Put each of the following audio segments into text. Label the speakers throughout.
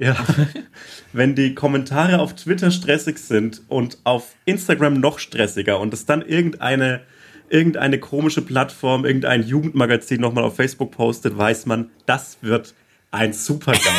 Speaker 1: Ja. Wenn die Kommentare auf Twitter stressig sind und auf Instagram noch stressiger und es dann irgendeine, irgendeine komische Plattform, irgendein Jugendmagazin nochmal auf Facebook postet, weiß man, das wird ein Supergau.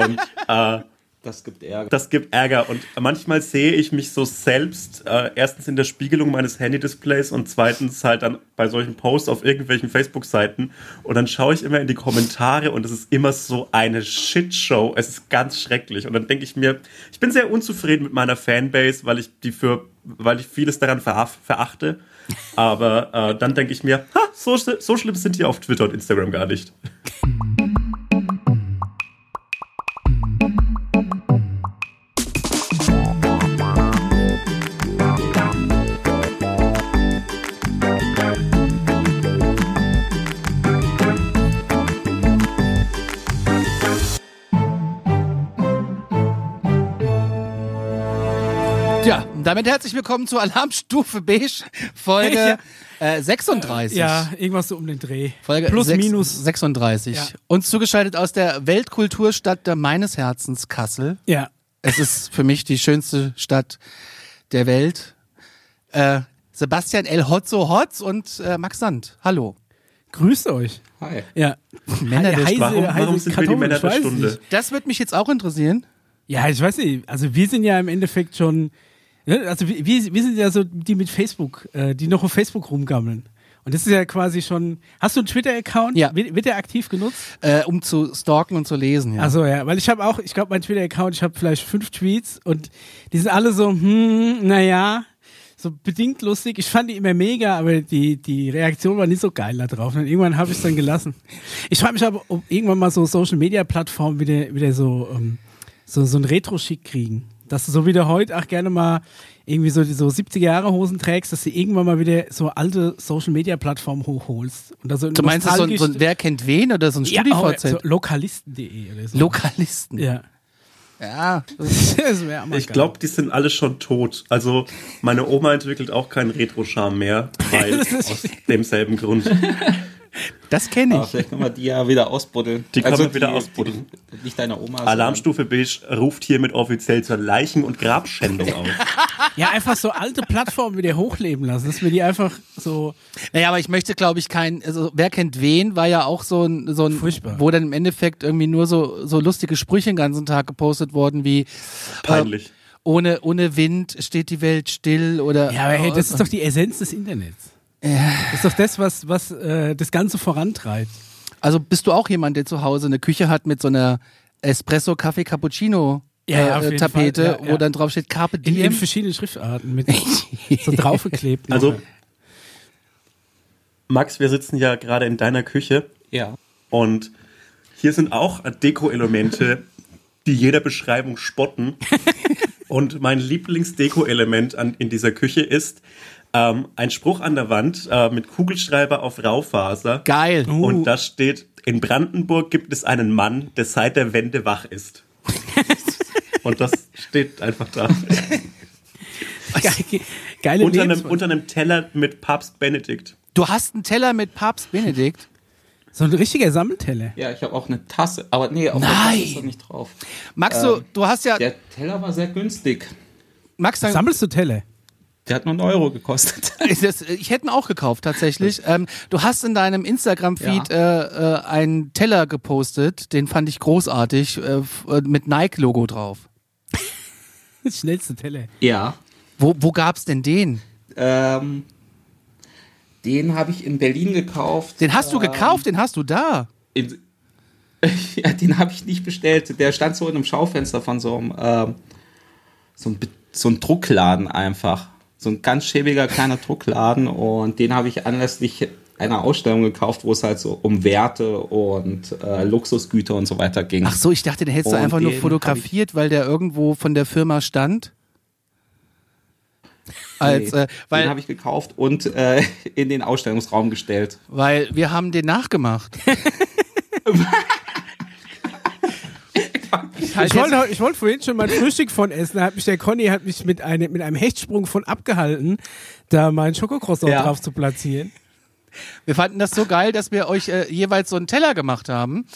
Speaker 1: und äh,
Speaker 2: Das gibt Ärger.
Speaker 1: das gibt Ärger. Und manchmal sehe ich mich so selbst, äh, erstens in der Spiegelung meines Handy-Displays und zweitens halt dann bei solchen Posts auf irgendwelchen Facebook-Seiten. Und dann schaue ich immer in die Kommentare und es ist immer so eine Shitshow. Es ist ganz schrecklich. Und dann denke ich mir, ich bin sehr unzufrieden mit meiner Fanbase, weil ich die für, weil ich vieles daran veraf- verachte. Aber äh, dann denke ich mir, ha, so, sch- so schlimm sind die auf Twitter und Instagram gar nicht.
Speaker 3: Ja, damit herzlich willkommen zur Alarmstufe Beige, Folge äh, 36.
Speaker 4: Ja, irgendwas so um den Dreh.
Speaker 3: Folge
Speaker 4: Plus,
Speaker 3: sechs-
Speaker 4: minus.
Speaker 3: 36.
Speaker 4: Ja.
Speaker 3: Uns zugeschaltet aus der Weltkulturstadt der meines Herzens Kassel.
Speaker 4: Ja.
Speaker 3: Es ist für mich die schönste Stadt der Welt. Äh, Sebastian El Hotzo Hotz und äh, Max Sand. Hallo.
Speaker 4: Grüßt euch.
Speaker 2: Hi.
Speaker 4: Ja.
Speaker 3: Männer der
Speaker 4: Heise-
Speaker 1: Warum, warum
Speaker 4: heise
Speaker 1: sind wir die
Speaker 4: Kartoffeln,
Speaker 1: Männer
Speaker 4: ich
Speaker 1: der
Speaker 4: weiß
Speaker 1: Stunde?
Speaker 4: nicht.
Speaker 3: Das würde mich jetzt auch interessieren.
Speaker 4: Ja, ich weiß nicht. Also wir sind ja im Endeffekt schon, ne, also wir, wir wir sind ja so die mit Facebook, äh, die noch auf Facebook rumgammeln. Und das ist ja quasi schon, hast du einen Twitter-Account?
Speaker 3: Ja.
Speaker 4: Wird, wird der aktiv genutzt?
Speaker 3: Äh, um zu stalken und zu lesen. Ja.
Speaker 4: Also ja, weil ich habe auch, ich glaube, mein Twitter-Account, ich habe vielleicht fünf Tweets und die sind alle so, hm, naja, so bedingt lustig. Ich fand die immer mega, aber die, die Reaktion war nicht so geil da drauf. Und irgendwann habe ich es dann gelassen. Ich frage mich aber, ob irgendwann mal so Social-Media-Plattformen wieder, wieder so, ähm, so, so ein Retro-Schick kriegen. Dass du so wieder heute auch gerne mal irgendwie so, die- so 70er-Jahre-Hosen trägst, dass du irgendwann mal wieder so alte Social-Media-Plattformen hochholst. Und da so
Speaker 3: du meinst, das ist so ein, so ein Wer kennt wen oder so ein
Speaker 4: ja, oh,
Speaker 3: StudiVZ?
Speaker 4: so Lokalisten.de oder so.
Speaker 3: Lokalisten.
Speaker 4: ja.
Speaker 3: ja.
Speaker 4: das wäre
Speaker 1: Ich glaube, die sind alle schon tot. Also meine Oma entwickelt auch keinen Retro-Charme mehr, weil aus demselben Grund.
Speaker 3: Das kenne
Speaker 2: Aber
Speaker 3: ich.
Speaker 2: vielleicht können wir die ja wieder ausbuddeln. Also
Speaker 1: Die können wir wieder ausbuddeln.
Speaker 2: die- Nicht deiner Oma. sondern-
Speaker 1: Alarmstufe Beige ruft hiermit offiziell zur Leichen- und Grabschändung auf.
Speaker 4: ja, einfach so alte Plattformen wieder hochleben lassen, dass wir die einfach so.
Speaker 3: Naja, aber ich möchte, glaube ich, kein, also wer kennt wen, war ja auch so ein, so ein
Speaker 4: Furchtbar.
Speaker 3: wo dann im Endeffekt irgendwie nur so, so lustige Sprüche den ganzen Tag gepostet worden wie
Speaker 1: Peinlich.
Speaker 3: äh, ohne, ohne Wind steht die Welt still oder
Speaker 4: Ja, aber hey, das ist doch die Essenz des Internets. Das ist doch das, was, was äh, das Ganze vorantreibt.
Speaker 3: Also bist du auch jemand, der zu Hause eine Küche hat mit so einer Espresso, Kaffee, Cappuccino
Speaker 4: Ja, ja, auf
Speaker 3: äh,
Speaker 4: jeden
Speaker 3: Tapete,
Speaker 4: Fall, ja,
Speaker 3: wo
Speaker 4: ja.
Speaker 3: dann drauf steht Carpe
Speaker 4: In, in
Speaker 3: Diem.
Speaker 4: verschiedenen Schriftarten mit so draufgeklebt.
Speaker 1: Also Max, wir sitzen ja gerade in deiner Küche
Speaker 2: Ja.
Speaker 1: und hier sind auch Deko-Elemente, die jeder Beschreibung spotten. Und mein Lieblingsdeko-Element an- in dieser Küche ist ähm, ein Spruch an der Wand äh, mit Kugelschreiber auf Raufaser.
Speaker 3: Geil.
Speaker 4: Mhm.
Speaker 3: Uh.
Speaker 1: Und da steht, in Brandenburg gibt es einen Mann, der seit der Wende wach ist. Und das steht einfach da.
Speaker 4: Ge geile
Speaker 1: Unter einem,
Speaker 4: Lebens-
Speaker 1: unter einem Teller mit Papst Benedikt.
Speaker 3: Du hast einen Teller mit Papst Benedikt.
Speaker 4: So ein richtiger Sammelteller.
Speaker 2: Ja, ich habe auch eine Tasse. Aber nee, auf der
Speaker 3: Nein.
Speaker 2: Tasse ist er nicht drauf.
Speaker 3: Max, du,
Speaker 2: Ähm,
Speaker 3: du hast ja,
Speaker 2: Der Teller war sehr günstig.
Speaker 3: Max, dein,
Speaker 4: Sammelst du Teller?
Speaker 2: Der hat nur einen Euro gekostet.
Speaker 3: Ist Das, äh, ich hätte ihn auch gekauft, tatsächlich. Ähm, du hast in deinem Instagram-Feed äh, äh, einen Teller gepostet, den fand ich großartig, äh, f- äh, mit Nike-Logo drauf.
Speaker 4: Das schnellste Teller.
Speaker 2: Ja.
Speaker 3: Wo, wo gab's denn den?
Speaker 2: Ähm, den habe ich in Berlin gekauft.
Speaker 3: Den hast du gekauft, den hast du da.
Speaker 2: In, ja, den habe ich nicht bestellt. Der stand so in einem Schaufenster von so einem, ähm, so einem, Be- so einem Druckladen einfach. So ein ganz schäbiger kleiner Druckladen und den habe ich anlässlich einer Ausstellung gekauft, wo es halt so um Werte und äh, Luxusgüter und so weiter ging.
Speaker 3: Ach so, ich dachte, den hättest du
Speaker 2: Und
Speaker 3: einfach nur
Speaker 2: den
Speaker 3: fotografiert, weil der irgendwo von der Firma stand. Als, äh,
Speaker 2: den
Speaker 3: weil,
Speaker 2: habe ich gekauft und äh, in den Ausstellungsraum gestellt.
Speaker 3: weil wir haben den nachgemacht. ich
Speaker 4: Ich wollte, heu- ich wollte vorhin schon mein Frühstück von essen. Da hat mich der Conny hat mich mit, einem mit einem Hechtsprung von abgehalten, da meinen Schokokroissant
Speaker 2: Ja.
Speaker 4: drauf zu platzieren.
Speaker 3: Wir fanden das so geil, dass wir euch äh, jeweils so einen Teller gemacht haben.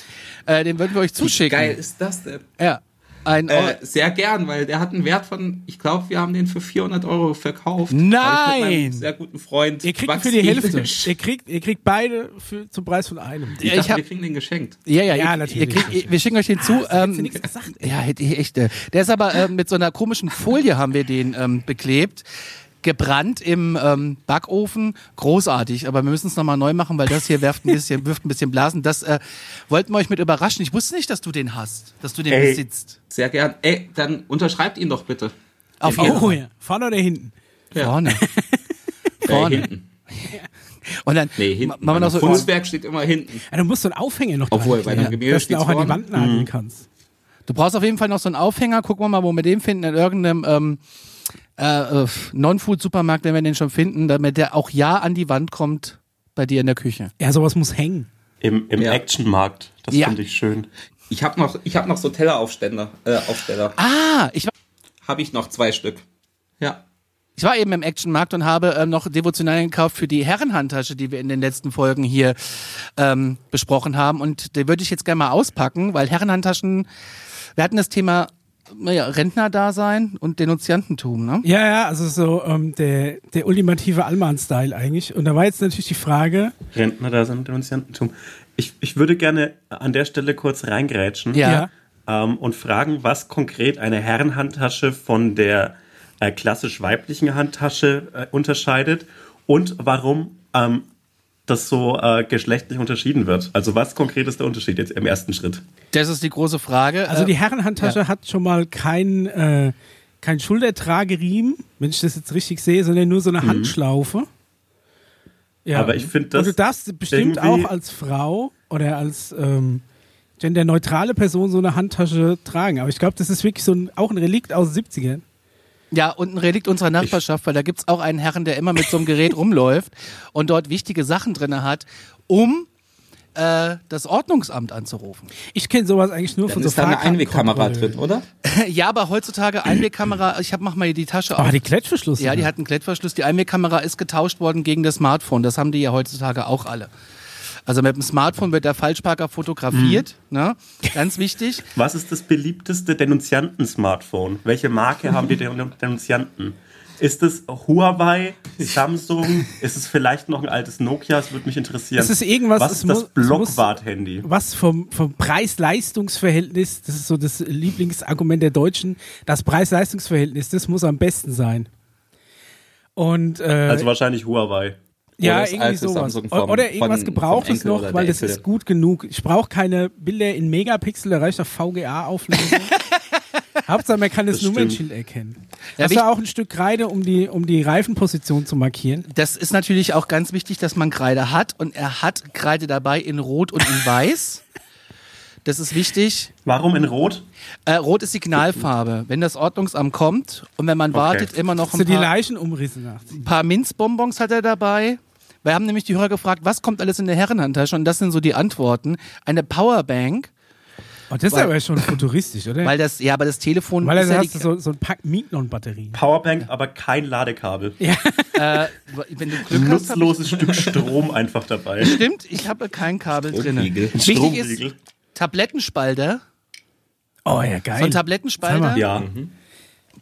Speaker 3: Äh, den würden wir euch zuschicken.
Speaker 2: Geil ist das denn?
Speaker 3: Ja. Ein
Speaker 2: Äh, sehr gern, weil der hat einen Wert von, ich glaube, wir haben den für 400 Euro verkauft.
Speaker 3: Nein!
Speaker 2: Hab ich mit meinem sehr guten Freund.
Speaker 4: Ihr kriegt ihn
Speaker 2: Max
Speaker 4: für die Hälfte.
Speaker 2: Ibisch.
Speaker 4: Ihr kriegt, ihr kriegt beide für, zum Preis von einem.
Speaker 2: Ich
Speaker 3: Ja, ich
Speaker 2: dachte,
Speaker 3: hab-
Speaker 2: wir kriegen den geschenkt.
Speaker 3: Ja, ja,
Speaker 4: Ja,
Speaker 3: ihr,
Speaker 4: natürlich, Ah,
Speaker 3: Ihr kriegt, ihr, wir schicken euch den zu.
Speaker 4: hättest du
Speaker 3: Ähm,
Speaker 4: nichts gesagt,
Speaker 3: ja, hätte ich echt. Äh, der ist aber ähm, mit so einer komischen Folie haben wir den ähm, beklebt. Gebrannt im ähm, Backofen, großartig, aber wir müssen es nochmal neu machen, weil das hier wirft ein bisschen, wirft ein bisschen Blasen. Das äh, wollten wir euch mit überraschen. Ich wusste nicht, dass du den hast, dass du den
Speaker 1: Ey.
Speaker 3: besitzt.
Speaker 2: Sehr gern. Ey, dann unterschreibt ihn doch bitte.
Speaker 3: Auf jeden
Speaker 4: Oh
Speaker 3: Fall.
Speaker 4: ja, vorne oder hinten?
Speaker 2: ja.
Speaker 3: Vorne.
Speaker 2: Äh,
Speaker 3: Vorne.
Speaker 2: hinten.
Speaker 3: Und dann
Speaker 2: Nee,
Speaker 3: ma-
Speaker 2: hinten.
Speaker 3: machen wir noch so.
Speaker 2: Kunstwerk steht immer hinten.
Speaker 4: Ja, du musst so einen Aufhänger noch
Speaker 2: Obwohl, bei
Speaker 4: dran
Speaker 2: dem Gemälde
Speaker 4: dass du
Speaker 2: steht's
Speaker 4: auch an die
Speaker 2: vorne. Mhm.
Speaker 4: Wand nageln kannst.
Speaker 3: Du brauchst auf jeden Fall noch so einen Aufhänger. Gucken wir mal, wo wir den finden. In irgendeinem ähm, äh, äh, Non-Food-Supermarkt, wenn wir den schon finden, damit der auch ja an die Wand kommt bei dir in der Küche.
Speaker 4: Ja, sowas muss hängen.
Speaker 1: Im, im
Speaker 2: Ja.
Speaker 1: Actionmarkt. Das
Speaker 3: Ja.
Speaker 1: finde ich schön.
Speaker 2: Ich habe noch, ich hab noch so Telleraufständer. Äh, Aufsteller.
Speaker 3: Ah, ich, war-
Speaker 2: Habe ich noch zwei Stück. Ja.
Speaker 3: ich war eben im Actionmarkt und habe ähm, noch devotional gekauft für die Herrenhandtasche, die wir in den letzten Folgen hier ähm, besprochen haben. Und die würde ich jetzt gerne mal auspacken, weil Herrenhandtaschen, wir hatten das Thema naja, Rentnerdasein und Denunziantentum, ne?
Speaker 4: Ja, ja, also so ähm, der, der ultimative Allmann-Style eigentlich. Und da war jetzt natürlich die Frage,
Speaker 1: Rentner da sind Denunziantentum. Ich, ich würde gerne an der Stelle kurz reingrätschen
Speaker 3: Ja.
Speaker 4: ja,
Speaker 1: ähm, und fragen, was konkret eine Herrenhandtasche von der äh, klassisch weiblichen Handtasche äh, unterscheidet und warum ähm, das so äh, geschlechtlich unterschieden wird. Also was konkret ist der Unterschied jetzt im ersten Schritt?
Speaker 3: Das ist die große Frage.
Speaker 4: also
Speaker 3: Äh,
Speaker 4: die Herrenhandtasche hat schon mal keinen äh, kein Schultertrageriemen, wenn ich das jetzt richtig sehe, sondern nur so eine Handschlaufe. Ja.
Speaker 1: Aber ich find das
Speaker 4: Und du darfst bestimmt auch
Speaker 1: irgendwie-
Speaker 4: als Frau oder als ähm, genderneutrale Person so eine Handtasche tragen. Aber ich glaube, das ist wirklich so ein, auch ein Relikt aus den 70ern.
Speaker 3: Ja, und ein Relikt unserer Nachbarschaft, weil da gibt's auch einen Herren, der immer mit so einem Gerät rumläuft und dort wichtige Sachen drinne hat, um äh, das Ordnungsamt anzurufen.
Speaker 4: Ich kenne sowas eigentlich nur
Speaker 2: Dann
Speaker 4: von so
Speaker 2: ist da eine Einwegkamera
Speaker 4: Fahrkartenkontrollen.
Speaker 2: drin, oder?
Speaker 3: ja, aber heutzutage Einwegkamera, ich hab, mach mal hier die Tasche
Speaker 4: Ah,
Speaker 3: auf.
Speaker 4: die Klettverschlüsse.
Speaker 3: ja, die hat einen Klettverschluss. Die Einwegkamera ist getauscht worden gegen das Smartphone. Das haben die ja heutzutage auch alle. Also mit dem Smartphone wird der Falschparker fotografiert,
Speaker 4: Mhm.
Speaker 3: ne? Ganz wichtig.
Speaker 1: Was ist das beliebteste Denunzianten-Smartphone? Welche Marke haben die Den- Denunzianten? Ist es Huawei, Samsung? Ist es vielleicht noch ein altes Nokia? Das würde mich interessieren.
Speaker 4: Es ist irgendwas,
Speaker 1: Was
Speaker 4: es
Speaker 1: ist das
Speaker 4: muss- es muss-
Speaker 1: Blockwart-Handy?
Speaker 4: was vom, vom Preis-Leistungs-Verhältnis, das ist so das Lieblingsargument der Deutschen, das Preis-Leistungs-Verhältnis, das muss am besten sein. Und äh,
Speaker 1: Also wahrscheinlich Huawei.
Speaker 4: ja,
Speaker 2: das
Speaker 4: irgendwie
Speaker 2: alte
Speaker 4: sowas.
Speaker 2: Samsung
Speaker 4: O-
Speaker 2: vom-
Speaker 4: oder irgendwas
Speaker 2: von- vom
Speaker 4: Gebrauchtes
Speaker 2: Enkel oder
Speaker 4: noch,
Speaker 2: der
Speaker 4: weil das
Speaker 2: Enkelin.
Speaker 4: ist gut genug. Ich brauche keine Bilder in Megapixel, da reicht doch VGA-Auflösung. Hauptsache, man kann das,
Speaker 1: Das stimmt.
Speaker 4: Nummernschild erkennen.
Speaker 3: Ja,
Speaker 4: das
Speaker 3: wich-
Speaker 4: war auch ein Stück Kreide, um die, um die Reifenposition zu markieren.
Speaker 3: Das ist natürlich auch ganz wichtig, dass man Kreide hat und er hat Kreide dabei in Rot und in Weiß. Das ist wichtig.
Speaker 1: Warum in Rot?
Speaker 3: Äh, Rot ist Signalfarbe. Wenn das Ordnungsamt kommt und wenn man wartet, immer noch
Speaker 4: So
Speaker 3: ein
Speaker 4: die
Speaker 3: paar,
Speaker 4: Leichenumrisse nach.
Speaker 3: paar Minzbonbons hat er dabei. Wir haben nämlich die Hörer gefragt, was kommt alles in der Herrenhandtasche? Und das sind so die Antworten. Eine Powerbank,
Speaker 4: Oh, das ist
Speaker 3: Weil-
Speaker 4: aber schon futuristisch, oder?
Speaker 3: weil das, ja, aber das Telefon
Speaker 4: Weil
Speaker 3: ist
Speaker 4: da
Speaker 3: ja
Speaker 4: hast
Speaker 3: die,
Speaker 4: du so, so ein Pack Mignon-Batterien.
Speaker 1: Powerbank, aber kein Ladekabel.
Speaker 3: äh, wenn du Glück hast, hab ich,
Speaker 1: Nutzloses Stück Strom einfach dabei.
Speaker 3: stimmt, ich habe kein Kabel drin.
Speaker 2: Stromriegel.
Speaker 3: Wichtig ist
Speaker 1: Stromriegel.
Speaker 3: Tablettenspalter.
Speaker 4: Oh ja, geil.
Speaker 3: So ein
Speaker 4: Sag
Speaker 3: Tablettenspalter,
Speaker 4: mal.
Speaker 1: Ja.
Speaker 3: das ist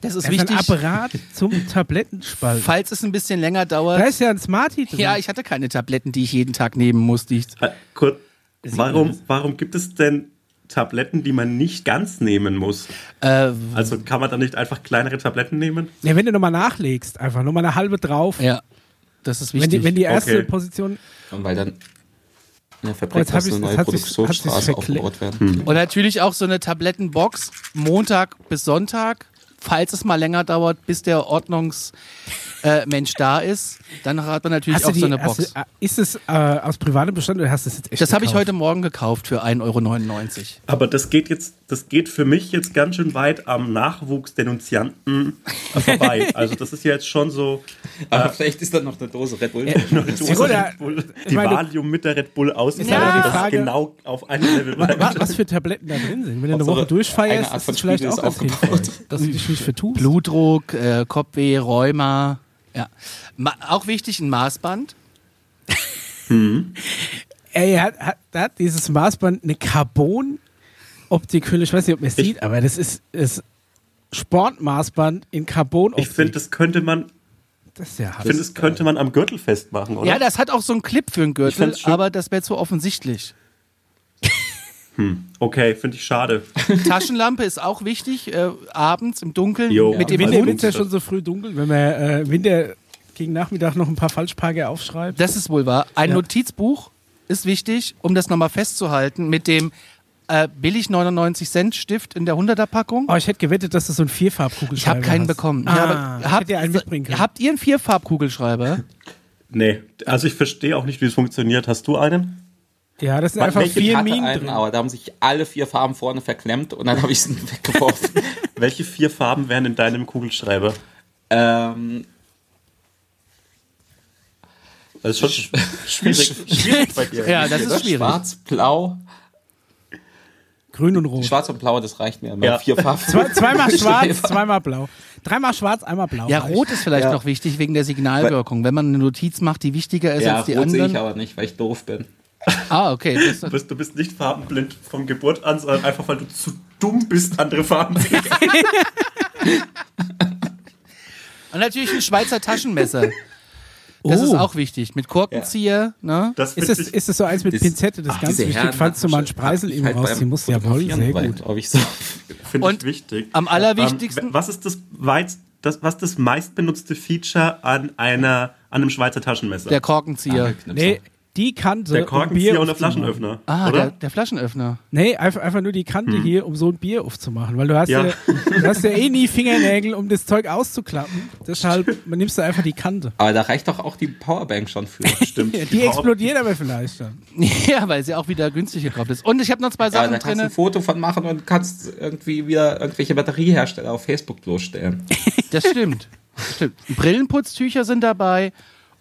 Speaker 4: Das ist ein
Speaker 3: wichtig.
Speaker 4: Apparat zum Tablettenspalten.
Speaker 3: Falls es ein bisschen länger dauert.
Speaker 4: Da ist ja ein Smarty drin.
Speaker 3: Ja, ich hatte keine Tabletten, die ich jeden Tag nehmen musste. Ich,
Speaker 1: Äh, Kurz, warum, warum gibt es denn Tabletten, die man nicht ganz nehmen muss?
Speaker 3: äh,
Speaker 1: Also kann man da nicht einfach kleinere Tabletten nehmen?
Speaker 4: ja, wenn du nochmal nachlegst, einfach nochmal eine halbe drauf.
Speaker 3: ja, das ist
Speaker 4: Wenn
Speaker 3: wichtig.
Speaker 4: die, wenn die erste
Speaker 1: Okay.
Speaker 4: Position.
Speaker 2: Und weil dann in der
Speaker 4: Oh,
Speaker 2: Fabrik
Speaker 4: jetzt hab
Speaker 2: muss eine
Speaker 4: ich's-
Speaker 2: neue
Speaker 4: jetzt hat sich's- hat sich's
Speaker 2: Produktionsstraße
Speaker 4: verkle-
Speaker 2: aufgebaut werden.
Speaker 3: Und natürlich auch so eine Tablettenbox Montag bis Sonntag. Falls es mal länger dauert, bis der Ordnungsmensch äh, Mensch da ist, dann hat man natürlich auch so eine Box.
Speaker 4: hast du- äh, ist es äh, aus privatem Bestand oder hast du es jetzt echt?
Speaker 3: das habe ich
Speaker 4: gekauft?
Speaker 3: heute Morgen gekauft für 1,99 Euro.
Speaker 1: Aber das geht jetzt, das geht für mich jetzt ganz schön weit am Nachwuchsdenunzianten äh, vorbei. Also das ist ja jetzt schon so
Speaker 2: Aber vielleicht ist da noch eine Dose Red Bull.
Speaker 1: die,
Speaker 4: gut,
Speaker 1: Dose
Speaker 4: ja.
Speaker 1: Red Bull, die
Speaker 4: meine, du-
Speaker 1: Valium mit der Red Bull aus,
Speaker 4: halt auch die
Speaker 1: dass es
Speaker 4: Frage-
Speaker 1: genau auf einem Level
Speaker 4: Wa- wa-
Speaker 1: bleibt.
Speaker 4: Was für Tabletten da drin sind. Wenn du eine
Speaker 2: Hauptsache,
Speaker 4: Woche durchfeierst,
Speaker 2: eine Art
Speaker 4: ist
Speaker 2: von
Speaker 4: es vielleicht
Speaker 2: Spiegel
Speaker 4: auch
Speaker 2: ist
Speaker 4: ganz
Speaker 2: aufgebaut.
Speaker 4: hilfreich, Dass du dich nicht vertust.
Speaker 3: Blutdruck, äh, Kopfweh, Rheuma. Ja. Ma auch wichtig, ein Maßband.
Speaker 4: Ey, hat, hat, hat dieses Maßband eine Carbon-Optikhülle. Ich weiß nicht, ob man es sieht, aber das ist das Sportmaßband in Carbon-Optik.
Speaker 1: Ich finde, das könnte man,
Speaker 4: das ist ja
Speaker 1: ich finde, das könnte man am Gürtel festmachen, oder?
Speaker 3: Ja, das hat auch so einen Clip für einen Gürtel,
Speaker 1: fand's schön.
Speaker 3: aber das wäre zu offensichtlich.
Speaker 1: Okay, finde ich schade.
Speaker 3: Taschenlampe ist auch wichtig, äh, abends im Dunkeln
Speaker 1: Jo.
Speaker 3: mit
Speaker 1: Ja,
Speaker 3: dem
Speaker 1: weil-
Speaker 4: Winter
Speaker 3: Mond.
Speaker 4: wird es ja schon so früh dunkel, wenn man äh, im Winter gegen Nachmittag noch ein paar Falschparker aufschreibt.
Speaker 3: Das ist wohl wahr. Ein
Speaker 4: Ja.
Speaker 3: Notizbuch ist wichtig, um das nochmal festzuhalten, mit dem äh, billig 99 Cent Stift in der 100er Packung.
Speaker 4: Oh, ich hätte gewettet, dass du so einen Vierfarbkugelschreiber
Speaker 3: Ich habe keinen
Speaker 4: hast.
Speaker 3: bekommen. Ich
Speaker 4: Ah,
Speaker 3: habe-
Speaker 4: ich hätte dir einen mitbringen können.
Speaker 3: habt ihr einen Vierfarbkugelschreiber?
Speaker 1: Nee, also ich verstehe auch nicht, wie es funktioniert. Hast du einen?
Speaker 4: ja, das sind
Speaker 2: Einfach
Speaker 4: einfach
Speaker 2: Welche
Speaker 4: vier
Speaker 2: hatte
Speaker 4: Minen
Speaker 2: einen,
Speaker 4: drin.
Speaker 2: aber da haben sich alle vier Farben vorne verklemmt und dann habe ich es weggeworfen.
Speaker 1: Welche vier Farben wären in deinem Kugelschreiber?
Speaker 2: ähm,
Speaker 1: Das ist schon sch schwierig, schwierig bei dir.
Speaker 3: Ja, das ist
Speaker 2: oder?
Speaker 3: schwierig.
Speaker 2: Schwarz, Blau.
Speaker 4: Grün und Rot.
Speaker 2: Schwarz und Blau, das reicht mir.
Speaker 1: Ja.
Speaker 2: Ja. Vier Farben.
Speaker 4: Zwei, zweimal schwarz, zweimal blau. Dreimal schwarz, einmal blau.
Speaker 3: Ja, rot ist vielleicht
Speaker 2: Ja.
Speaker 3: noch wichtig wegen der Signalwirkung. Wenn man eine Notiz macht, die wichtiger ist
Speaker 2: ja,
Speaker 3: als die
Speaker 2: rot sehe
Speaker 3: anderen.
Speaker 2: ich aber nicht, weil ich doof bin.
Speaker 3: Ah, okay. Das,
Speaker 1: Du bist, du bist nicht farbenblind von Geburt an, sondern einfach, weil du zu dumm bist, andere Farben zu sehen.
Speaker 3: und natürlich ein Schweizer Taschenmesser. Das
Speaker 4: Oh.
Speaker 3: ist auch wichtig. Mit Korkenzieher, ne?
Speaker 1: Das
Speaker 4: Ist
Speaker 1: finde
Speaker 4: das,
Speaker 1: ich
Speaker 4: ist das so eins mit
Speaker 2: Das-
Speaker 4: Pinzette, das
Speaker 2: Ach,
Speaker 4: ist ganz
Speaker 2: diese
Speaker 4: wichtig,
Speaker 2: Herren-
Speaker 4: falls du mal einen Spreisel
Speaker 2: Ich
Speaker 4: eben
Speaker 2: halt
Speaker 4: rausziehen
Speaker 2: beim
Speaker 4: musst? Jawohl,
Speaker 2: Fotografieren
Speaker 4: sehr
Speaker 2: weiß,
Speaker 4: gut.
Speaker 2: Ob ich so.
Speaker 1: Finde
Speaker 3: Und
Speaker 1: ich wichtig.
Speaker 3: am allerwichtigsten-
Speaker 1: Ähm, was ist das, weit, das, was das meistbenutzte Feature an, einer, an einem Schweizer Taschenmesser?
Speaker 3: Der Korkenzieher.
Speaker 4: Nee, die Kante.
Speaker 1: Der
Speaker 4: um
Speaker 1: Korkenzieher und der
Speaker 4: aufzumachen.
Speaker 1: Flaschenöffner.
Speaker 3: Ah,
Speaker 1: oder?
Speaker 3: der, der Flaschenöffner.
Speaker 4: Nee, einfach, einfach nur die Kante hier, um so ein Bier aufzumachen. Weil du hast ja,
Speaker 1: Hm. Ja.
Speaker 4: du hast ja eh nie Fingernägel, um das Zeug auszuklappen. Deshalb man nimmst du einfach die Kante.
Speaker 2: Aber da reicht doch auch die Powerbank schon für.
Speaker 1: Stimmt.
Speaker 4: Die explodiert aber vielleicht dann.
Speaker 3: Ja, weil sie auch wieder günstig gekauft ist. Und ich habe noch zwei
Speaker 2: Ja,
Speaker 3: Sachen
Speaker 2: da kannst du
Speaker 3: drin.
Speaker 2: ein Foto von machen und kannst irgendwie wieder irgendwelche Batteriehersteller auf Facebook bloßstellen.
Speaker 3: Das stimmt. Das stimmt. Brillenputztücher sind dabei.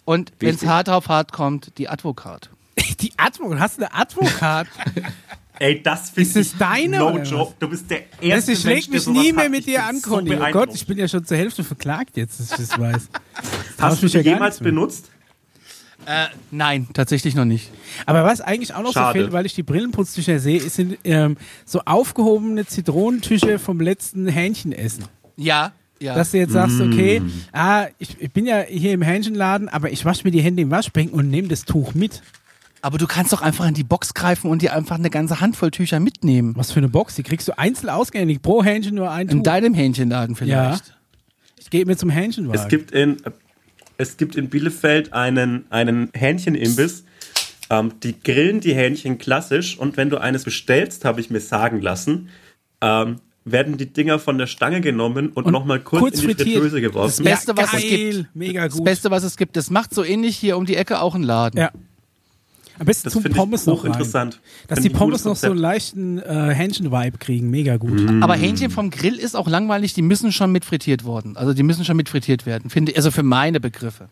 Speaker 3: Und wenn es
Speaker 2: Wichtig.
Speaker 3: hart auf hart kommt, die Advokat.
Speaker 4: Die Atmo, hast du eine Atmo-Card?
Speaker 1: Ey, das finde
Speaker 4: Ist es
Speaker 1: ich
Speaker 4: deine
Speaker 1: No
Speaker 4: oder was?
Speaker 1: joke. Du bist der
Speaker 4: Das
Speaker 1: erste Mensch,
Speaker 4: schlägt mich
Speaker 1: der sowas
Speaker 4: nie
Speaker 1: hat.
Speaker 4: mehr mit
Speaker 1: Ich
Speaker 4: dir
Speaker 1: bin
Speaker 4: an,
Speaker 1: so
Speaker 4: Conny. oh
Speaker 1: beeindruckt.
Speaker 4: Gott, ich bin ja schon zur Hälfte verklagt jetzt, dass ich das weiß.
Speaker 1: Hast du
Speaker 4: mich ja
Speaker 1: die
Speaker 4: gar
Speaker 1: jemals
Speaker 4: nichts mehr.
Speaker 1: benutzt?
Speaker 3: Äh, Nein, tatsächlich noch nicht.
Speaker 4: Aber was eigentlich auch noch
Speaker 1: Schade.
Speaker 4: so fehlt, weil ich die Brillenputztücher sehe, ist, sind ähm, so aufgehobene Zitronentücher vom letzten Hähnchenessen.
Speaker 3: Ja, ja.
Speaker 4: Dass du jetzt sagst, okay,
Speaker 1: Mhm.
Speaker 4: ah, ich, ich bin ja hier im Hähnchenladen, aber ich wasche mir die Hände im Waschbecken und nehme das Tuch mit.
Speaker 3: Aber du kannst doch einfach in die Box greifen und dir einfach eine ganze Handvoll Tücher mitnehmen.
Speaker 4: Was für eine Box, die kriegst du einzeln ausgehändigt, pro Hähnchen nur ein
Speaker 3: In
Speaker 4: Tuch.
Speaker 3: deinem Hähnchenladen vielleicht.
Speaker 4: Ich gehe mir zum Hähnchenwagen.
Speaker 1: Es gibt in, es gibt in Bielefeld einen, einen Hähnchenimbiss. Ähm, die grillen die Hähnchen klassisch und wenn du eines bestellst, habe ich mir sagen lassen, ähm, werden die Dinger von der Stange genommen und, nochmal kurz,
Speaker 4: kurz
Speaker 1: in die
Speaker 4: frittiert.
Speaker 1: Fritteuse geworfen.
Speaker 3: Das Beste, was es
Speaker 4: geil,
Speaker 3: gibt.
Speaker 4: Mega
Speaker 3: Das
Speaker 4: gut.
Speaker 3: Beste, was es gibt. Das macht so ähnlich hier um die Ecke auch einen Laden.
Speaker 4: Ja. Am besten
Speaker 1: Das
Speaker 4: zum
Speaker 1: finde ich
Speaker 4: Pommes noch rein.
Speaker 1: hochinteressant.
Speaker 4: Dass
Speaker 1: Finde ich
Speaker 4: die
Speaker 1: ein gutes
Speaker 4: Pommes noch so einen
Speaker 1: Konzept. Mhm.
Speaker 4: leichten äh, Hähnchen-Vibe kriegen, mega gut.
Speaker 3: Aber Hähnchen vom Grill ist auch langweilig. Die müssen schon mit frittiert worden. Also die müssen schon mit frittiert werden. Finde also für meine Begriffe.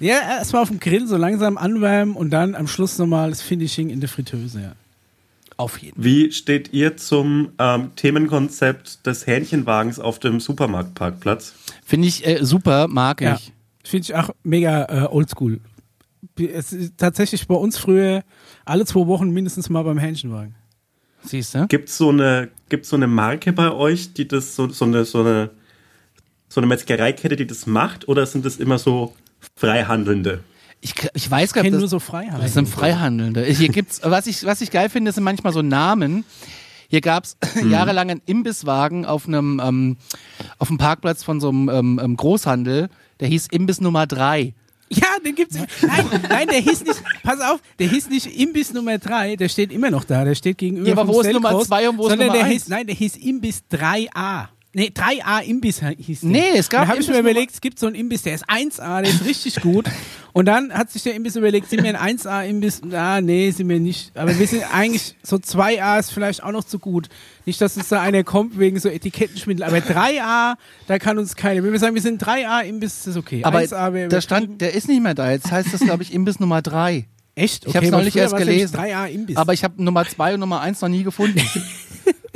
Speaker 4: Ja, erstmal auf dem Grill so langsam anwärmen und dann am Schluss nochmal das Finishing in der Fritteuse. Ja.
Speaker 3: Auf jeden.
Speaker 1: Wie steht ihr zum ähm, Themenkonzept des Hähnchenwagens auf dem Supermarktparkplatz?
Speaker 3: Finde ich äh, super, mag
Speaker 4: Ja.
Speaker 3: ich.
Speaker 4: Finde ich auch mega äh, oldschool. Bi- Es ist tatsächlich bei uns früher alle zwei Wochen mindestens mal beim Hähnchenwagen.
Speaker 3: Siehst du?
Speaker 1: Gibt so eine, gibt's so eine Marke bei euch, die das so, so eine, so eine, so eine Metzgereikette, die das macht, oder sind das immer so Freihandelnde?
Speaker 3: Ich, gl- ich weiß
Speaker 4: Ich
Speaker 3: gar
Speaker 4: kenne
Speaker 3: nicht.
Speaker 4: nur so
Speaker 3: Das sind
Speaker 4: Freiheiten.
Speaker 3: Freihandelnde. Hier gibt's, was ich, was ich geil finde, sind manchmal so Namen. Hier gab's jahrelang einen Imbisswagen auf einem, ähm, auf dem Parkplatz von so einem ähm, ähm, Großhandel. Der hieß Imbiss Nummer 3.
Speaker 4: Ja, den gibt's. im- Nein, nein, der hieß nicht, pass auf, der hieß nicht Imbiss Nummer 3, der steht immer noch da, der steht gegenüber.
Speaker 3: Ja, aber
Speaker 4: vom
Speaker 3: wo ist Nummer
Speaker 4: Selkos,
Speaker 3: zwei und wo ist
Speaker 4: sondern
Speaker 3: Nummer
Speaker 4: der
Speaker 3: eins?
Speaker 4: Hieß, nein, der hieß Imbiss 3a. Nee, 3a Imbiss hieß der.
Speaker 3: Nee, es gab
Speaker 4: Da habe ich
Speaker 3: Imbiss
Speaker 4: mir überlegt, es gibt so einen Imbiss, der ist 1a, der ist richtig gut. Und dann hat sich der Imbiss überlegt, sind wir ein 1a Imbiss? Ah, nee, sind wir nicht. Aber wir sind eigentlich, so 2a ist vielleicht auch noch zu gut. Nicht, dass uns da einer kommt wegen so Etikettenschwindel, aber 3a, da kann uns keiner. Wenn wir sagen, wir sind 3a Imbiss, ist okay.
Speaker 3: Aber
Speaker 4: 1a wäre
Speaker 3: da stand, der ist nicht mehr da. Jetzt heißt das, glaube ich, Imbiss Nummer 3.
Speaker 4: Echt?
Speaker 3: Ich hab's
Speaker 4: weil
Speaker 3: neulich
Speaker 4: früher
Speaker 3: erst
Speaker 4: war's nämlich
Speaker 3: gelesen.
Speaker 4: 3A Imbiss.
Speaker 3: Aber ich habe Nummer 2 und Nummer 1 noch nie gefunden.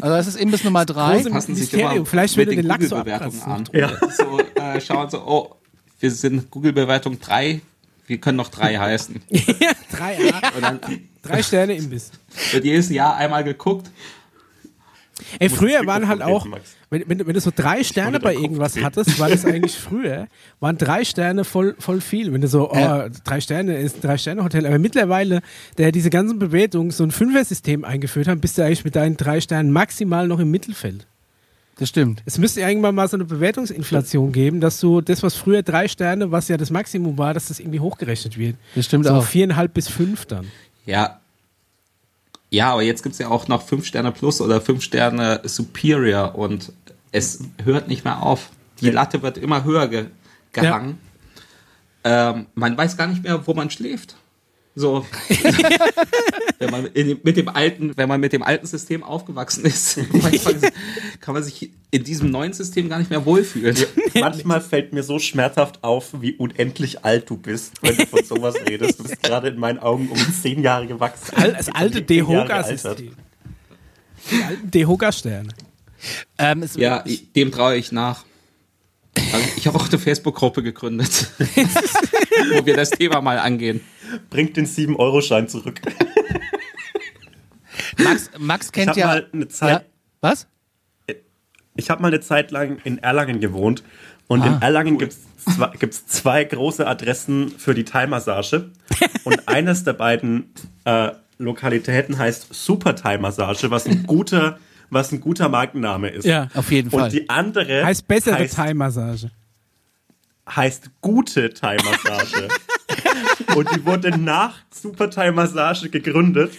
Speaker 3: Also das ist Imbiss Nummer 3.
Speaker 4: Große- Mysterium. Vielleicht würde
Speaker 2: mit
Speaker 4: den Lachs so
Speaker 2: Google-Bewertungen an.
Speaker 4: abkratzen.
Speaker 2: So, äh, schauen so, oh, wir sind Google-Bewertung 3 Wir können noch drei heißen.
Speaker 4: drei, A,
Speaker 2: Und dann
Speaker 4: drei Sterne Imbiss.
Speaker 2: wird jedes Jahr einmal geguckt.
Speaker 4: Ey, früher waren halt auch,
Speaker 1: Mikrofon geben, Max.
Speaker 4: wenn, wenn, du- wenn du so drei Sterne
Speaker 1: wollte
Speaker 4: bei
Speaker 1: deinen Kopf
Speaker 4: irgendwas
Speaker 1: drehen.
Speaker 4: hattest, war das eigentlich früher, waren drei Sterne voll, voll viel. Wenn du so, oh,
Speaker 3: Ja.
Speaker 4: drei Sterne ist ein Drei-Sterne-Hotel. Aber mittlerweile, da ja diese ganzen Bewertungen so ein Fünfer-System eingeführt haben, bist du eigentlich mit deinen drei Sternen maximal noch im Mittelfeld.
Speaker 3: Das stimmt.
Speaker 4: Es müsste irgendwann mal so eine Bewertungsinflation geben, dass du das, was früher drei Sterne, was ja das Maximum war, dass das irgendwie hochgerechnet wird.
Speaker 3: Das stimmt
Speaker 4: so
Speaker 3: auch.
Speaker 4: viereinhalb bis fünf dann.
Speaker 2: Ja. Ja, aber jetzt gibt es ja auch noch 5 Sterne Plus oder 5 Sterne Superior und es hört nicht mehr auf. Die Latte wird immer höher ge gehangen. Ähm, man weiß gar nicht mehr, wo man schläft. So. wenn man in, dem- mit dem alten, wenn man mit dem alten System aufgewachsen ist, kann man sich in diesem neuen System gar nicht mehr wohlfühlen.
Speaker 1: Manchmal fällt mir so schmerzhaft auf, wie unendlich alt du bist, wenn du von sowas redest. Du bist gerade in meinen Augen um zehn Jahre gewachsen.
Speaker 4: Al- Das alte
Speaker 1: Zehn Jahre gealtert.
Speaker 4: Dehoga-System. Die alten Dehoga-Sterne.
Speaker 3: Ähm, es,
Speaker 2: Ja, ich, dem traue ich nach. Also ich habe auch eine Facebook-Gruppe gegründet, wo wir das Thema mal angehen.
Speaker 1: Bringt den 7-Euro-Schein zurück.
Speaker 3: Max, Max
Speaker 1: Ich
Speaker 3: kennt
Speaker 1: habe
Speaker 3: ja.
Speaker 1: mal halt eine Zeit,
Speaker 3: ja. Was?
Speaker 1: Ich habe mal eine Zeit lang in Erlangen gewohnt und
Speaker 3: Ah,
Speaker 1: in Erlangen gibt's zwei, gibt's zwei große Adressen für die Thai-Massage und eines der beiden äh, Lokalitäten heißt Super Thai-Massage, was ein guter, was ein guter Markenname ist.
Speaker 4: Ja.
Speaker 3: Auf jeden Fall.
Speaker 1: Und die andere
Speaker 4: Heißt bessere
Speaker 1: heißt,
Speaker 4: Thai-Massage.
Speaker 1: heißt gute Thai-Massage. und die wurde nach Super Thai-Massage gegründet,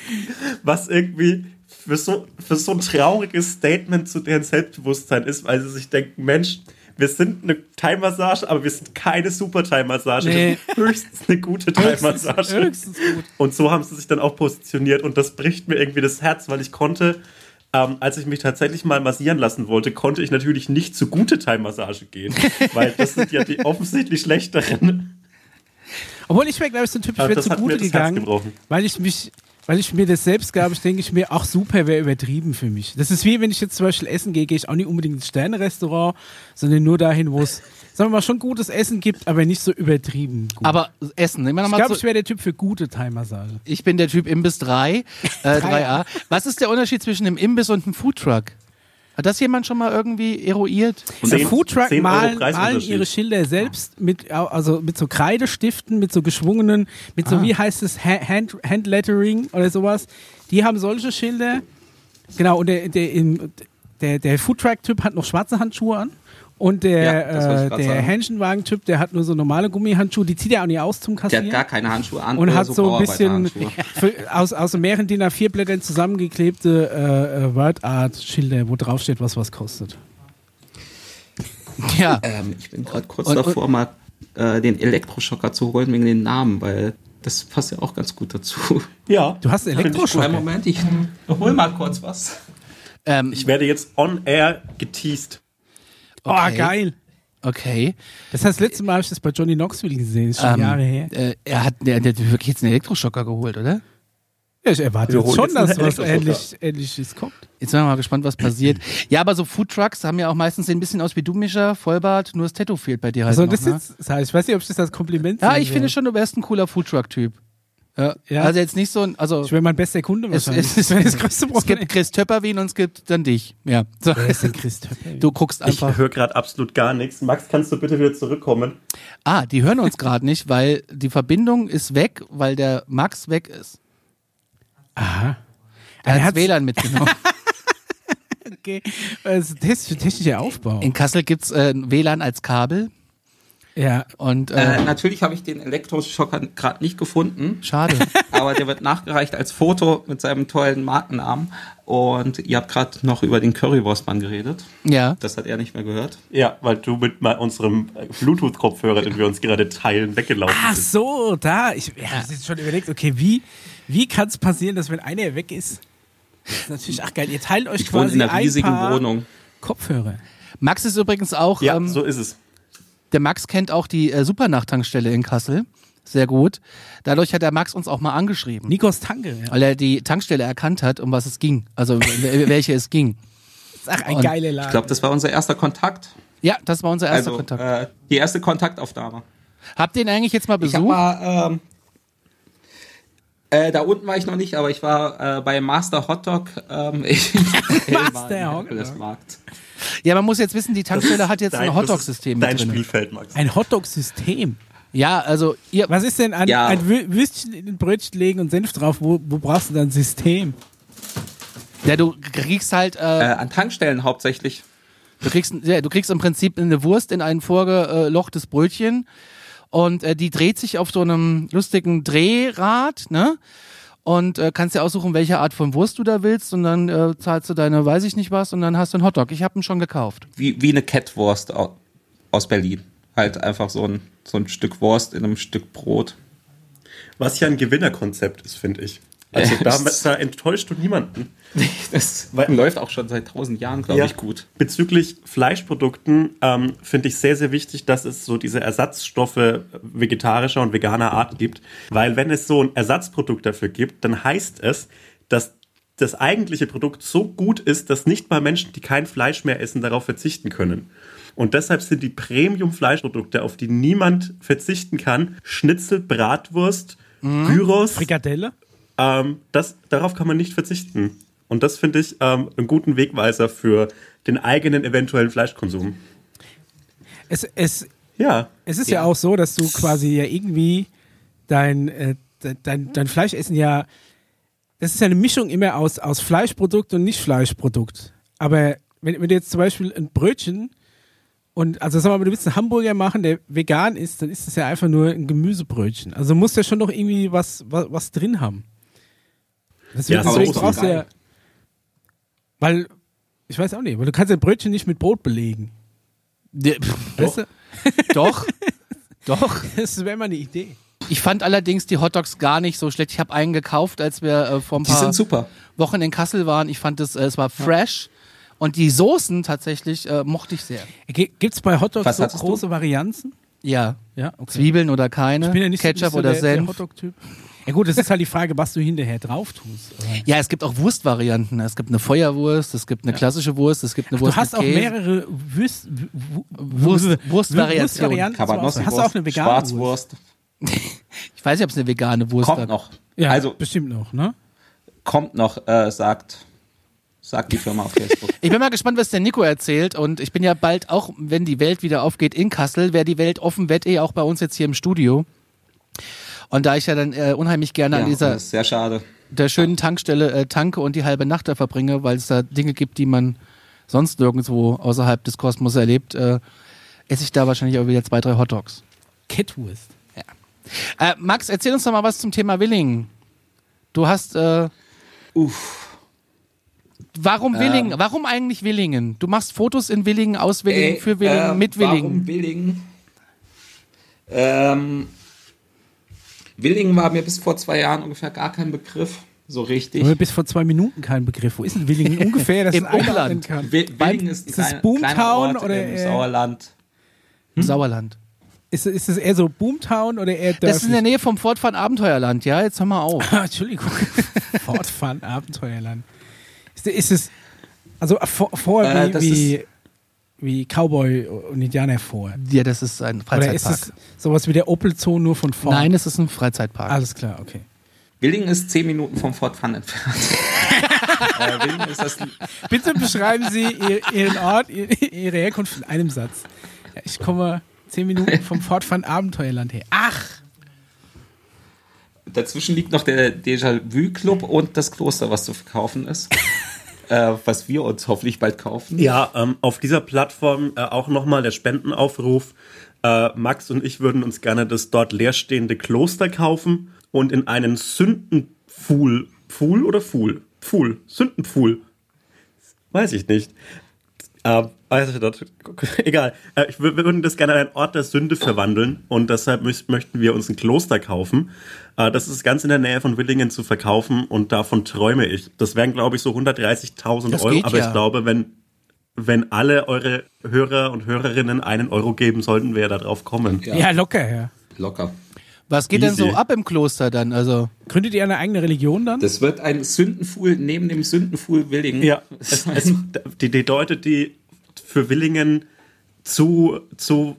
Speaker 1: was irgendwie für so, für so ein trauriges Statement zu deren Selbstbewusstsein ist, weil sie sich denken, Mensch, wir sind eine Thai-Massage, aber wir sind keine Super Thai-Massage.
Speaker 4: Nee.
Speaker 1: Wir sind Höchstens eine gute Thai-Massage.
Speaker 4: Höchstens gut.
Speaker 1: Und so haben sie sich dann auch positioniert und das bricht mir irgendwie das Herz, weil ich konnte, ähm, als ich mich tatsächlich mal massieren lassen wollte, konnte ich natürlich nicht zu gute Thai-Massage gehen, weil das sind ja die offensichtlich schlechteren.
Speaker 4: Obwohl ich wäre, glaube ich, so ein Typ, ich
Speaker 1: Aber
Speaker 4: wäre
Speaker 1: das
Speaker 4: zu
Speaker 1: hat mir
Speaker 4: gut
Speaker 1: das Herz
Speaker 4: gegangen,
Speaker 1: gebrochen.
Speaker 4: weil ich mich, weil ich mir das selbst gab, ich denke ich mir, ach super, wäre übertrieben für mich. Das ist wie, wenn ich jetzt zum Beispiel essen gehe, gehe ich auch nicht unbedingt ins Sternenrestaurant, sondern nur dahin, wo es, sagen wir mal, schon gutes Essen gibt, aber nicht so übertrieben gut.
Speaker 3: Aber Essen, nehmen wir
Speaker 4: ich
Speaker 3: nochmal
Speaker 4: glaube,
Speaker 3: zu.
Speaker 4: ich wäre der Typ für gute Thai-Massage.
Speaker 3: Ich bin der Typ Imbiss 3, äh, 3a. Was ist der Unterschied zwischen einem Imbiss und einem Foodtruck? Hat das jemand schon mal irgendwie eruiert?
Speaker 4: Der
Speaker 1: Zehn-
Speaker 4: Foodtruck
Speaker 1: zehn Euro
Speaker 4: malen, malen
Speaker 1: Preisunterschied.
Speaker 4: ihre Schilder selbst mit, au- also mit so Kreidestiften, mit so geschwungenen, mit so, wie heißt es, Ha- Hand, Handlettering oder sowas. Die haben solche Schilder. Genau, und der, der, im- der, der Foodtruck-Typ hat noch schwarze Handschuhe an. Und
Speaker 2: Ja, das wollte
Speaker 4: der,
Speaker 2: ich
Speaker 4: äh,
Speaker 2: grad
Speaker 4: der
Speaker 2: sagen.
Speaker 4: Hähnchenwagen-Typ, der hat nur so normale Gummihandschuhe, die zieht er auch nicht aus zum
Speaker 2: Der hat
Speaker 4: Kassieren.
Speaker 2: gar keine Handschuhe an
Speaker 4: und
Speaker 2: oder
Speaker 4: hat so ein bisschen
Speaker 2: Bauarbeiterhandschuhe.
Speaker 4: für, aus, aus mehreren DIN A4-Blättern zusammengeklebte äh, äh, Word-Art-Schilder, wo draufsteht, was was kostet.
Speaker 3: Ja.
Speaker 2: Ähm, ich bin gerade kurz
Speaker 3: Und- und-
Speaker 2: davor, mal äh, den Elektroschocker zu holen wegen den Namen, weil das passt ja auch ganz gut dazu.
Speaker 1: Ja.
Speaker 4: Du hast einen
Speaker 1: Finde ich
Speaker 4: Elektroschock.
Speaker 2: Einen Moment, ich hol mal kurz was.
Speaker 3: Ähm,
Speaker 1: Ich werde jetzt on air geteased.
Speaker 4: Oh,
Speaker 3: Okay.
Speaker 4: geil.
Speaker 3: okay.
Speaker 4: Das heißt, letztes Mal habe ich das bei Johnny Knoxville gesehen. Ist schon
Speaker 3: Ähm,
Speaker 4: Jahre her.
Speaker 3: Äh, er hat der, der hat wirklich jetzt einen Elektroschocker geholt, oder?
Speaker 4: Ja, ich erwarte
Speaker 1: wir
Speaker 4: jetzt
Speaker 1: holen
Speaker 4: schon,
Speaker 1: jetzt
Speaker 4: dass
Speaker 1: einen
Speaker 4: was
Speaker 1: Elektroschocker.
Speaker 4: ähnlich, Ähnliches kommt.
Speaker 3: Jetzt sind wir mal gespannt, was passiert. Ja, aber so Foodtrucks haben ja auch meistens sehen ein bisschen aus wie du, Mischa, Vollbart, nur das Tattoo fehlt bei dir halt
Speaker 4: Also,
Speaker 3: noch,
Speaker 4: das
Speaker 3: ne?
Speaker 4: jetzt, sag ich ich weiß nicht, ob ich das als Kompliment
Speaker 3: Ja,
Speaker 4: sehen
Speaker 3: ich finde
Speaker 4: soll.
Speaker 3: schon, du wärst ein cooler Foodtruck-Typ. Ja.
Speaker 4: Ja.
Speaker 3: Also jetzt nicht so ein, also
Speaker 4: Ich wäre mein bester Kunde
Speaker 3: es,
Speaker 4: wahrscheinlich.
Speaker 3: es, es,
Speaker 4: das wäre das größte
Speaker 3: es
Speaker 4: Problem.
Speaker 3: gibt Chris Töpperwien und es gibt dann dich. Ja. So.
Speaker 4: Christoph.
Speaker 3: Du guckst
Speaker 1: Ich
Speaker 3: einfach.
Speaker 1: höre gerade absolut gar nichts. Max, kannst du bitte wieder zurückkommen?
Speaker 3: Ah, die hören uns gerade nicht, weil die Verbindung ist weg, weil der Max weg ist.
Speaker 4: Aha.
Speaker 3: Der
Speaker 4: Er
Speaker 3: hat
Speaker 4: hat's-
Speaker 3: WLAN mitgenommen.
Speaker 4: Okay. Das ist test- technischer Aufbau.
Speaker 3: In Kassel gibt's äh, WLAN als Kabel
Speaker 4: Ja.
Speaker 3: und äh,
Speaker 2: Äh, natürlich habe ich den Elektroschocker gerade nicht gefunden,
Speaker 3: schade.
Speaker 2: aber der wird nachgereicht als Foto mit seinem tollen Markennamen. Und ihr habt gerade noch über den Currywurstmann geredet.
Speaker 3: Ja.
Speaker 2: Das hat er nicht mehr gehört.
Speaker 1: Ja, weil du mit mal unserem äh, Bluetooth-Kopfhörer, den wir uns gerade teilen, weggelaufen
Speaker 4: Ach
Speaker 1: bist.
Speaker 4: so, da. Ich ja, habe jetzt schon überlegt, okay, wie, wie kann es passieren, dass wenn einer weg ist, das ist natürlich, ach geil, ihr teilt euch
Speaker 2: Ich wohne
Speaker 4: quasi
Speaker 2: in einer
Speaker 4: ein
Speaker 2: riesigen
Speaker 4: paar
Speaker 2: Wohnung.
Speaker 4: Kopfhörer.
Speaker 3: Max ist übrigens auch,
Speaker 1: Ja,
Speaker 3: ähm,
Speaker 1: so ist es.
Speaker 3: der Max kennt auch die äh, Supernacht-Tankstelle in Kassel. Sehr gut. Dadurch hat der Max uns auch mal angeschrieben,
Speaker 4: Nikos Tanke. Ja.
Speaker 3: weil er die Tankstelle erkannt hat, um was es ging. Also w- welche es ging.
Speaker 4: Ach, ein
Speaker 3: Und-
Speaker 4: geiler Laden.
Speaker 2: Ich glaube, das war unser erster Kontakt.
Speaker 3: Ja, das war unser erster
Speaker 2: also
Speaker 3: Kontakt.
Speaker 2: Äh, die erste Kontaktaufnahme.
Speaker 3: Habt ihr ihn eigentlich jetzt mal
Speaker 2: Ich hab
Speaker 3: besucht?
Speaker 2: mal, ähm, äh, da unten war ich noch nicht, aber ich war äh, bei Master Hotdog ähm,
Speaker 4: Master Hotdog.
Speaker 2: Markt.
Speaker 3: ja, man muss jetzt wissen, die Tankstelle hat jetzt
Speaker 1: Dein-
Speaker 3: ein Hotdog-System
Speaker 1: das
Speaker 3: mit
Speaker 1: ist Dein
Speaker 3: drin.
Speaker 1: Spielfeld, Max.
Speaker 4: Ein Hotdog-System.
Speaker 3: Ja, also ihr,
Speaker 4: Was ist denn an
Speaker 2: Ja.
Speaker 4: ein Wü- Würstchen in ein Brötchen legen und Senf drauf? Wo, wo brauchst du dann ein System?
Speaker 3: ja, du kriegst halt,
Speaker 2: Äh,
Speaker 3: äh,
Speaker 2: an Tankstellen hauptsächlich.
Speaker 3: du kriegst, ja, du kriegst im Prinzip eine Wurst in ein vorgelochtes Brötchen und äh, die dreht sich auf so einem lustigen Drehrad, ne? Und äh, kannst dir aussuchen, welche Art von Wurst du da willst und dann äh, zahlst du deine, weiß ich nicht was, und dann hast du einen Hotdog. Ich habe ihn schon gekauft.
Speaker 2: Wie, wie eine Catwurst au- aus Berlin. Halt einfach so ein, so ein Stück Wurst in einem Stück Brot.
Speaker 1: Was ja ein Gewinnerkonzept ist, finde ich. Also
Speaker 2: Ja.
Speaker 1: da, da enttäuscht du niemanden.
Speaker 2: Das
Speaker 1: Weil-
Speaker 2: läuft auch schon seit tausend Jahren, glaube
Speaker 1: Ja.
Speaker 2: ich, gut.
Speaker 1: Bezüglich Fleischprodukten ähm, finde ich sehr, sehr wichtig, dass es so diese Ersatzstoffe vegetarischer und veganer Art gibt. Weil wenn es so ein Ersatzprodukt dafür gibt, dann heißt es, dass das eigentliche Produkt so gut ist, dass nicht mal Menschen, die kein Fleisch mehr essen, darauf verzichten können. Und deshalb sind die Premium-Fleischprodukte, auf die niemand verzichten kann, Schnitzel, Bratwurst, Gyros,
Speaker 4: Frikadelle?
Speaker 1: ähm, das, darauf kann man nicht verzichten. Und das finde ich ähm, einen guten Wegweiser für den eigenen eventuellen Fleischkonsum.
Speaker 4: Es, es,
Speaker 1: Ja,
Speaker 4: es ist ja. auch so, dass du quasi ja irgendwie dein, äh, de- dein, dein Fleischessen ja. Das ist ja eine Mischung immer aus, aus Fleischprodukt und Nicht-Fleischprodukt. Aber wenn, wenn du jetzt zum Beispiel ein Brötchen und, also sag mal, du willst einen Hamburger machen, der vegan ist, dann ist das ja einfach nur ein Gemüsebrötchen. Also muss ja schon noch irgendwie was, was, was drin haben. Deswegen,
Speaker 1: Ja, aber
Speaker 4: deswegen
Speaker 1: ist doch
Speaker 4: brauchst du
Speaker 2: egal.
Speaker 4: ja. Weil, ich weiß auch nicht, weil du kannst ja Brötchen nicht mit Brot belegen.
Speaker 3: Ja, pff,
Speaker 4: Weißt du?
Speaker 3: Doch. Doch.
Speaker 4: Das wäre mal eine Idee.
Speaker 3: Ich fand allerdings die Hotdogs gar nicht so schlecht. Ich habe einen gekauft, als wir äh, vor ein
Speaker 2: Die
Speaker 4: Ah.
Speaker 3: paar
Speaker 2: sind super.
Speaker 3: Wochen in Kassel waren. Ich fand es, äh, es war fresh. Und die Soßen tatsächlich äh, mochte ich sehr.
Speaker 4: Gibt es bei Hotdogs
Speaker 2: Was
Speaker 4: so
Speaker 2: hattest du?
Speaker 4: große Varianzen?
Speaker 3: Ja.
Speaker 4: Ja, okay.
Speaker 3: Zwiebeln oder keine,
Speaker 4: Ich bin ja nicht so-
Speaker 3: Ketchup
Speaker 4: nicht so
Speaker 3: oder
Speaker 4: der, der
Speaker 3: Senf.
Speaker 4: Hotdog-Typ. Ja gut, das ist halt die Frage, was du hinterher drauf tust. Aber
Speaker 3: ja, es gibt auch Wurstvarianten. Es gibt eine Feuerwurst, es gibt eine klassische Wurst, es gibt eine
Speaker 4: Du
Speaker 3: Wurst
Speaker 4: hast
Speaker 3: mit
Speaker 4: auch
Speaker 3: Käse.
Speaker 4: mehrere Wurst, Wurst,
Speaker 3: Wurst- Wurstvariationen.
Speaker 4: Hast du auch eine
Speaker 2: Cabanossi-Wurst,
Speaker 4: vegane Wurst?
Speaker 2: Schwarzwurst.
Speaker 3: Ich weiß nicht, ob es eine vegane Wurst
Speaker 2: Kommt
Speaker 3: gab.
Speaker 2: noch.
Speaker 4: Ja, also
Speaker 2: Also
Speaker 4: bestimmt noch, ne?
Speaker 2: kommt noch, äh, sagt, sagt die Firma auf Facebook.
Speaker 3: Ich bin mal gespannt, was der Nico erzählt. Und ich bin ja bald auch, wenn die Welt wieder aufgeht, in Kassel. Wäre die Welt offen, wett eh auch bei uns jetzt hier im Studio. Und da ich ja dann äh, unheimlich gerne
Speaker 2: ja,
Speaker 3: an dieser
Speaker 2: das ist sehr schade.
Speaker 3: der schönen Tankstelle äh, tanke und die halbe Nacht da verbringe, weil es da Dinge gibt, die man sonst nirgendwo außerhalb des Kosmos erlebt, äh, esse ich da wahrscheinlich auch wieder zwei, drei Hotdogs.
Speaker 4: Catwurst.
Speaker 3: Äh, Max, erzähl uns doch mal was zum Thema Willingen. Du hast, äh,
Speaker 2: Uff.
Speaker 3: warum Willingen? Warum eigentlich Willingen? Du machst Fotos in Willingen, aus Willingen,
Speaker 2: Ey,
Speaker 3: für Willingen,
Speaker 2: äh,
Speaker 3: mit
Speaker 2: Warum
Speaker 3: Willingen.
Speaker 2: Willingen? Ähm, Willingen war mir bis vor zwei Jahren ungefähr gar kein Begriff, so richtig.
Speaker 4: Ich bis vor zwei Minuten keinen Begriff. Wo ist denn Willingen ungefähr? dass
Speaker 3: Im
Speaker 4: ich einordnen
Speaker 3: Umland.
Speaker 4: Kann.
Speaker 2: Wi- Willingen ist ein
Speaker 4: ist es
Speaker 2: kleiner-
Speaker 4: Boomtown
Speaker 2: kleiner Ort
Speaker 4: oder,
Speaker 2: im
Speaker 4: äh,
Speaker 2: Sauerland.
Speaker 3: Sauerland.
Speaker 4: Ist, ist es eher so Boomtown oder eher
Speaker 3: Das ist in der
Speaker 4: dörflich?
Speaker 3: Nähe vom Fort von Abenteuerland, ja? Jetzt hör mal auf.
Speaker 4: Ah, Entschuldigung. Fortfahren, Abenteuerland. Ist, ist es, also vor, vor
Speaker 2: Äh,
Speaker 4: wie,
Speaker 2: das
Speaker 4: wie, wie Cowboy und Indianer vor?
Speaker 3: Ja, das ist ein
Speaker 4: Oder ist
Speaker 3: Freizeitpark.
Speaker 4: es sowas wie der Opel Zoo nur von vorn?
Speaker 3: Nein, es ist ein Freizeitpark.
Speaker 4: Alles klar, okay.
Speaker 2: Willingen ist zehn Minuten vom Fort Fun entfernt. äh, Willingen ist das
Speaker 4: Bitte beschreiben Sie Ihr- Ihren Ort, Ihr- Ihre Herkunft in einem Satz. Ja, ich komme zehn Minuten vom Fortfahren Abenteuerland her. Ah, Ach,
Speaker 2: Dazwischen liegt noch der Déjà-vu-Club und das Kloster, was zu verkaufen ist. äh, was wir uns hoffentlich bald kaufen.
Speaker 1: ja ähm, auf dieser Plattform äh, auch nochmal der Spendenaufruf. Äh, Max und ich würden uns gerne das dort leerstehende Kloster kaufen und in einen Sündenpfuhl, Pfuhl oder Pfuhl? Pfuhl, Sündenpfuhl. Weiß ich nicht. Ähm, also dort, egal. Äh, ich wür- wir würden das gerne an einen Ort der Sünde verwandeln und deshalb müß- möchten wir uns ein Kloster kaufen. Äh, das ist ganz in der Nähe von Willingen zu verkaufen und davon träume ich. Das wären, glaube ich, so 130.000
Speaker 3: Das
Speaker 1: Euro,
Speaker 3: geht
Speaker 1: aber
Speaker 3: ja.
Speaker 1: ich glaube, wenn, wenn alle eure Hörer und Hörerinnen einen Euro geben, sollten wir da drauf kommen.
Speaker 4: ja, locker, ja.
Speaker 2: Locker.
Speaker 3: Was geht denn
Speaker 1: Easy.
Speaker 3: so ab im Kloster dann? Also.
Speaker 4: Gründet ihr eine eigene Religion dann?
Speaker 2: Das wird ein Sündenfuhl neben dem Sündenfuhl Willingen.
Speaker 1: Ja, es, es,
Speaker 2: also,
Speaker 1: die, die Leute, die für Willingen zu, zu,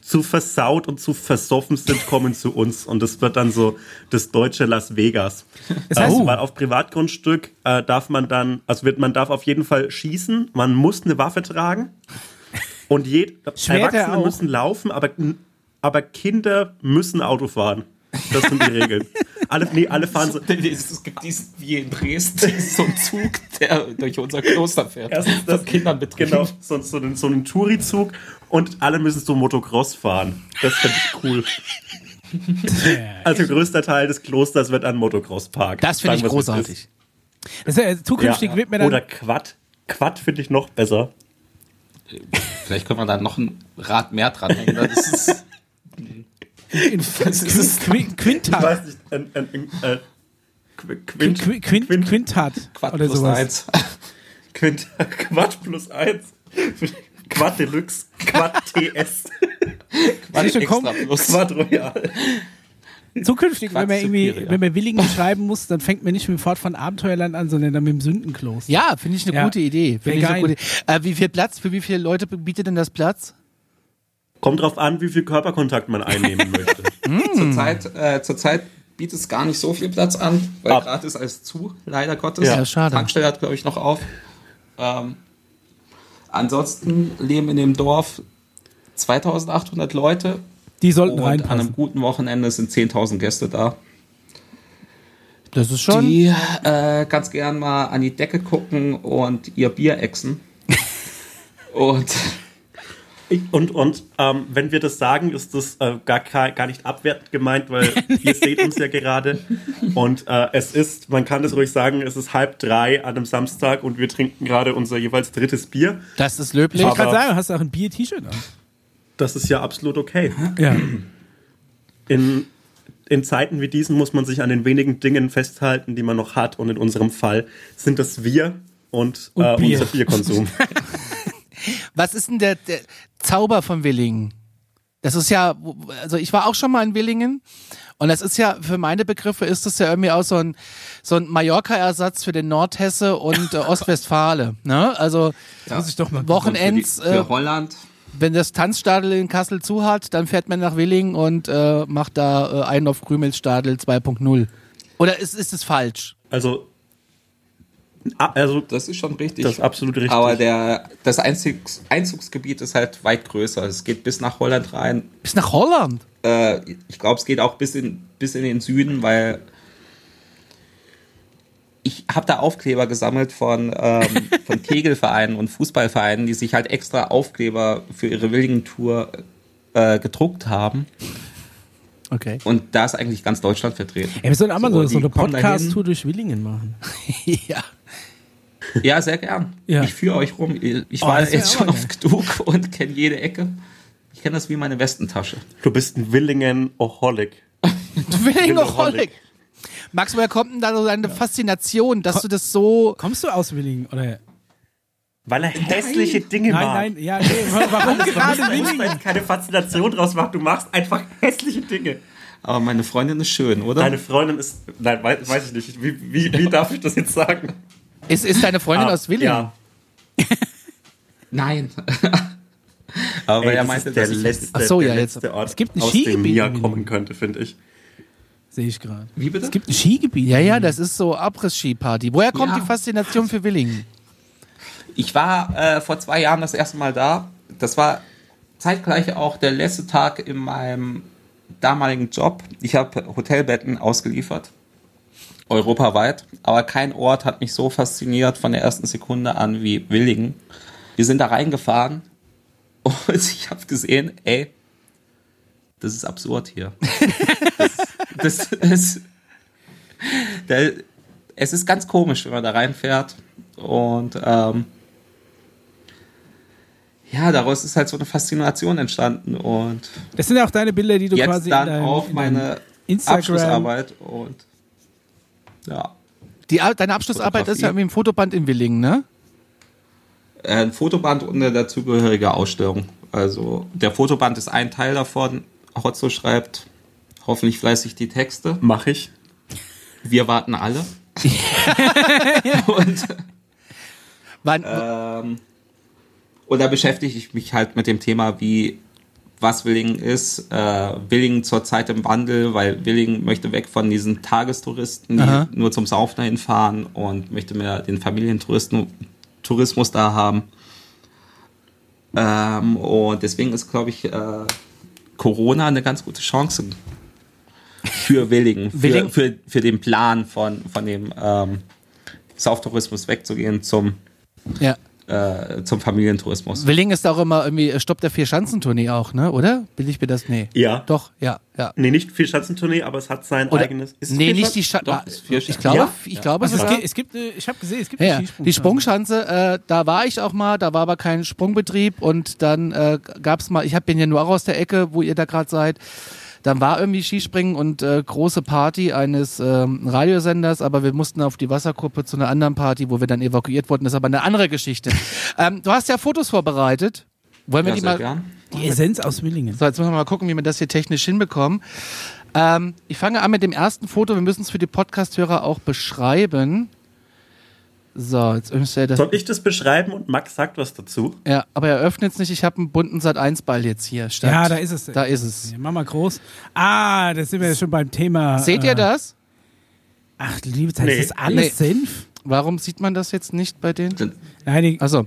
Speaker 1: zu versaut und zu versoffen sind, kommen zu uns. Und das wird dann so das deutsche Las Vegas.
Speaker 4: Das heißt- Oh.
Speaker 1: äh, weil auf Privatgrundstück äh, darf man dann, also wird, man darf auf jeden Fall schießen, man muss eine Waffe tragen. Und je,
Speaker 4: Schwerter
Speaker 1: Erwachsene
Speaker 4: auch.
Speaker 1: müssen laufen, aber, aber Kinder müssen Auto fahren. Das sind die Regeln. Alle, nee, alle fahren so.
Speaker 2: Es es gibt diesen, wie in Dresden, so einen Zug, der durch unser Kloster fährt.
Speaker 1: Erstens das
Speaker 2: von Kindern betrieben.
Speaker 1: Genau, so, so, einen, so einen Touri-Zug und alle müssen so Motocross fahren. Das finde ich cool. Also größter Teil des Klosters wird ein Motocross-Park.
Speaker 3: Das finde
Speaker 1: Sagen
Speaker 3: ich
Speaker 1: wir's, wie es
Speaker 3: großartig.
Speaker 1: ist.
Speaker 4: Das heißt, zukünftig
Speaker 1: Ja.
Speaker 4: wird mir dann.
Speaker 1: Oder Quad. Quad finde ich noch besser.
Speaker 2: Vielleicht können wir da noch ein Rad mehr dran hängen. Das ist,
Speaker 4: in,
Speaker 2: das ist
Speaker 4: Quin-
Speaker 1: Ich
Speaker 4: Quintat.
Speaker 1: weiß nicht, ein, ein, ein, äh, Qu-
Speaker 4: Quin-
Speaker 1: Quint,
Speaker 4: Quin- Quin- Quintat.
Speaker 2: Quad
Speaker 4: Oder
Speaker 2: plus
Speaker 4: sowas.
Speaker 2: eins.
Speaker 1: Quint, Quad plus eins. Quad Deluxe, Quad TS,
Speaker 2: Quad
Speaker 4: Siehst du, komm,
Speaker 2: extra plus.
Speaker 1: Quad Royal.
Speaker 4: Zukünftig, wenn man
Speaker 2: Quatsch
Speaker 4: irgendwie,
Speaker 2: Superior.
Speaker 4: wenn man Willigen schreiben muss, dann fängt man nicht mit dem Fort von Abenteuerland an, sondern dann mit dem Sündenkloster.
Speaker 3: Ja, finde ich eine
Speaker 4: Ja.
Speaker 3: gute Idee. Finde
Speaker 4: Wär
Speaker 3: ich eine
Speaker 4: geil.
Speaker 3: gute Äh, wie viel Platz, für wie viele Leute bietet denn das Platz?
Speaker 1: Kommt drauf an, wie viel Körperkontakt man einnehmen möchte. Hm.
Speaker 2: Zurzeit, äh, zurzeit bietet es gar nicht so viel Platz an, weil
Speaker 1: Ab.
Speaker 2: gerade ist alles zu, leider Gottes.
Speaker 1: Ja,
Speaker 3: schade.
Speaker 2: Tankstelle hat, glaube ich, noch auf. Ähm, ansonsten leben in dem Dorf 2800 Leute
Speaker 4: Die sollten
Speaker 2: und Oh, an einem
Speaker 4: reinpassen.
Speaker 2: guten Wochenende sind 10.000 Gäste da,
Speaker 3: Das ist schon.
Speaker 2: die äh, ganz gern mal an die Decke gucken und ihr Bier exen. und
Speaker 1: Und, und ähm, wenn wir das sagen, ist das äh, gar, kei- gar nicht abwertend gemeint, weil ihr seht uns ja gerade. Und äh, es ist, man kann es ruhig sagen, es ist halb drei an einem Samstag und wir trinken gerade unser jeweils drittes Bier.
Speaker 3: das ist löblich.
Speaker 4: Ich wollte gerade
Speaker 1: aber-
Speaker 4: sagen, du hast auch ein Bier-T-Shirt an.
Speaker 1: Das ist ja absolut okay.
Speaker 4: Ja.
Speaker 1: In, in Zeiten wie diesen muss man sich an den wenigen Dingen festhalten, die man noch hat. Und in unserem Fall sind das wir und,
Speaker 4: Und
Speaker 1: äh,
Speaker 4: Bier.
Speaker 1: unser Bierkonsum.
Speaker 3: Was ist denn der, der Zauber von Willingen? Das ist ja, also ich war auch schon mal in Willingen und das ist ja, für meine Begriffe ist das ja irgendwie auch so ein, so ein Mallorca-Ersatz für den Nordhesse und äh, Ostwestfale. Ne? Also
Speaker 2: ja.
Speaker 4: Muss ich doch mal.
Speaker 2: Und für, die,
Speaker 3: Wochenends, äh,
Speaker 2: für Holland.
Speaker 3: wenn das Tanzstadel in Kassel zu hat, dann fährt man nach Willingen und äh, macht da äh, einen auf Krümelstadel 2.0. Oder ist, ist es falsch?
Speaker 1: Also, a- also
Speaker 2: Das ist schon richtig.
Speaker 1: das ist absolut richtig.
Speaker 2: Aber der, das Einzugs, Einzugsgebiet ist halt weit größer. Es geht bis nach Holland rein.
Speaker 3: Bis nach Holland.
Speaker 2: Äh, ich glaube, es geht auch bis in, bis in den Süden, weil ich habe da Aufkleber gesammelt von, ähm, von Kegelvereinen und Fußballvereinen, die sich halt extra Aufkleber für ihre Willigen-Tour äh, gedruckt haben.
Speaker 3: Okay.
Speaker 2: Und da ist eigentlich ganz Deutschland vertreten.
Speaker 4: Ey, wir sollten auch mal
Speaker 2: So,
Speaker 4: so, so
Speaker 2: die
Speaker 4: eine
Speaker 2: kommen dahin.
Speaker 4: Podcast-Tour durch Willingen machen.
Speaker 3: ja.
Speaker 2: Ja, sehr gern.
Speaker 4: Ja. Oh,
Speaker 2: Ich führe euch rum. Ich war
Speaker 4: das wär
Speaker 2: jetzt
Speaker 4: auch
Speaker 2: schon
Speaker 4: geil.
Speaker 2: oft genug und kenne jede Ecke. Ich kenne das wie meine Westentasche.
Speaker 1: du bist ein Willingen-Oholic.
Speaker 3: Willingen-Oholic. Max, woher kommt denn da so deine Faszination, dass du das so.
Speaker 4: Kommst du aus Willingen? Oder?
Speaker 1: Weil er hässliche Dinge
Speaker 4: Nein,
Speaker 1: mag.
Speaker 4: nein, ja, nee, warum gerade
Speaker 1: muss
Speaker 4: Willingen?
Speaker 1: man keine Faszination draus machen. Du machst einfach hässliche Dinge.
Speaker 2: Aber meine Freundin ist schön, oder?
Speaker 1: Deine Freundin ist. Nein, weiß, weiß ich nicht. Wie, wie, wie darf ich das jetzt sagen?
Speaker 3: Ist, ist deine Freundin
Speaker 1: Ah,
Speaker 3: aus Willingen?
Speaker 1: Ja.
Speaker 2: Nein. Aber
Speaker 1: Ey,
Speaker 2: er
Speaker 1: das
Speaker 2: meinte,
Speaker 1: ist der
Speaker 2: dass ich,
Speaker 1: letzte,
Speaker 3: Ach so,
Speaker 1: der
Speaker 3: ja, jetzt-
Speaker 1: letzte Ort, es
Speaker 4: gibt
Speaker 1: gibt
Speaker 4: ein
Speaker 1: aus dem
Speaker 4: Skigebiet
Speaker 1: Mia
Speaker 4: in
Speaker 1: kommen könnte, finde ich.
Speaker 4: Sehe ich gerade.
Speaker 2: Wie bitte?
Speaker 4: Es gibt ein Skigebiet.
Speaker 3: Ja, ja, das ist so Abriss-Ski-Party. Woher kommt
Speaker 2: Ja.
Speaker 3: die Faszination für Willingen?
Speaker 2: ich war äh, vor zwei Jahren das erste Mal da. Das war zeitgleich auch der letzte Tag in meinem damaligen Job. Ich habe Hotelbetten ausgeliefert, europaweit. Aber kein Ort hat mich so fasziniert von der ersten Sekunde an wie Willingen. Wir sind da reingefahren und ich habe gesehen, ey, das ist absurd hier. das, das ist... Da, es ist ganz komisch, wenn man da reinfährt. Und ähm, ja, daraus ist halt so eine Faszination entstanden. Und
Speaker 4: Das sind ja auch deine Bilder, die du
Speaker 2: jetzt
Speaker 4: quasi
Speaker 2: dann
Speaker 4: in deinem,
Speaker 2: auf
Speaker 4: in deinem
Speaker 2: meine
Speaker 4: Instagram-
Speaker 2: Abschlussarbeit und ja.
Speaker 3: Die, Ar- deine Abschlussarbeit ist ja
Speaker 2: Fotografie.
Speaker 3: irgendwie im Fotoband in Willingen, ne?
Speaker 2: äh, Ein Fotoband und eine dazugehörige Ausstellung. Also der Fotoband ist ein Teil davon. Hotzo schreibt hoffentlich fleißig die Texte.
Speaker 1: Mach ich.
Speaker 2: Wir warten alle. und
Speaker 3: Wann, Äh.
Speaker 2: Ähm, und da beschäftige ich mich halt mit dem Thema, wie, was Willingen ist. Äh, Willingen zurzeit im Wandel, weil Willingen möchte weg von diesen Tagestouristen, die
Speaker 3: Aha.
Speaker 2: nur zum Saufen dahin fahren und möchte mehr den Familientouristen Tourismus da haben. Ähm, und deswegen ist, glaube ich, äh, Corona eine ganz gute Chance für Willingen, für,
Speaker 3: Willingen?
Speaker 2: Für, für den Plan von, von dem ähm, Sauftourismus wegzugehen zum,
Speaker 3: Ja.
Speaker 2: äh, zum Familientourismus.
Speaker 3: Willing ist auch immer irgendwie äh, Stopp der Vier-Schanzentournee auch, ne? Oder? Will ich mir das? Nee.
Speaker 1: Ja.
Speaker 3: Doch, ja, ja.
Speaker 1: Nee, nicht viel Schatzentournee, aber es hat sein
Speaker 3: Oder-
Speaker 1: eigenes. Ist es
Speaker 3: nee,
Speaker 1: viel
Speaker 3: nicht die
Speaker 1: Schatz-
Speaker 3: Schanze.
Speaker 2: Doch, ist Vierschanzen.
Speaker 3: ich glaube,
Speaker 1: Ja.
Speaker 3: ich glaube,
Speaker 4: Also es,
Speaker 3: sogar-
Speaker 4: gibt, es gibt, äh, ich habe gesehen, es gibt
Speaker 3: Ja, ja. die
Speaker 4: Skisprungschanze.
Speaker 3: Sprungschanze, äh, da war ich auch mal, da war aber kein Sprungbetrieb und dann äh, gab es mal, ich hab, bin ja nur auch aus der Ecke, wo ihr da gerade seid, dann war irgendwie Skispringen und äh, große Party eines ähm, Radiosenders, aber wir mussten auf die Wasserkuppe zu einer anderen Party, wo wir dann evakuiert wurden, das ist aber eine andere Geschichte. ähm, du hast ja Fotos vorbereitet, wollen wir
Speaker 2: Ja,
Speaker 3: die
Speaker 2: sehr
Speaker 3: mal...
Speaker 2: gern.
Speaker 4: Die Essenz aus Willingen.
Speaker 3: So, jetzt müssen wir mal gucken, wie wir das hier technisch hinbekommen. Ähm, ich fange an mit dem ersten Foto. Wir müssen es für die Podcast-Hörer auch beschreiben. So, jetzt müsste er das.
Speaker 1: Soll ich das beschreiben und Max sagt was dazu?
Speaker 3: Ja, aber er öffnet es nicht. Ich habe einen bunten Sat1-Ball jetzt hier. Statt.
Speaker 4: Ja, da ist es.
Speaker 3: Da ist es.
Speaker 4: Mach mal groß. Ah, da sind wir ja schon beim Thema.
Speaker 3: Seht
Speaker 4: äh,
Speaker 3: ihr das?
Speaker 4: Ach, liebe Zeit,
Speaker 1: Nee.
Speaker 4: ist das alles
Speaker 3: Nee.
Speaker 4: Senf?
Speaker 3: Warum sieht man das jetzt nicht bei denen?
Speaker 2: Dann-
Speaker 4: Nein, die,
Speaker 3: Also,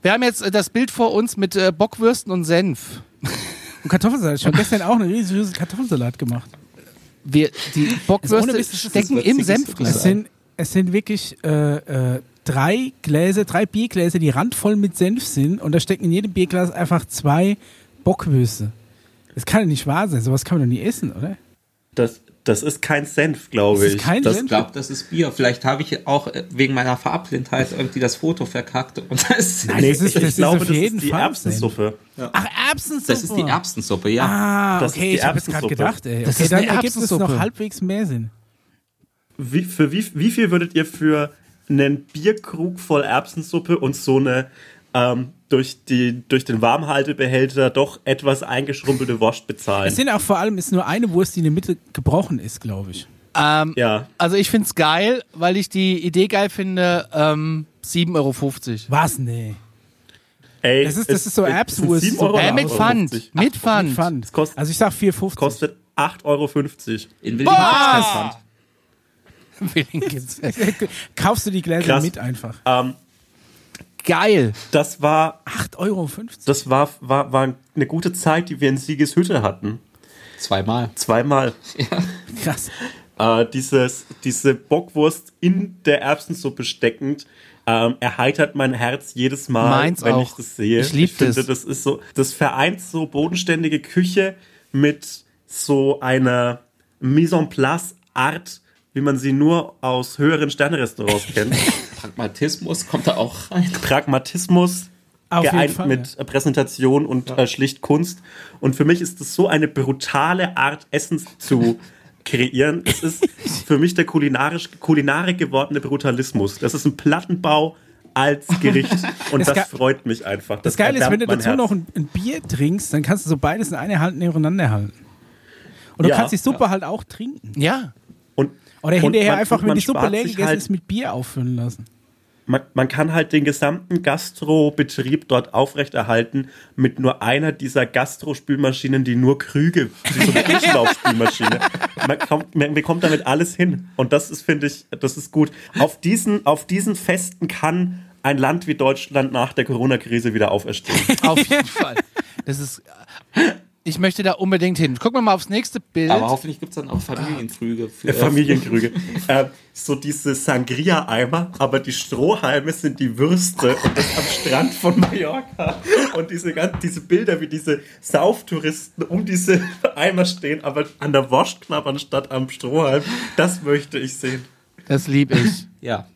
Speaker 3: wir haben jetzt äh, das Bild vor uns mit äh, Bockwürsten und Senf.
Speaker 4: und Kartoffelsalat. Ich habe gestern auch einen riesigen Kartoffelsalat gemacht.
Speaker 3: Wir, die Bockwürste
Speaker 4: Mist, das ist
Speaker 3: stecken
Speaker 2: das
Speaker 3: im
Speaker 2: Witzigste,
Speaker 3: Senf
Speaker 2: was
Speaker 3: drin.
Speaker 2: es
Speaker 4: Es sind, es sind wirklich äh, äh, drei Gläser, drei Biergläser, die randvoll mit Senf sind. Und da stecken in jedem Bierglas einfach zwei Bockwürste. Das kann ja nicht wahr sein. Sowas kann man doch nie essen, oder?
Speaker 1: Das, das ist kein Senf, glaube
Speaker 4: Das ist
Speaker 1: ich.
Speaker 4: kein
Speaker 1: das,
Speaker 4: Senf?
Speaker 2: Ich glaube, das ist Bier. Vielleicht habe ich auch äh, wegen meiner Verabblindheit irgendwie das Foto verkackt. Und das,
Speaker 1: Nee,
Speaker 4: Das ist-
Speaker 1: ich
Speaker 4: das ist
Speaker 1: glaube,
Speaker 4: auf
Speaker 1: das
Speaker 4: jeden
Speaker 1: ist die
Speaker 4: Fall
Speaker 1: Erbsensuppe.
Speaker 4: Ach, Erbsensuppe.
Speaker 2: das ist die Erbsensuppe, ja.
Speaker 4: Ah,
Speaker 1: Das ist
Speaker 4: okay,
Speaker 1: die
Speaker 4: ich habe jetzt gerade
Speaker 1: Erbsensuppe.
Speaker 4: gedacht, ey. Okay,
Speaker 3: Das ist
Speaker 4: dann
Speaker 3: eine
Speaker 4: ergibt es
Speaker 3: Erbsensuppe.
Speaker 4: noch halbwegs mehr Sinn.
Speaker 1: Wie, für wie, wie viel würdet ihr für einen Bierkrug voll Erbsensuppe und so eine ähm, durch, die, durch den Warmhaltebehälter doch etwas eingeschrumpelte Wurst bezahlen?
Speaker 4: Es sind auch vor allem ist nur eine Wurst, die in der Mitte gebrochen ist, glaube ich.
Speaker 3: Ähm,
Speaker 1: Ja,
Speaker 3: Also, ich find's geil, weil ich die Idee geil finde. Ähm, 7,50 Euro.
Speaker 4: Was? Nee.
Speaker 1: ey.
Speaker 4: Das ist- das
Speaker 1: es-
Speaker 4: ist so
Speaker 1: es
Speaker 4: Erbswurst.
Speaker 1: sind 7 Euro
Speaker 4: Äh,
Speaker 3: Äh, mit
Speaker 1: oder
Speaker 3: Pfand.
Speaker 1: 8,50.
Speaker 3: Mit Pfand.
Speaker 4: Pfand.
Speaker 1: Das kostet-
Speaker 4: also ich sag 4,50.
Speaker 1: Kostet 8,50 Euro.
Speaker 2: In Willingen hat's kein Pfand.
Speaker 3: Willing gibt's.
Speaker 4: Kaufst du die Gläser
Speaker 1: Krass.
Speaker 4: mit einfach.
Speaker 1: Ähm,
Speaker 3: Geil.
Speaker 1: das war
Speaker 4: 8,50 Euro. 50.
Speaker 1: Das war, war, war eine gute Zeit, die wir in Siegeshütte hatten.
Speaker 2: Zweimal.
Speaker 1: Zweimal.
Speaker 4: Krass.
Speaker 1: Äh, dieses, diese Bockwurst in der Erbsensuppe steckend ähm, erheitert mein Herz jedes Mal,
Speaker 3: Meins
Speaker 1: wenn
Speaker 3: auch.
Speaker 1: ich das sehe.
Speaker 3: Ich lieb
Speaker 1: finde,
Speaker 3: das.
Speaker 1: das ist so, das vereint so bodenständige Küche mit so einer Mise en place Art, wie man sie nur aus höheren Sternrestaurants kennt.
Speaker 2: Pragmatismus kommt da auch rein.
Speaker 1: Pragmatismus
Speaker 4: Auf jeden
Speaker 1: geeint
Speaker 4: Fall,
Speaker 1: mit äh, Präsentation und äh, schlicht Kunst. Und für mich ist das so eine brutale Art, Essen zu kreieren. Es ist für mich der kulinarisch, kulinarisch gewordene Brutalismus. Das ist ein Plattenbau als Gericht. Und
Speaker 4: Das
Speaker 1: das,
Speaker 4: Ge-
Speaker 1: freut mich einfach.
Speaker 4: Das Geile ist, wenn du
Speaker 1: erwärmt mein
Speaker 4: dazu
Speaker 1: Herz.
Speaker 4: noch ein, ein Bier trinkst, dann kannst du so beides in einer Hand nebeneinander halten. Und du
Speaker 1: Ja.
Speaker 4: kannst die Suppe halt auch trinken.
Speaker 3: Ja.
Speaker 1: Und,
Speaker 4: Oder
Speaker 1: und
Speaker 4: hinterher
Speaker 1: man-
Speaker 4: einfach,
Speaker 1: und
Speaker 4: wenn
Speaker 1: man
Speaker 4: die Suppe
Speaker 1: spart
Speaker 4: leer
Speaker 1: sich
Speaker 4: gegessen
Speaker 1: halt-
Speaker 4: ist, mit Bier auffüllen lassen.
Speaker 1: man, man kann halt den gesamten Gastrobetrieb dort aufrechterhalten mit nur einer dieser Gastrospülmaschinen, die nur Krüge, die so eine Küchenlaufspülmaschine. Man kommt, man bekommt damit alles hin. Und das ist, finde ich, das ist gut. Auf diesen, auf diesen Festen kann ein Land wie Deutschland nach der Corona-Krise wieder auferstehen.
Speaker 3: Auf jeden Fall. Das ist. Ich möchte da unbedingt hin. Gucken wir mal aufs nächste Bild.
Speaker 2: Aber hoffentlich gibt es dann auch Familienfrüge für
Speaker 1: Äh, Familienkrüge. äh, so diese Sangria-Eimer, aber die Strohhalme sind die Würste und das am Strand von Mallorca. Und diese, gan- diese Bilder, wie diese Sauftouristen um diese Eimer stehen, aber an der Wurst knabbern statt am Strohhalm, das möchte ich sehen.
Speaker 3: Das liebe ich.
Speaker 2: Ja.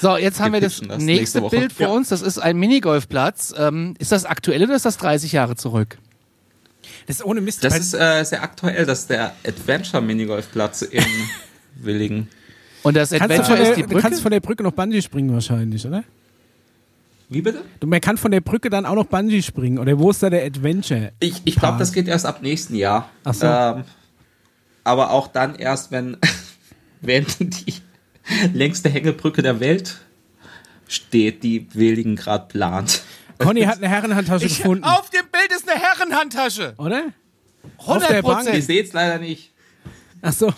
Speaker 3: So, jetzt haben wir das,
Speaker 2: pitchen das
Speaker 3: nächste
Speaker 2: nächste Woche.
Speaker 3: Bild vor
Speaker 1: Ja.
Speaker 3: uns. Das ist ein Minigolfplatz. Ähm, ist das aktuell oder ist das 30 Jahre zurück?
Speaker 4: Das ist ohne Mist.
Speaker 2: Das
Speaker 4: Bei-
Speaker 2: ist äh, sehr aktuell, dass der Adventure-Minigolfplatz in Willingen.
Speaker 3: Und das
Speaker 4: kannst du, von
Speaker 3: Adventure
Speaker 4: der,
Speaker 3: ist die
Speaker 4: du kannst
Speaker 3: Brücke?
Speaker 4: von der Brücke noch Bungee springen wahrscheinlich, oder?
Speaker 2: Wie bitte?
Speaker 4: Du, man kann von der Brücke dann auch noch Bungee springen. Oder wo ist da der Adventure?
Speaker 2: Ich, ich glaube, das geht erst ab nächsten Jahr.
Speaker 4: Ach so.
Speaker 2: Ähm, aber auch dann erst, wenn, wenn die längste Hängebrücke der Welt steht, die Willingen gerade plant.
Speaker 4: Conny hat eine Herrenhandtasche gefunden.
Speaker 3: dem Bild ist eine Herrenhandtasche.
Speaker 4: Oder? Auf der
Speaker 3: 100
Speaker 4: Bank
Speaker 2: Ich
Speaker 3: Prozent.
Speaker 2: sehe es leider nicht.
Speaker 4: Achso.